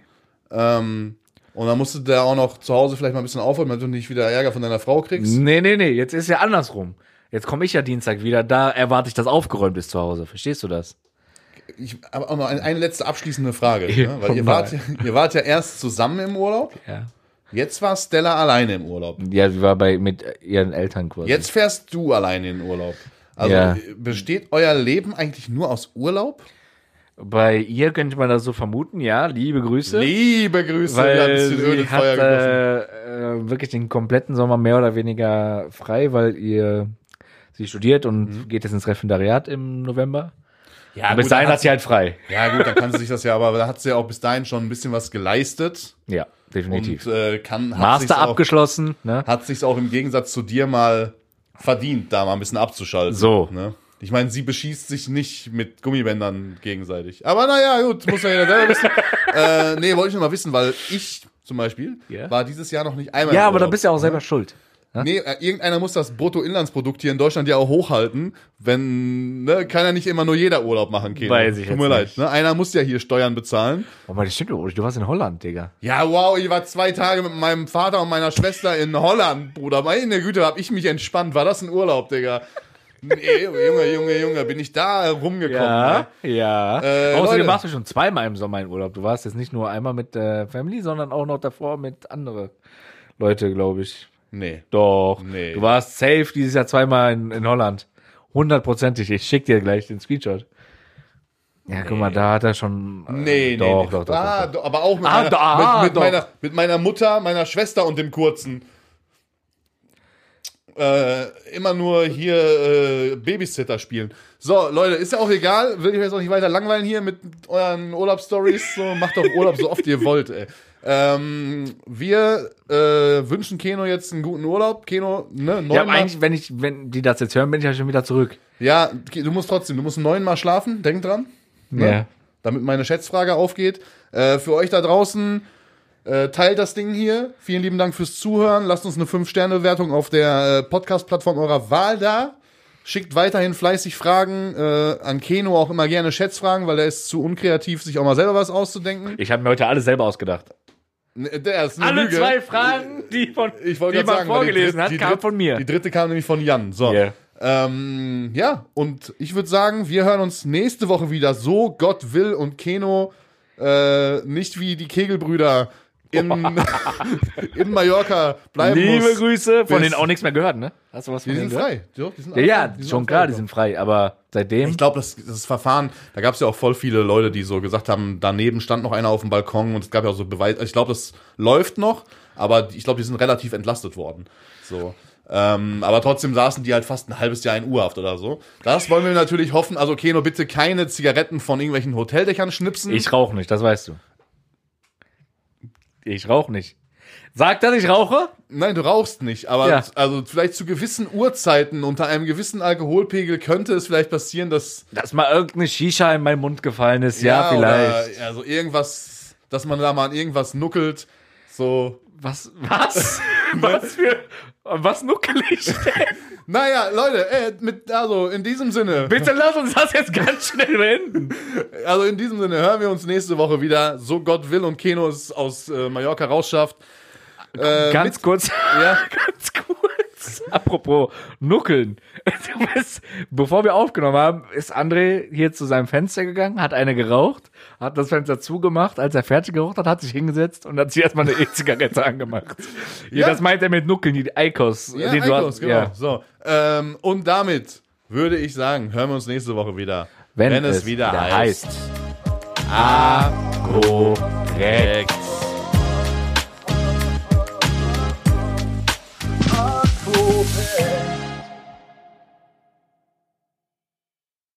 Speaker 1: Ähm, und dann musst du da auch noch zu Hause vielleicht mal ein bisschen aufräumen, damit du nicht wieder Ärger von deiner Frau kriegst.
Speaker 2: Nee, nee, nee, jetzt ist ja andersrum. Jetzt komme ich ja Dienstag wieder, da erwarte ich, dass aufgeräumt ist zu Hause. Verstehst du das?
Speaker 1: Ich habe auch noch eine, eine letzte abschließende Frage.
Speaker 2: Ja,
Speaker 1: Ne?
Speaker 2: komm
Speaker 1: Weil ihr
Speaker 2: mal.
Speaker 1: wart, ja- ihr wart ja erst zusammen im Urlaub.
Speaker 2: Ja.
Speaker 1: Jetzt war Stella alleine im Urlaub.
Speaker 2: Ja, sie war bei mit ihren Eltern quasi.
Speaker 1: Jetzt fährst du alleine in den Urlaub. Also
Speaker 2: Ja.
Speaker 1: besteht euer Leben eigentlich nur aus Urlaub?
Speaker 2: Bei ihr könnte man das so vermuten, ja. Liebe Grüße.
Speaker 1: Liebe Grüße, ja,
Speaker 2: weil
Speaker 1: ein bisschen Öl
Speaker 2: sie
Speaker 1: ins
Speaker 2: hat
Speaker 1: Feuer gegossen.
Speaker 2: äh, äh, wirklich den kompletten Sommer mehr oder weniger frei, weil ihr sie studiert und geht jetzt ins Referendariat im November.
Speaker 1: Mhm. Ja,
Speaker 2: Aber bis
Speaker 1: gut, dann
Speaker 2: dahin
Speaker 1: hat
Speaker 2: hat sie halt frei.
Speaker 1: Ja, gut, dann kann sie sich das ja, aber da hat sie ja auch bis dahin schon ein bisschen was geleistet
Speaker 2: Ja, definitiv.
Speaker 1: und äh, kann, hat sich's
Speaker 2: Master
Speaker 1: auch,
Speaker 2: abgeschlossen, ne?
Speaker 1: hat sich's auch im Gegensatz zu dir mal verdient, da mal ein bisschen abzuschalten.
Speaker 2: So.
Speaker 1: Ne? Ich meine, sie beschießt sich nicht mit Gummibändern gegenseitig. Aber naja, gut, muss ja jeder selber wissen. äh, nee, wollte ich nur mal wissen, weil ich zum Beispiel
Speaker 2: Ja?
Speaker 1: war dieses Jahr noch nicht einmal.
Speaker 2: Ja,
Speaker 1: im
Speaker 2: aber da
Speaker 1: Urlaub.
Speaker 2: bist du ja auch selber schuld.
Speaker 1: Nee, äh, irgendeiner muss das Bruttoinlandsprodukt hier in Deutschland ja auch hochhalten, wenn, ne, kann ja nicht immer nur jeder Urlaub machen, Keno.
Speaker 2: Weiß ich
Speaker 1: Tut
Speaker 2: jetzt
Speaker 1: mir leid,
Speaker 2: nicht.
Speaker 1: ne? Einer muss ja hier Steuern bezahlen.
Speaker 2: Oh mein, das stimmt, Uri, du warst in Holland, Digga.
Speaker 1: Ja, wow, ich war zwei Tage mit meinem Vater und meiner Schwester in Holland, Bruder. Meine Güte, hab ich mich entspannt. War das ein Urlaub, Digga? Nee, Junge, Junge, Junge, bin ich da rumgekommen.
Speaker 2: Ja,
Speaker 1: ne?
Speaker 2: ja.
Speaker 1: Äh,
Speaker 2: Außerdem
Speaker 1: Leute.
Speaker 2: warst du schon zweimal im Sommer in Urlaub. Du warst jetzt nicht nur einmal mit äh, Family, sondern auch noch davor mit anderen Leute, glaube ich.
Speaker 1: Nee.
Speaker 2: Doch.
Speaker 1: Nee.
Speaker 2: Du warst safe dieses Jahr zweimal in, in Holland. Hundertprozentig. Ich schick dir gleich den Screenshot. Ja, guck mal, da hat er schon. äh,
Speaker 1: Nee, nee,
Speaker 2: doch,
Speaker 1: nee.
Speaker 2: Doch, doch,
Speaker 1: ah,
Speaker 2: doch, doch.
Speaker 1: doch, aber auch mit,
Speaker 2: Ah,
Speaker 1: meiner,
Speaker 2: da,
Speaker 1: mit, mit,
Speaker 2: doch.
Speaker 1: meiner, mit meiner Mutter, meiner Schwester und dem Kurzen. Äh, immer nur hier äh, Babysitter spielen. So, Leute, ist ja auch egal. Will ich jetzt auch nicht weiter langweilen hier mit euren Urlaubsstories. So, macht doch Urlaub so oft ihr wollt, ey. Ähm, wir äh, wünschen Keno jetzt einen guten Urlaub. Keno, ne,
Speaker 2: Ja, aber
Speaker 1: neunmal.
Speaker 2: eigentlich, wenn ich, wenn die das jetzt hören, bin ich ja schon wieder zurück.
Speaker 1: Ja, du musst trotzdem, du musst neunmal schlafen. Denk dran
Speaker 2: Ja.
Speaker 1: damit meine Schätzfrage aufgeht. Äh, für euch da draußen, äh, teilt das Ding hier. Vielen lieben Dank fürs Zuhören. Lasst uns eine 5-Sterne-Bewertung auf der äh, Podcast-Plattform eurer Wahl da. Schickt weiterhin fleißig Fragen äh, an Keno, auch immer gerne Schätzfragen, weil er ist zu unkreativ, sich auch mal selber was auszudenken.
Speaker 2: Ich habe mir heute alles selber ausgedacht.
Speaker 1: N- Der ist eine
Speaker 2: Alle
Speaker 1: Lüge.
Speaker 2: zwei Fragen, die, von,
Speaker 1: Ich wollte
Speaker 2: die
Speaker 1: gerade
Speaker 2: man
Speaker 1: sagen, weil die
Speaker 2: vorgelesen
Speaker 1: dritte-
Speaker 2: hat,
Speaker 1: die
Speaker 2: kamen
Speaker 1: dritte-
Speaker 2: von mir.
Speaker 1: Die dritte kam nämlich von Jan. So.
Speaker 2: Ja.
Speaker 1: Ähm, ja, und ich würde sagen, wir hören uns nächste Woche wieder, so Gott will und Keno äh, nicht wie die Kegelbrüder in, in Mallorca bleiben
Speaker 2: Liebe
Speaker 1: muss.
Speaker 2: Grüße, von
Speaker 1: Bis-
Speaker 2: denen auch nichts mehr gehört, ne? Hast du was von
Speaker 1: Die
Speaker 2: denen
Speaker 1: sind
Speaker 2: gehört?
Speaker 1: frei. Ja, die sind
Speaker 2: Ja, ja,
Speaker 1: alle- die sind
Speaker 2: schon
Speaker 1: alle
Speaker 2: klar,
Speaker 1: frei.
Speaker 2: die sind frei, aber seitdem.
Speaker 1: Ich glaube, das, das Verfahren, da gab es ja auch voll viele Leute, die so gesagt haben, daneben stand noch einer auf dem Balkon und es gab ja auch so Beweis. Ich glaube, das läuft noch, aber die- ich glaube, die sind relativ entlastet worden. So. Ähm, aber trotzdem saßen die halt fast ein halbes Jahr in U-Haft oder so. Das wollen wir natürlich hoffen. Also, Keno, bitte keine Zigaretten von irgendwelchen Hoteldächern schnipsen.
Speaker 2: ich rauche nicht, das weißt du. Ich rauche nicht. Sag, dass ich rauche?
Speaker 1: Nein, du rauchst nicht, aber
Speaker 2: Ja.
Speaker 1: also vielleicht zu gewissen Uhrzeiten unter einem gewissen Alkoholpegel könnte es vielleicht passieren, dass
Speaker 2: Dass mal irgendeine Shisha in meinen Mund gefallen ist, ja, vielleicht.
Speaker 1: Oder, also irgendwas, dass man da mal an irgendwas nuckelt. So,
Speaker 2: Was? Was? was für. Was nuckelig?
Speaker 1: Naja, Leute, äh, mit, also in diesem Sinne,
Speaker 2: Bitte lass uns das jetzt ganz schnell beenden.
Speaker 1: also in diesem Sinne hören wir uns nächste Woche wieder, so Gott will und Keno es aus äh, Mallorca rausschafft. Äh,
Speaker 2: Ganz kurz.
Speaker 1: ja,
Speaker 2: Ganz kurz. Apropos Nuckeln. Du bist, bevor wir aufgenommen haben, ist André hier zu seinem Fenster gegangen, hat eine geraucht, hat das Fenster zugemacht. Als er fertig geraucht hat, hat sich hingesetzt und hat sich erstmal eine E-Zigarette angemacht. Ja.
Speaker 1: Ja.
Speaker 2: Das meint er mit Nuckeln, die Eikos.
Speaker 1: ja,
Speaker 2: die du
Speaker 1: Eikos,
Speaker 2: hast-
Speaker 1: genau.
Speaker 2: ja.
Speaker 1: So, ähm, und damit würde ich sagen, hören wir uns nächste Woche wieder,
Speaker 2: Wenn, es, wieder, heißt. Korrekt.
Speaker 3: Akkorrekt.